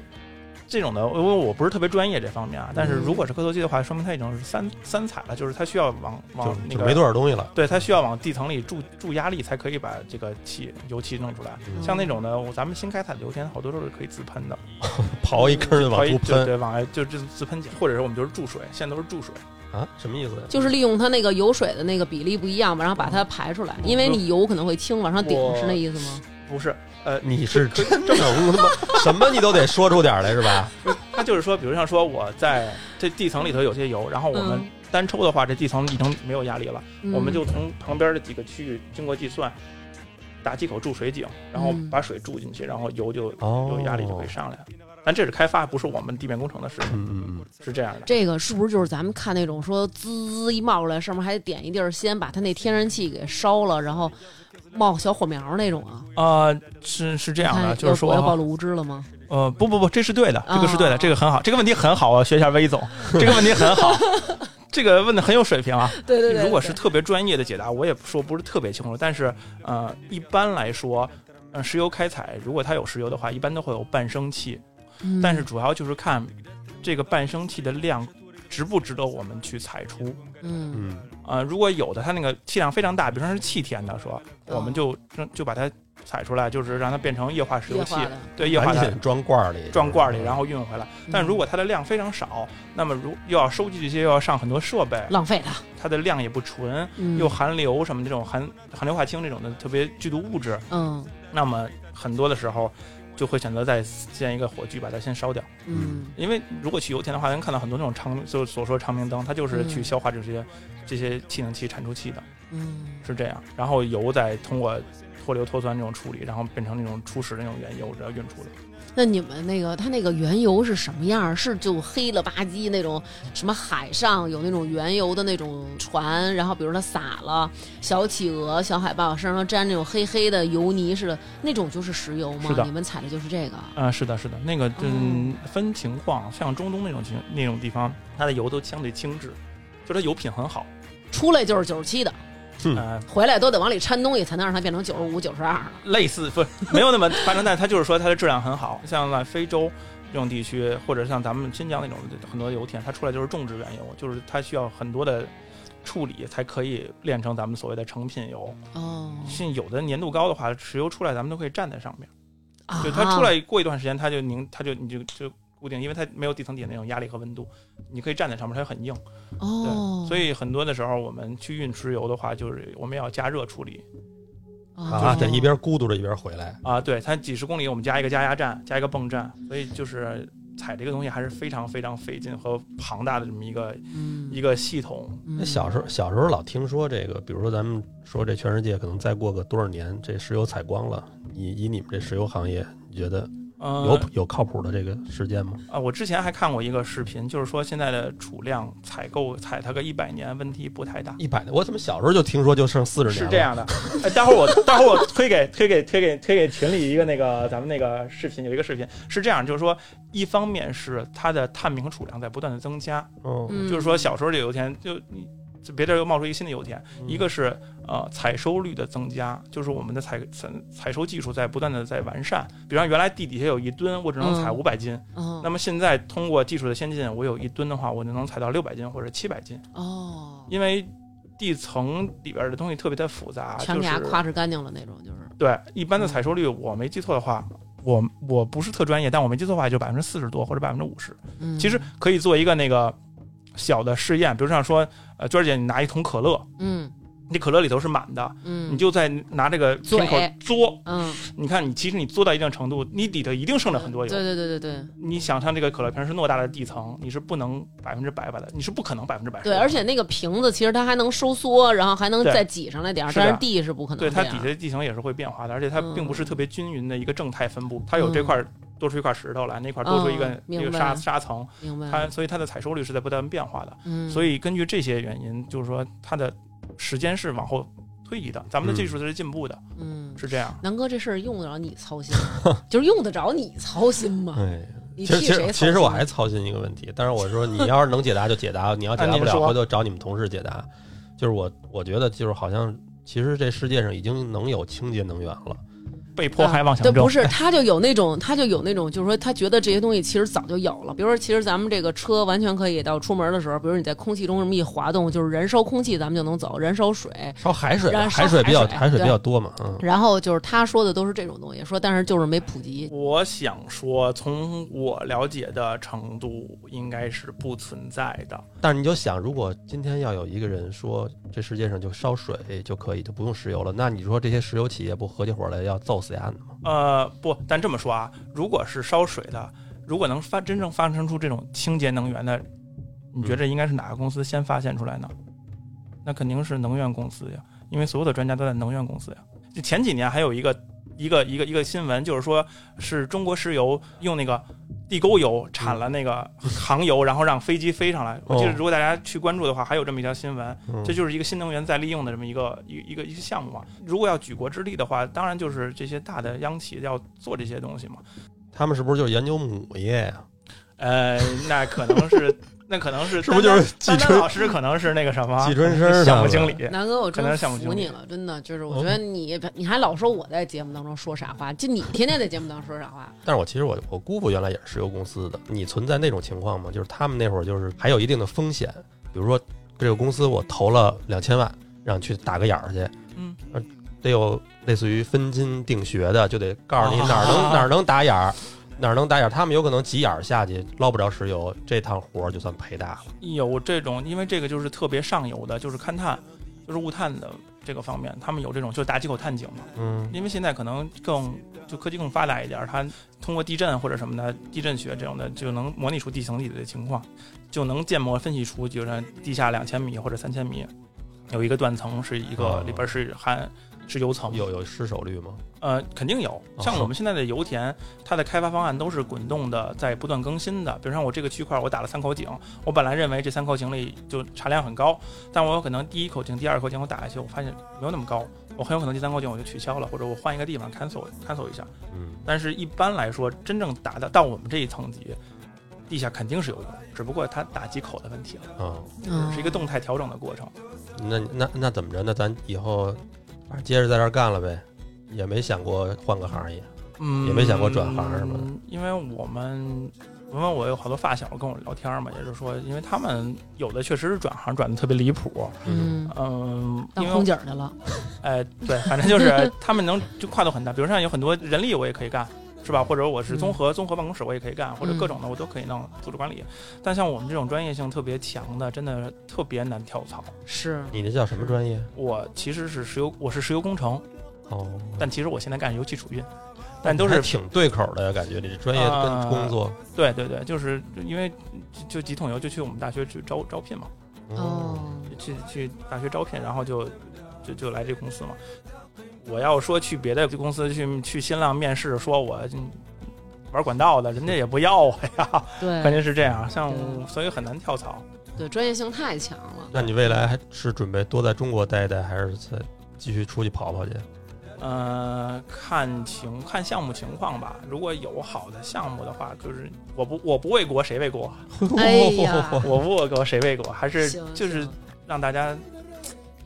[SPEAKER 1] 这种的，因为我不是特别专业这方面啊，但
[SPEAKER 2] 嗯
[SPEAKER 1] 是如果是磕头机的话，说明它已经是三三彩了，就是它需要往往
[SPEAKER 3] 就
[SPEAKER 1] 那
[SPEAKER 3] 就
[SPEAKER 1] 个
[SPEAKER 3] 没多少东西了。
[SPEAKER 1] 对，它需要往地层里注注压力，才可以把这个气油气弄出来。
[SPEAKER 3] 嗯
[SPEAKER 1] 像那种的，我咱们新开采的油田，好多都是可以自喷的，
[SPEAKER 3] 刨一坑
[SPEAKER 1] 可
[SPEAKER 3] 就往
[SPEAKER 1] 以
[SPEAKER 3] 出
[SPEAKER 1] 对
[SPEAKER 3] 喷
[SPEAKER 1] 对，往外就就自喷井，或者是我们就是注水，现在都是注水。
[SPEAKER 3] 啊？什么意思？
[SPEAKER 2] 就是利用它那个油水的那个比例不一样嘛，然后把它排出来，因为你油可能会轻往上顶，
[SPEAKER 1] 我
[SPEAKER 2] 是那意思吗？
[SPEAKER 1] 不是，呃，
[SPEAKER 3] 你是真正他妈什么你都得说出点儿来是吧？
[SPEAKER 1] 他就是说，比如像说我在这地层里头有些油，然后我们
[SPEAKER 2] 嗯
[SPEAKER 1] 单抽的话，这地层已经没有压力了，
[SPEAKER 2] 嗯
[SPEAKER 1] 我们就从旁边的几个区域经过计算，打几口注水井，然后
[SPEAKER 2] 嗯
[SPEAKER 1] 把水注进去，然后油就
[SPEAKER 3] 哦，
[SPEAKER 1] 有压力就可以上来了。但这是开发，不是我们地面工程的事情，
[SPEAKER 3] 嗯嗯
[SPEAKER 1] 是这样的。
[SPEAKER 2] 这个是不是就是咱们看那种说滋一冒出来，上面还点一地儿，先把它那天然气给烧了，然后冒小火苗那种啊？
[SPEAKER 1] 呃，是是这样
[SPEAKER 2] 你
[SPEAKER 1] 的，
[SPEAKER 2] 看
[SPEAKER 1] 就是
[SPEAKER 2] 我要嗯
[SPEAKER 1] 说，
[SPEAKER 2] 暴露无知了吗？
[SPEAKER 1] 呃，不不不，这是对的，这个是对
[SPEAKER 2] 哦
[SPEAKER 1] 的，这个很好，这个问题很好啊，学一下威总，这个问题很 好，这个问的很有水平啊。
[SPEAKER 2] 对对
[SPEAKER 1] 如果是特别专业的解答，我也说不是特别清楚。但是，呃，一般来说，呃，石油开采如果它有石油的话，一般都会有伴生气，
[SPEAKER 2] 嗯
[SPEAKER 1] 但是主要就是看这个伴生气的量值不值得我们去采出。
[SPEAKER 2] 嗯
[SPEAKER 3] 嗯
[SPEAKER 1] 呃，如果有的它那个气量非常大，比如说是气田的说，我们
[SPEAKER 2] 哦
[SPEAKER 1] 就就把它采出来，就是让它变成液化石油
[SPEAKER 2] 液
[SPEAKER 1] 气
[SPEAKER 2] 化，的，
[SPEAKER 1] 对，
[SPEAKER 3] 嗯，
[SPEAKER 1] 液化
[SPEAKER 3] 赶
[SPEAKER 1] 它
[SPEAKER 3] 紧装罐儿里，
[SPEAKER 1] 装罐里，然后运回来。但如
[SPEAKER 2] 嗯
[SPEAKER 1] 果它的量非常少，那么如又要收集这些，又要上很多设备，
[SPEAKER 2] 嗯浪费它，
[SPEAKER 1] 它的量也不纯，
[SPEAKER 2] 嗯
[SPEAKER 1] 又含硫什么这种含含硫化氢这种的特别剧毒物质，
[SPEAKER 2] 嗯
[SPEAKER 1] 那么很多的时候，就会选择再建一个火炬把它先烧掉。
[SPEAKER 2] 嗯
[SPEAKER 1] 因为如果去油田的话，能看到很多那种长，就是所说长明灯，它就是去
[SPEAKER 2] 嗯
[SPEAKER 1] 消化这些、这些气凝气、产出气的，
[SPEAKER 2] 嗯
[SPEAKER 1] 是这样。然后油再通过脱硫脱酸这种处理，然后变成那种初始那种原油，然后运出来。
[SPEAKER 2] 那你们那个它那个原油是什么样儿？是就黑了吧唧那种，什么海上有那种原油的那种船，然后比如它撒了小企鹅、小海豹身上沾那种黑黑的油泥似的，那种就是石油吗
[SPEAKER 1] 是？的
[SPEAKER 2] 你们采的就是这个？
[SPEAKER 1] 啊、是的，是的，那
[SPEAKER 2] 哦
[SPEAKER 1] 个嗯分情况，像中东那种情那种地方，它的油都相对精致，就它油品很好。
[SPEAKER 2] 出来就是九十七的，
[SPEAKER 3] 嗯
[SPEAKER 1] 呃，
[SPEAKER 2] 回来都得往里掺东西才能让它变成九十五、九十二呢。
[SPEAKER 1] 类似不是没有那么夸张，但它就是说它的质量很好。像在非洲这种地区，或者像咱们新疆那种很多油田，它出来就是种植原油，就是它需要很多的处理才可以炼成咱们所谓的成品油。
[SPEAKER 2] 哦，
[SPEAKER 1] 像有的粘度高的话，石油出来咱们都可以站在上面，
[SPEAKER 2] 啊
[SPEAKER 1] 就它出来过一段时间，它就凝，它就你就就固定，因为它没有地层底下那种压力和温度，你可以站在上面，它很硬。
[SPEAKER 2] 哦，
[SPEAKER 1] 所以很多的时候，我们去运石油的话，就是我们要加热处理
[SPEAKER 2] 哦
[SPEAKER 3] 啊，得一边咕嘟着一边回来。
[SPEAKER 1] 啊。对，它几十公里，我们加一个加压站，加一个泵站，所以就是采这个东西还是非常非常费劲和庞大的这么一个
[SPEAKER 2] 嗯
[SPEAKER 1] 一个系统。
[SPEAKER 2] 嗯
[SPEAKER 3] 那小时候小时候老听说这个，比如说咱们说这全世界可能再过个多少年，这石油采光了，你以你们这石油行业，你觉得
[SPEAKER 1] 嗯，
[SPEAKER 3] 有有靠谱的这个事件吗？
[SPEAKER 1] 啊，我之前还看过一个视频，就是说现在的储量采购采它个一百年问题不太大。
[SPEAKER 3] 一百年，我怎么小时候就听说就剩四十年
[SPEAKER 1] 是
[SPEAKER 3] 了？
[SPEAKER 1] 这 样的，哎，待会儿我待会儿我推给推给推给推给群里一个那个咱们那个视频，有一个视频是这样，就是说，一方面是它的探明储量在不断的增加，
[SPEAKER 3] 嗯，
[SPEAKER 2] 嗯
[SPEAKER 1] 就是说小时候这油田就你就别地儿又冒出一个新的油田，
[SPEAKER 3] 嗯
[SPEAKER 1] 一个是呃采收率的增加，就是我们的采采采收技术在不断的在完善。比方原来地底下有一吨，我只能采
[SPEAKER 2] 嗯
[SPEAKER 1] 五百斤，
[SPEAKER 2] 哦
[SPEAKER 1] 那么现在通过技术的先进，我有一吨的话，我就能采到六百斤或者七百斤，
[SPEAKER 2] 哦，
[SPEAKER 1] 因为。地层里边的东西特别的复杂，
[SPEAKER 2] 全
[SPEAKER 1] 就
[SPEAKER 2] 给它
[SPEAKER 1] 是
[SPEAKER 2] 夸哧干净了那种，就是
[SPEAKER 1] 对一般的采收率，我没记错的话，我我不是特专业，但我没记错的话，也就百分之四十多或者百分之五十。
[SPEAKER 2] 嗯
[SPEAKER 1] 其实可以做一个那个小的试验，比如像说，呃，娟儿姐，你拿一桶可乐，
[SPEAKER 2] 嗯
[SPEAKER 1] 你可乐里头是满的，
[SPEAKER 2] 嗯，
[SPEAKER 1] 你就在拿这个瓶口
[SPEAKER 2] 嘴
[SPEAKER 1] 嘬，
[SPEAKER 2] 嗯，
[SPEAKER 1] 你看你其实你嘬到一定程度，你底头一定剩了很多
[SPEAKER 2] 对
[SPEAKER 1] 油。嗯
[SPEAKER 2] 对对对对
[SPEAKER 1] 你想象这个可乐瓶是偌大的地层，你是不能百分之百把它，你是不可能百分之百收
[SPEAKER 2] 对，
[SPEAKER 1] 的。
[SPEAKER 2] 而且那个瓶子其实它还能收缩，然后还能
[SPEAKER 1] 对
[SPEAKER 2] 再挤上来点儿，
[SPEAKER 1] 是的
[SPEAKER 2] 但是地是不可能
[SPEAKER 1] 对它
[SPEAKER 2] 这样
[SPEAKER 1] 底下的地形也是会变化的，而且它
[SPEAKER 2] 嗯
[SPEAKER 1] 并不是特别均匀的一个正态分布，它有这块儿多出一块石头来，那块儿多出一个
[SPEAKER 2] 嗯
[SPEAKER 1] 一个
[SPEAKER 2] 明白嗯
[SPEAKER 1] 沙沙层，
[SPEAKER 2] 明白，
[SPEAKER 1] 它所以它的采收率是在不断变化的。
[SPEAKER 2] 嗯，
[SPEAKER 1] 所以根据这些原因，就是说它的时间是往后推移的，咱们的技术是进步的，
[SPEAKER 2] 嗯，
[SPEAKER 1] 是这样。
[SPEAKER 2] 南哥这事儿用得着你操心吗， 就是用得着你操心吗？
[SPEAKER 3] 哎，
[SPEAKER 2] 你
[SPEAKER 3] 其实
[SPEAKER 2] 替谁操心？
[SPEAKER 3] 其实其 实我还操心一个问题，但是我说你要是能解答就解答，你要解答不
[SPEAKER 1] 啊你
[SPEAKER 3] 了，
[SPEAKER 1] 说
[SPEAKER 3] 回头找你们同事解答。就是我我觉得就是好像其实这世界上已经能有清洁能源了，
[SPEAKER 1] 被迫害妄想
[SPEAKER 2] 对，
[SPEAKER 1] 症
[SPEAKER 2] 嗯不，是，他就有那种，他就有那种，就是说，他觉得这些东西其实早就有了。比如说，其实咱们这个车完全可以到出门的时候，比如你在空气中这么一滑动，就是燃烧空气，咱们就能走；燃烧水，
[SPEAKER 3] 烧海水吧，啊
[SPEAKER 2] 燃烧
[SPEAKER 3] 海水比较
[SPEAKER 2] 海水
[SPEAKER 3] 海水比
[SPEAKER 2] 对
[SPEAKER 3] 较多嘛，嗯，
[SPEAKER 2] 然后就是他说的都是这种东西，说但是就是没普及。
[SPEAKER 1] 我想说，从我了解的程度，应该是不存在的。
[SPEAKER 3] 但是你就想，如果今天要有一个人说这世界上就烧水就可以，就不用石油了，那你说这些石油企业不合起伙来要揍死丫的吗？
[SPEAKER 1] 呃，不，但这么说啊，如果是烧水的，如果能发真正发生出这种清洁能源的，你觉着应该是哪个公司先发现出来呢？那肯定是能源公司呀，因为所有的专家都在能源公司呀。就前几年还有一个一个一个一个新闻，就是说是中国石油用那个地沟油产了那个航油，然后让飞机飞上来。我记得
[SPEAKER 3] 哦
[SPEAKER 1] 如果大家去关注的话，还有这么一条新闻，
[SPEAKER 3] 嗯
[SPEAKER 1] 这就是一个新能源再利用的这么一个一一个一个项目嘛。如果要举国之力的话，当然就是这些大的央企要做这些东西嘛。
[SPEAKER 3] 他们是不是就是研究母啊业呀？
[SPEAKER 1] 呃，那可能是那可能是
[SPEAKER 3] 是不是就是季
[SPEAKER 1] 丹丹丹丹
[SPEAKER 3] 春
[SPEAKER 1] 老师可能是那个什么
[SPEAKER 3] 季春啊
[SPEAKER 1] 项
[SPEAKER 3] 生他
[SPEAKER 1] 目
[SPEAKER 3] 们
[SPEAKER 1] 经理？
[SPEAKER 2] 南哥，我真
[SPEAKER 1] 可能是项目
[SPEAKER 2] 服
[SPEAKER 1] 经理嗯
[SPEAKER 2] 你了，真的就是，我觉得你你还老说我在节目当中说傻话，就你天天在节目当中说 傻话，
[SPEAKER 3] 但是我其实我我姑父原来也是石油公司的，你存在那种情况吗？就是他们那会儿就是还有一定的风险，比如说这个公司我投了两千万，让你去打个眼儿去，呃
[SPEAKER 1] 嗯，
[SPEAKER 3] 得有类似于分金定穴的，就得告诉你哪儿能、
[SPEAKER 1] 啊
[SPEAKER 3] 哪儿能打眼儿，哪儿能打眼儿。他们有可能急眼儿下去捞不着石油，这趟活儿就算赔大了。
[SPEAKER 1] 有这种，因为这个就是特别上游的，就是勘探，就是雾探的这个方面，他们有这种就打几口探井嘛。
[SPEAKER 3] 嗯
[SPEAKER 1] 因为现在可能更就科技更发达一点，它通过地震或者什么的地震学这种的，就能模拟出地层里的情况，就能建模分析出，就是地下两千米或者三千米有一个断层，是一个
[SPEAKER 3] 哦
[SPEAKER 1] 里边是含是油层，
[SPEAKER 3] 有有失手率吗？
[SPEAKER 1] 呃肯定有。像我们现在的油田，它的开发方案都是滚动的，在不断更新的。比如像我这个区块，我打了三口井，我本来认为这三口井里就产量很高，但我有可能第一口井、第二口井我打下去，我发现没有那么高，我很有可能第三口井我就取消了，或者我换一个地方 cancel cancel 一下。
[SPEAKER 3] 嗯，
[SPEAKER 1] 但是，一般来说，真正打到到我们这一层级，地下肯定是有的，只不过它打几口的问题了，
[SPEAKER 3] 啊，
[SPEAKER 2] 嗯
[SPEAKER 1] 是一个动态调整的过程。
[SPEAKER 3] 那那那怎么着？那咱以后反正接着在这儿干了呗，也没想过换个行业。
[SPEAKER 1] 嗯，
[SPEAKER 3] 也没想过转行什么的
[SPEAKER 1] 因为我们，因为我有好多发小跟我聊天嘛，也是说，因为他们有的确实是转行转的特别离谱，
[SPEAKER 2] 嗯，
[SPEAKER 1] 嗯，
[SPEAKER 2] 当
[SPEAKER 1] 因
[SPEAKER 2] 空
[SPEAKER 1] 为
[SPEAKER 2] 姐儿去了，
[SPEAKER 1] 哎，对，反正就是他们能就跨度很大，比如像有很多人力我也可以干。是吧？或者我
[SPEAKER 2] 嗯
[SPEAKER 1] 是综合、综合办公室，我也可以干，或者各种的我都可以弄组织管理。但像我们这种专业性特别强的，真的特别难跳槽。
[SPEAKER 2] 是
[SPEAKER 3] 你那叫什么专业？
[SPEAKER 1] 我其实是石油，我是石油工程，
[SPEAKER 3] 哦，
[SPEAKER 1] 但其实我现在干油气储运，但都是
[SPEAKER 3] 还挺对口的呀，感觉你这专业跟工作。
[SPEAKER 1] 对对对，就是因为就几桶油就去我们大学去招招聘嘛，
[SPEAKER 2] 哦，
[SPEAKER 1] 去去大学招聘，然后就就就来这公司嘛。我要说去别的公司去去新浪面试，说我嗯玩管道的，人家也不要我呀，肯
[SPEAKER 2] 对
[SPEAKER 1] 定是这样。啊像
[SPEAKER 2] 对
[SPEAKER 1] 所以很难跳槽。
[SPEAKER 2] 对，专业性太强 了。
[SPEAKER 3] 那你未来还是准备多在中国待一待，还是再继续出去跑跑去？
[SPEAKER 1] 呃，看情看项目情况吧。如果有好的项目的话，就是我不我不为国谁为国，
[SPEAKER 2] 哎呀，
[SPEAKER 1] 我不为国谁为国，还是
[SPEAKER 2] 行
[SPEAKER 1] 就是
[SPEAKER 2] 行
[SPEAKER 1] 让大家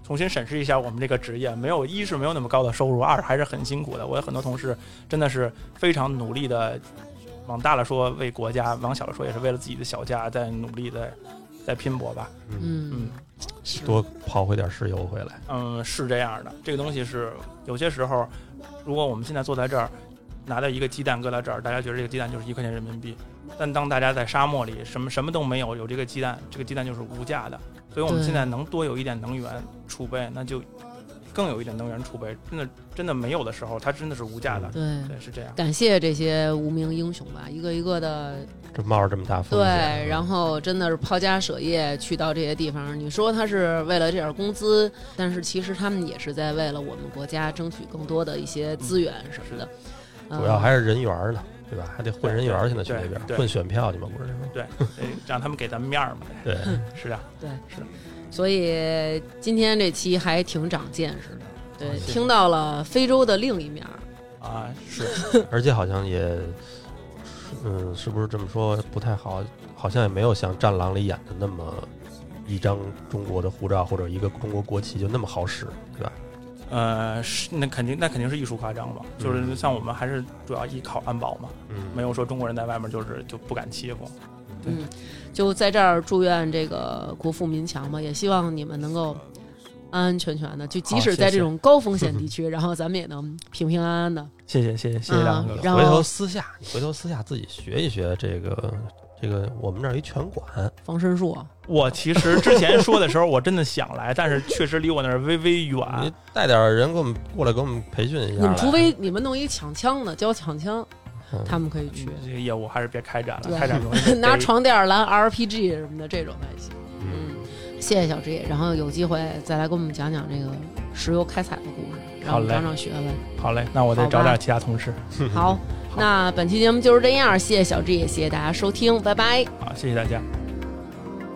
[SPEAKER 1] 重新审视一下我们这个职业。没有一是没有那么高的收入，二还是很辛苦的。我有很多同事真的是非常努力的，往大了说为国家，往小了说也是为了自己的小家在努力的在拼搏吧。
[SPEAKER 2] 嗯
[SPEAKER 1] 嗯，
[SPEAKER 2] 是
[SPEAKER 3] 多跑回点石油回来。
[SPEAKER 1] 嗯，是这样的，这个东西是有些时候，如果我们现在坐在这儿，拿到一个鸡蛋搁在这儿，大家觉得这个鸡蛋就是一块钱人民币，但当大家在沙漠里什么什么都没有，有这个鸡蛋，这个鸡蛋就是无价的。所以我们
[SPEAKER 2] 对
[SPEAKER 1] 现在能多有一点能源储备，那就更有一点能源储备。真的真的没有的时候，它真的是无价的。
[SPEAKER 2] 对。
[SPEAKER 1] 对，是这样。
[SPEAKER 2] 感谢这些无名英雄吧，一个一个的
[SPEAKER 3] 这冒着这么大风
[SPEAKER 2] 对
[SPEAKER 3] 险，，啊
[SPEAKER 2] 然后真的是抛家舍业去到这些地方。你说他是为了这点工资，但是其实他们也是在为了我们国家争取更多的一些资源什么的。嗯
[SPEAKER 3] 主要还是人缘呢，对吧？还得混人缘去呢，去那
[SPEAKER 1] 对
[SPEAKER 3] 边
[SPEAKER 1] 对
[SPEAKER 3] 混选票去嘛，不是？
[SPEAKER 1] 对，得让他们给咱们面儿嘛。
[SPEAKER 3] 对，
[SPEAKER 1] 是啊，
[SPEAKER 2] 所以今天这期还挺长见识的，对，
[SPEAKER 1] 谢谢
[SPEAKER 2] 听到了非洲的另一面儿。
[SPEAKER 1] 啊是，
[SPEAKER 3] 而且好像也，嗯，是不是这么说不太好？好像也没有像《战狼》里演的那么一张中国的护照或者一个中国国旗就那么好使，对吧？
[SPEAKER 1] 呃，是那肯定，那肯定是艺术夸张嘛。就是
[SPEAKER 3] 嗯
[SPEAKER 1] 像我们还是主要依靠安保嘛。
[SPEAKER 3] 嗯
[SPEAKER 1] 没有说中国人在外面就是就不敢欺负。对
[SPEAKER 2] 嗯，就在这儿祝愿这个国富民强吧，也希望你们能够安安全全的，就即
[SPEAKER 1] 好
[SPEAKER 2] 使在
[SPEAKER 1] 谢谢
[SPEAKER 2] 这种高风险地区，然后咱们也能平平安安的。
[SPEAKER 1] 谢谢谢谢谢谢大哥
[SPEAKER 2] 嗯，然后
[SPEAKER 3] 回头私下，你回头私下自己学一学这个这个，我们这儿有一拳馆，
[SPEAKER 2] 防身术，啊
[SPEAKER 1] 我其实之前说的时候，我真的想来，但是确实离我那儿微微远。
[SPEAKER 3] 你带点儿人给我们过来给我们培训一
[SPEAKER 2] 你
[SPEAKER 3] 下来。
[SPEAKER 2] 们除非你们弄一抢枪的，教抢枪，
[SPEAKER 3] 嗯
[SPEAKER 2] 他们可以去
[SPEAKER 1] 这个业务哎还是别开展
[SPEAKER 2] 对
[SPEAKER 1] 了，开展容易
[SPEAKER 2] 拿
[SPEAKER 1] 被
[SPEAKER 2] 床垫儿拦 RPG 什么的这种还行。
[SPEAKER 3] 嗯，
[SPEAKER 2] 谢谢小志，然后有机会再来给我们讲讲这个石油开采的故事，让我
[SPEAKER 1] 好
[SPEAKER 2] 们
[SPEAKER 1] 嘞
[SPEAKER 2] 长长学 问。
[SPEAKER 1] 好嘞，那我再找点其他同事。
[SPEAKER 2] 好，那本期节目就是这样，谢谢小志，也谢谢大家收听，拜拜。
[SPEAKER 1] 好，谢谢大家。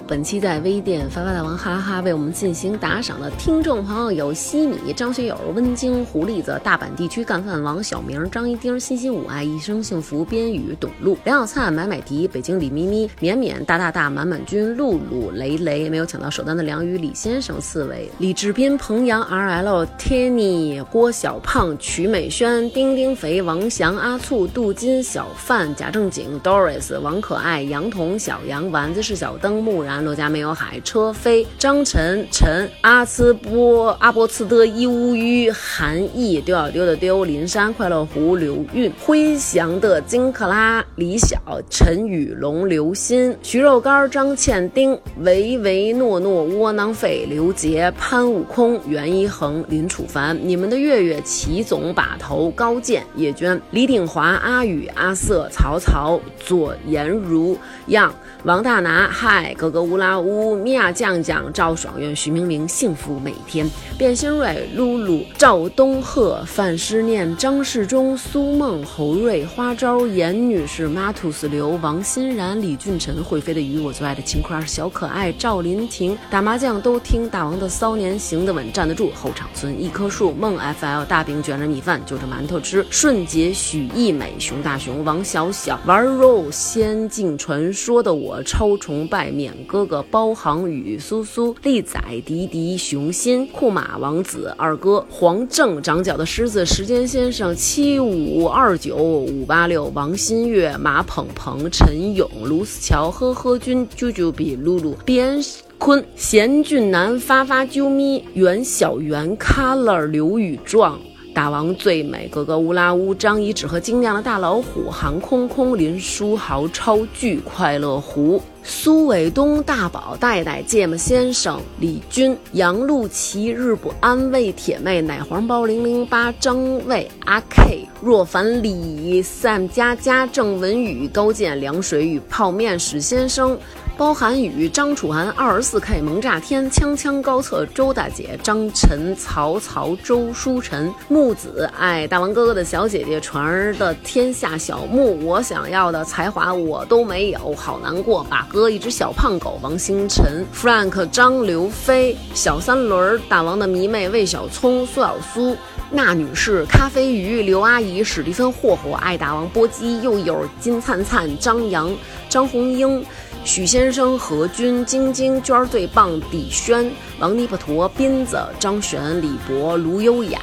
[SPEAKER 5] 本期在微店发发大王哈哈哈为我们进行打赏的听众朋友有西米、张学友、温京、狐狸子、大阪地区干饭王、小明、张一丁、欣欣五爱、一生幸福、边宇、董路、梁小灿、买买迪、北京李咪咪、绵绵、大大大、满满君、露露、雷雷，没有抢到首单的梁宇、李先生、刺猬、李志斌、彭阳、R L、Tenny、郭小胖、曲美轩、丁丁肥、王翔、阿醋、杜金、小范、贾正经、Doris、王可爱、杨彤、小杨、丸子是小灯、木然。兰、洛迦没有海、车飞、张晨、陈、阿斯波、阿波次德、伊乌鱼、韩毅、丢小丢的丢、林山、快乐湖、刘韵、辉翔的金克拉、李晓、陈宇龙、刘鑫、徐肉干、张倩、丁、唯唯诺诺、窝囊废、刘杰、潘悟空、袁一恒、林楚凡、你们的月月、齐总、把头、高健、叶娟、李鼎华、阿宇、阿瑟、曹操、左颜如、样、王大拿、嗨、格格乌拉乌、米娅酱酱、赵爽愿、徐明明幸福每天、卞新瑞、露露、赵东赫、范诗念、张世忠、苏梦、侯瑞、花招、严女士、马土斯刘、王欣然、李俊辰、会飞的鱼、我最爱的青块儿、小可爱、赵林婷、打麻将都听大王的骚年，行得稳，站得住，后场村一棵树、梦 FL、大饼卷着米饭就着馒头吃、顺杰、许艺美、熊大熊、王小小、玩肉、仙境传说的我、超崇拜、免哥哥、包航宇、苏苏、丽仔、迪迪、熊心、库马王子、二哥、黄正、长脚的狮子、时间先生、七五二九五八六、王新月、马捧鹏、陈勇、卢思乔、呵呵君、啾啾比、露露、边。坤、贤俊男、发发啾咪、袁小圆、Color、刘宇壮、大王最美、格格乌拉乌、张一指和精酿的大老虎、韩空空、林书豪、超巨、快乐湖、苏卫东、大宝、戴戴、芥末先生、李军、杨露琪、日不安、魏铁妹、奶黄包零零八、张卫、阿 K、若凡、李 Sam、佳佳、郑文宇、高健、凉水与泡面史先生。包含宇、张楚涵、二十四 K 萌炸天、锵锵高策、周大姐、张晨、曹操、周书晨、木子、爱大王哥哥的小姐姐、船儿的天下小木、我想要的才华我都没有，好难过。把哥一只小胖狗、王星辰、Frank、张刘飞、小三轮儿、大王的迷妹魏小聪、苏小苏。那女士、咖啡鱼、刘阿姨、史蒂芬、霍霍、爱大王、波基、又有金灿灿、张扬、张红英、许先生、何军、晶晶、娟儿最棒、底轩、王尼巴陀、斌子、张璇、李博、卢优雅、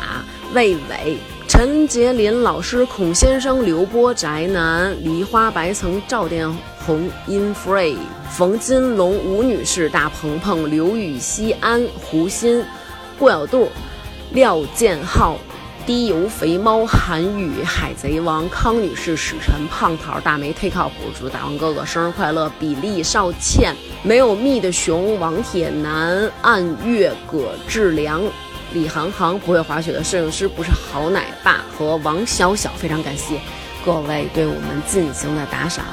[SPEAKER 5] 魏伟。陈杰林老师、孔先生、刘波、宅男、梨花白层、赵殿红、In Free、冯金龙、吴女士、大鹏鹏、刘禹锡安、胡鑫、顾小杜。廖建浩、低油肥猫、韩语、海贼王、康女士、史晨、胖桃、大梅忒靠谱、祝大王哥哥生日快乐、比利、邵倩、没有蜜的熊、王铁男、暗月、葛志良。李航航不会滑雪的摄影师不是好奶爸和王小小，非常感谢各位对我们进行的打赏。